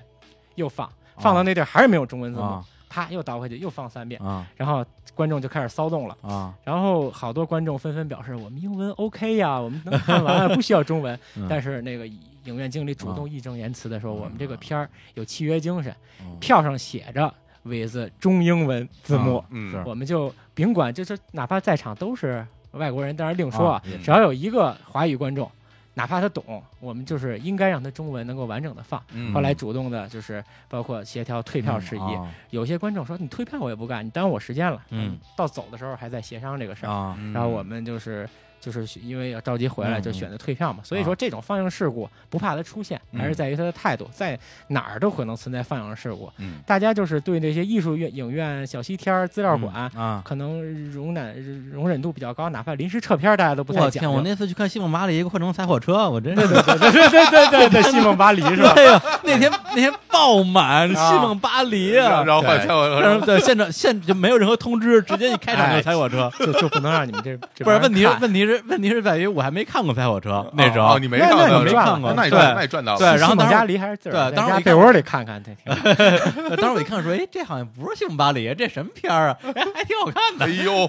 又放，放到那地儿还是没有中文字幕，啊啪又倒回去又放三遍，啊然后观众就开始骚动了。啊，然后好多观众纷纷表示我们英文 OK 呀，我们能看完，不需要中文。 嗯但是那个影院经理主动义正言辞的说，嗯我们这个片儿有契约精神，嗯票上写着 with 中英文字幕，嗯啊是 我们就甭管，就是哪怕在场都是外国人当然另说啊也是只要有一个华语观众，哪怕他懂，我们就是应该让他中文能够完整的放。嗯后来主动的就是包括协调退票事宜，啊有些观众说你退票我也不干，你耽误我时间了。嗯，到走的时候还在协商这个事儿，啊，嗯然后我们就是。就是因为要着急回来，嗯就选择退票嘛。所以啊说，这种放映事故不怕它出现，嗯还是在于它的态度，在哪儿都可能存在放映事故。嗯大家就是对那些艺术院、影院、小西天儿、资料馆，嗯啊。可能容忍容忍度比较高，哪怕临时撤片，大家都不太我讲天！究。我那次去看西蒙巴黎，一个换成踩火车，我真是对对对对对，西蒙巴黎是吧？哎呀，那天那天爆满西啊蒙巴黎啊然，后对换蔡我然后对现场现就没有任何通知，直接一开场就踩火车。就就不能让你们这哎这不是问帮人题是看问题是问题是在于我还没看过踩火车那时哦，候你，没那看那你到没没看看赚过，那你赚那对你赚到了，对然后西当蒙时巴黎还是自个儿对在当时我家一看被窝里看看，这挺好对当时我一看说，哎，这好像不是西蒙巴黎，这什么片儿啊？哎，还挺好看的哎。 呦，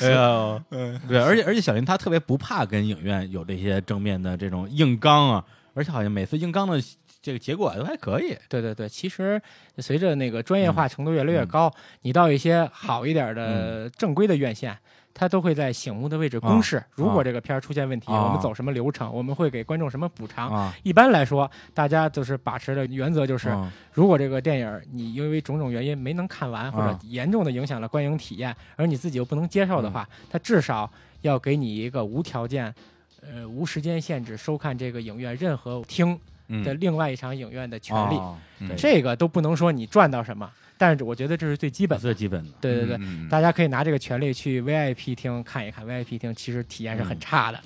哎呦，对，而且而且小林他特别不怕跟影院有这些正面的这种硬刚啊，而且好像每次硬刚的这个结果都还可以。对对对，其实随着那个专嗯业化程度越来越高，你到一些好一点的嗯正规的院线。它都会在醒目的位置公示。如果这个片儿出现问题，啊我们走什么流程，我们会给观众什么补偿。啊，一般来说，大家就是把持的原则就是，嗯如果这个电影儿你因为种种原因没能看完，或者啊嗯严重的影响了观影体验，而你自己又不能接受的话，它至少要给你一个无条件。呃，无时间限制收看这个影院任何厅的嗯，另外一场影院的权利，哦嗯对这个都不能说你赚到什么，但是我觉得这是最基本的。最基本的。对对对，嗯，大家可以拿这个权利去 VIP 厅看一看，VIP 厅其实体验是很差的，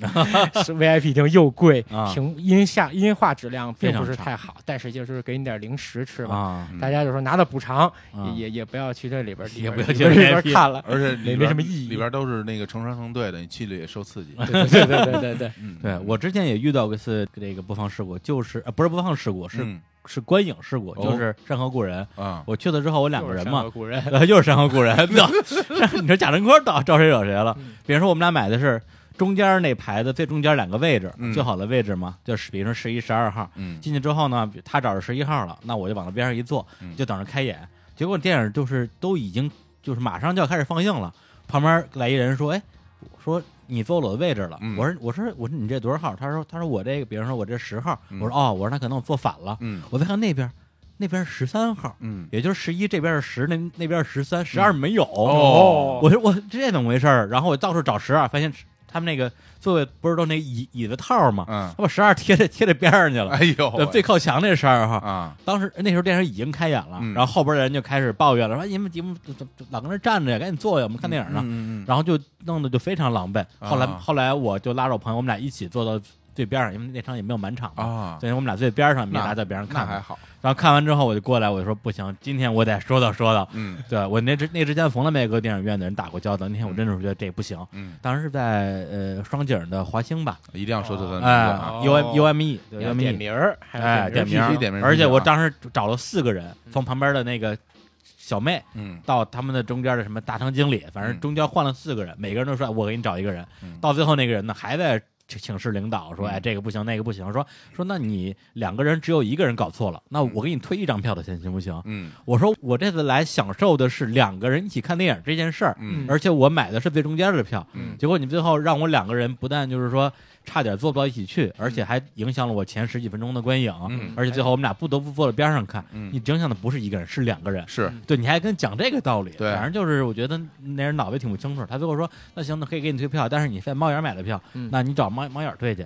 是 VIP 厅又贵嗯 啊，屏音下音画质量并不非是常差太好，但是就是给你点零食吃吧。啊，嗯大家就说拿到补偿，啊也也也不要去这里边，也不里要边去里边 VIP 看了。而且嗯里边没什么意义里边都是那个成双成对的，你去了也受刺激。对对对对对对，嗯，对我之前也遇到过一次这个播放事故，就是呃不是播放事故，是、嗯是观影事故，哦就是《山河故人》啊，我去了之后， 我两个就是人山嘛河，故人， 呃，又是山河故 人，那 你说贾樟柯到招谁惹谁了嗯？比如说我们俩买的是中间那排的最中间两个位置，嗯最好的位置嘛，就是比如说十一、十二号。嗯进去之后呢，他找着十一号了，那我就往那边上一坐嗯，就等着开演。结果电影就是都已经就是马上就要开始放映了，旁边来一人说：“哎，说你坐我的位置了。嗯我说：“我说我说你这多少号？”他说：“他说我这个，比如说我这十号。嗯我说：“哦，我说那可能我坐反了。嗯我再看那边，那边十三号。嗯，也就是十一这边是十，那那边十三，十二没有。哦我说我这怎么回事儿？然后我到处找十二，发现他们那个座位不是都那椅椅子套吗？嗯，他把十二贴在贴在边上去了，哎呦对喂，最靠墙那十二号。啊，当时那时候电影已经开演了，嗯然后后边人就开始抱怨了，说哎你们你们怎么老跟那儿站着呀，赶紧坐呀，我们看电影呢。嗯嗯然后就弄得就非常狼狈。后来、啊后来我就拉着我朋友，我们俩一起坐到最边上，因为那场也没有满场嗯嘛，啊，所以我们俩最边上，也那拉在边上那看嘛。还好，然后看完之后，我就过来，我就说不行，今天我得说道说道。嗯对我那之那之前从来没跟电影院的人打过交道，那天我真的是觉得这不行。嗯，当时是在呃双井的华星吧，一定要说出他的名字哎啊， ，U M U M E 你 U 哦要 M 点 E，名儿，还哎，要点名名儿儿必须点名儿而且我必须啊当时找了四个人，从旁边的那个小妹嗯到他们的中间的什么大堂经理，反正嗯中间换了四个人，每个人都说我给你找一个人嗯，到最后那个人呢还在。请请示领导说：“嗯哎，这个不行，那个不行。说”说那你两个人只有一个人搞错了，那我给你退一张票的钱行不行？嗯我说我这次来享受的是两个人一起看电影这件事儿，嗯而且我买的是最中间的票。嗯结果你最后让我两个人不但就是说差点坐不到一起去，而且还影响了我前十几分钟的观影，嗯而且最后我们俩不得不坐在边上看。嗯你影响的不是一个人，是两个人。是对，你还跟讲这个道理，对反正就是我觉得那人脑子也挺不清楚。他最后说：“那行，那可以给你退票，但是你在猫眼买的票，嗯那你找猫猫眼退去。”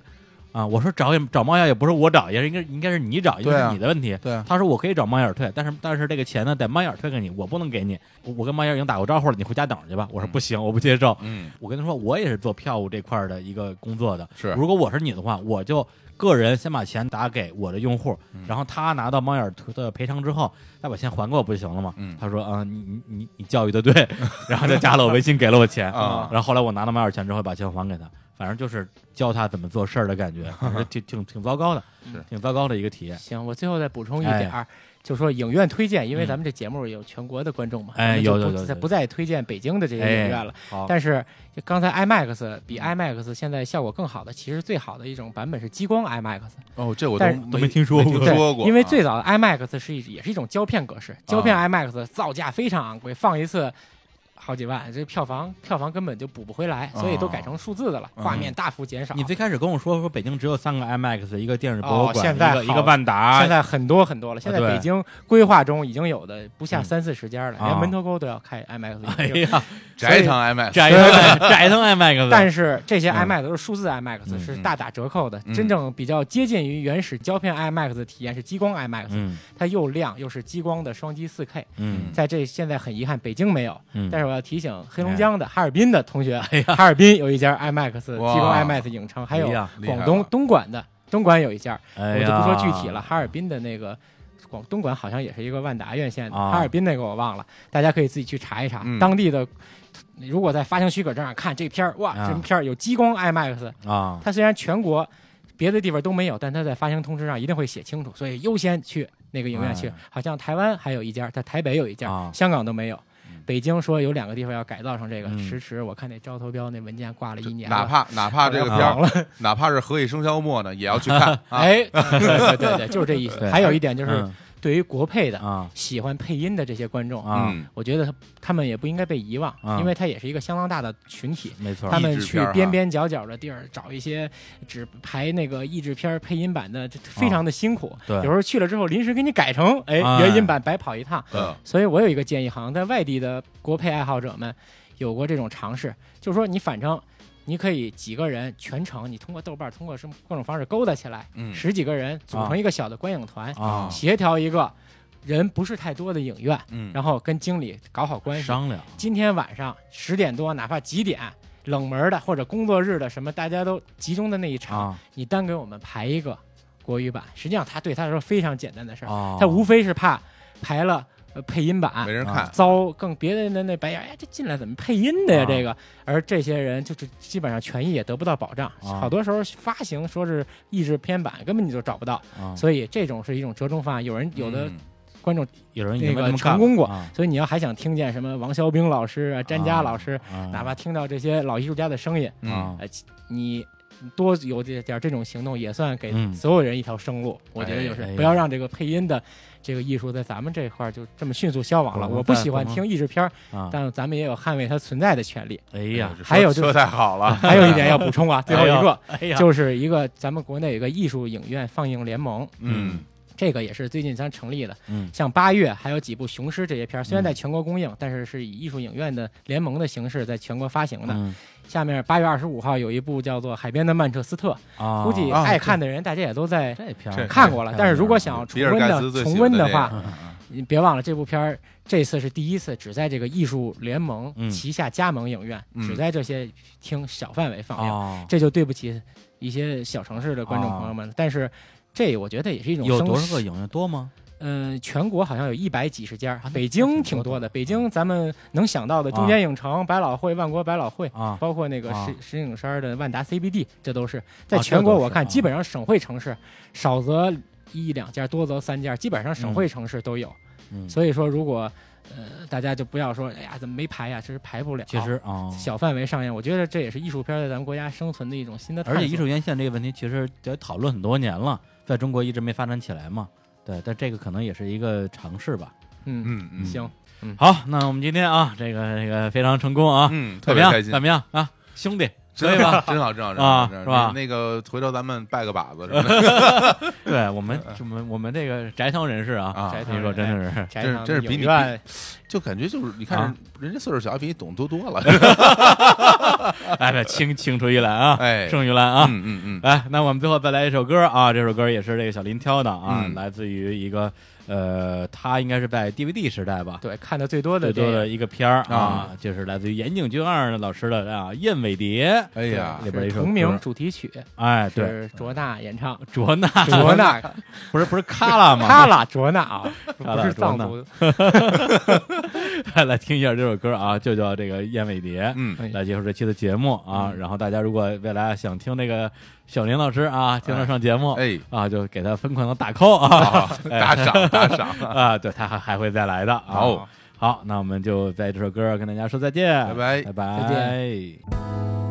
啊，我说找也找猫眼也不是我找，也是应该应该是你找，因为对是啊你的问题。对啊他说我可以找猫眼儿退，但是但是这个钱呢得猫眼儿退给你，我不能给你。我我跟猫眼儿已经打过招呼了，你回家等着去吧。我说嗯不行，我不接受。嗯我跟他说，我也是做票务这块儿的一个工作的。是如果我是你的话，我就个人先把钱打给我的用户，嗯然后他拿到猫眼儿的赔偿之后，再把钱还给我不就行了吗？嗯他说啊、你你你你教育的 对，然后就加了我微信，给了我钱。啊然后后来我拿到猫眼儿钱之后，把钱还给他，反正就是教他怎么做事儿的感 觉，反正挺挺挺糟糕的，是挺糟糕的一个体验。行，我最后再补充一哎点儿，就说影院推荐，因为咱们这节目有全国的观众嘛，嗯哎我们就有不有有再有不再推荐北京的这些哎影院了。好，嗯但是就刚才 IMAX 比 IMAX 现在效果更好的，其实最好的一种版本是激光 IMAX，哦，这我但是都都没听说过没对听说过，因为啊最早啊的 IMAX 是一也是一种胶片格式，胶片 IMAX 造价非常昂贵，放一次。好几万，这票房票房根本就补不回来，所以都改成数字的了，哦画面大幅减少。嗯你最开始跟我说说北京只有三个 IMAX，一个电视博物哦馆，现一在个一好个万达现，在很多很多了，现在啊对北京规划中已经有的不下嗯三四十家了，啊连门头沟都要开 IMAX 哎影厅。呀，宅成 IMAX，窄成窄成 IMAX，但是这些嗯 IMAX 都是数字 IMAX，、嗯是大打折扣的。嗯真正比较接近于原始胶片 IMAX 的体验是激光 IMAX，、嗯它又亮又是激光的双击 4K。嗯在这现在很遗憾，北京没有。嗯，但是是我要提醒黑龙哎江的、哈尔滨的同学，哈尔滨有一家 IMAX 激光哇 IMAX 影城，还有哎呀广厉害东了东莞的东莞有一家，哎我就不呀说具体了。哈尔滨的那个广东莞好像也是一个万达院线的，啊哈尔滨那个我忘了，大家可以自己去查一查。嗯当地的如果在发行许可证上看这片儿，哇，啊这片儿有激光 IMAX，啊，它虽然全国别的地方都没有，但它在发行通知上一定会写清楚，所以优先去那个影院去哎。好像台湾还有一家，在台北有一啊家，香港都没有。北京说有两个地方要改造成这个，嗯迟迟我看那招投标那文件挂了一年了，哪怕哪怕这个片黄儿，啊了，哪怕是何以笙箫默呢，也要去看啊。 哎，对对对对，就是这意思。对还有一点就是嗯对于国配的啊喜欢配音的这些观众，啊，嗯，我觉得他他们也不应该被遗忘，啊因为他也是一个相当大的群体。没错他儿，们译制去片儿哈边边角角的地儿找一些只排那个译制片儿配音版的，这非常的辛苦。啊对有时候去了之后临时给你改成哎哎原音版，白跑一趟。嗯所以我有一个建议，好像在外地的国配爱好者们有过这种尝试，就是说你反正你可以几个人全程，你通过豆瓣儿，通过什么各种方式勾搭起来，嗯十几个人组啊成一个小的观影团，啊，协调一个人不是太多的影院，嗯，然后跟经理搞好关系。商量今天晚上十点多，哪怕几点。冷门的或者工作日的什么，大家都集中的那一场，啊你单给我们排一个国语版。实际上，他对他来说非常简单的事儿，啊，他无非是怕排了、呃、配音版没人啊看，遭更别的那那白眼儿，哎，这进来怎么配音的呀？啊这个，而这些人就是基本上权益也得不到保障，啊好多时候发行说是译制片版，根本你就找不到，啊所以这种是一种折中方案。有人有的嗯观众，有人已那经个这么成干功了过啊所以你要还想听见什么王肖兵老师啊、詹啊家老师，啊哪怕听到这些老艺术家的声音，嗯啊呃，你多有点点这种行动，也算给嗯所有人一条生路。我觉得就是哎呀不要让这个配音的这个艺术在咱们这块儿就这么迅速消亡了。不能我不再喜欢不能听译制片儿，啊，但咱们也有捍卫它存在的权利。哎呀，这还有说就说是太好 了，还有一点要补充啊，最后一个、哎呀，就是一个咱们国内有一个艺术影院放映联盟，嗯这个也是最近才成立的。嗯像八月还有几部《雄狮》这些片儿，虽然在全国公映，但是是以艺术影院的联盟的形式在全国发行的。嗯下面八月二十五号有一部叫做《海边的曼彻斯特》，啊，估计啊爱看的人大家也都在这片这儿看过了。太但是有如名果儿想要重比尔温盖的茨最重喜温欢的的话，这个，你别忘了这部片儿这次是第一次只在这个艺术联盟嗯旗下加盟影院，嗯只在这些厅小范围放映，啊，这就对不起一些小城市的观众朋友们。但是这我觉得也是一种有生多少个影院多吗？嗯、全国好像有一百几十家啊那，北那京挺挺多多的的。北京咱们能想到的中间影城、百老汇、万国百老汇，啊包括那个啊石石景山的万达 CBD，这都是在啊这全国。都是我看啊基本上省会城市，少则一两家，多则三家，基本上省会城市都有。嗯，所以说，如果呃大家就不要说，哎呀，怎么没排呀？这是排不了。其实啊，小范围上映，我觉得这也是艺术片在咱们国家生存的一种新的探而索。且艺术院线这个问题其实得讨论很多年了，在中国一直没发展起来嘛。对，但这个可能也是一个尝试吧。嗯，嗯嗯，行，好，那我们今天啊，这个这个非常成功啊，嗯，特怎么别样开？心怎，么样啊，兄弟？可真以吧？好，真好，真好，真啊好，是吧那个回头咱们拜个把子什么的对我们，我们我们这个宅堂人士啊，啊宅，你说真的是宅真是场真是比影你院就感觉就是你啊看人家岁数小，比你懂多多了， 哎，不青青出于蓝啊，哎胜于蓝啊。嗯嗯嗯，来，那我们最后再来一首歌啊，这首歌也是这个小林挑的啊，嗯来自于一个呃，他应该是在 DVD 时代吧，对看的最多的最电多影的一个片儿啊，就是来自于岩井俊二老师的啊《燕尾蝶》哎呀里边一是首同名歌主题曲，哎，对，是卓娜演唱。 卓娜，卓娜，不是不是卡拉吗？卡拉卓娜啊，卡不拉是卓藏娜族。 来听一下这首歌啊，就叫这个《燕尾蝶》。嗯哎来结束这期的节目啊，然后大家如果未来想听那个小林老师啊，经常上节目，哎啊，就给他疯狂的打 call 啊好，打赏打赏， 啊，对他还还会再来的啊。好，好，那我们就在这首歌跟大家说再见，拜拜拜拜，再见。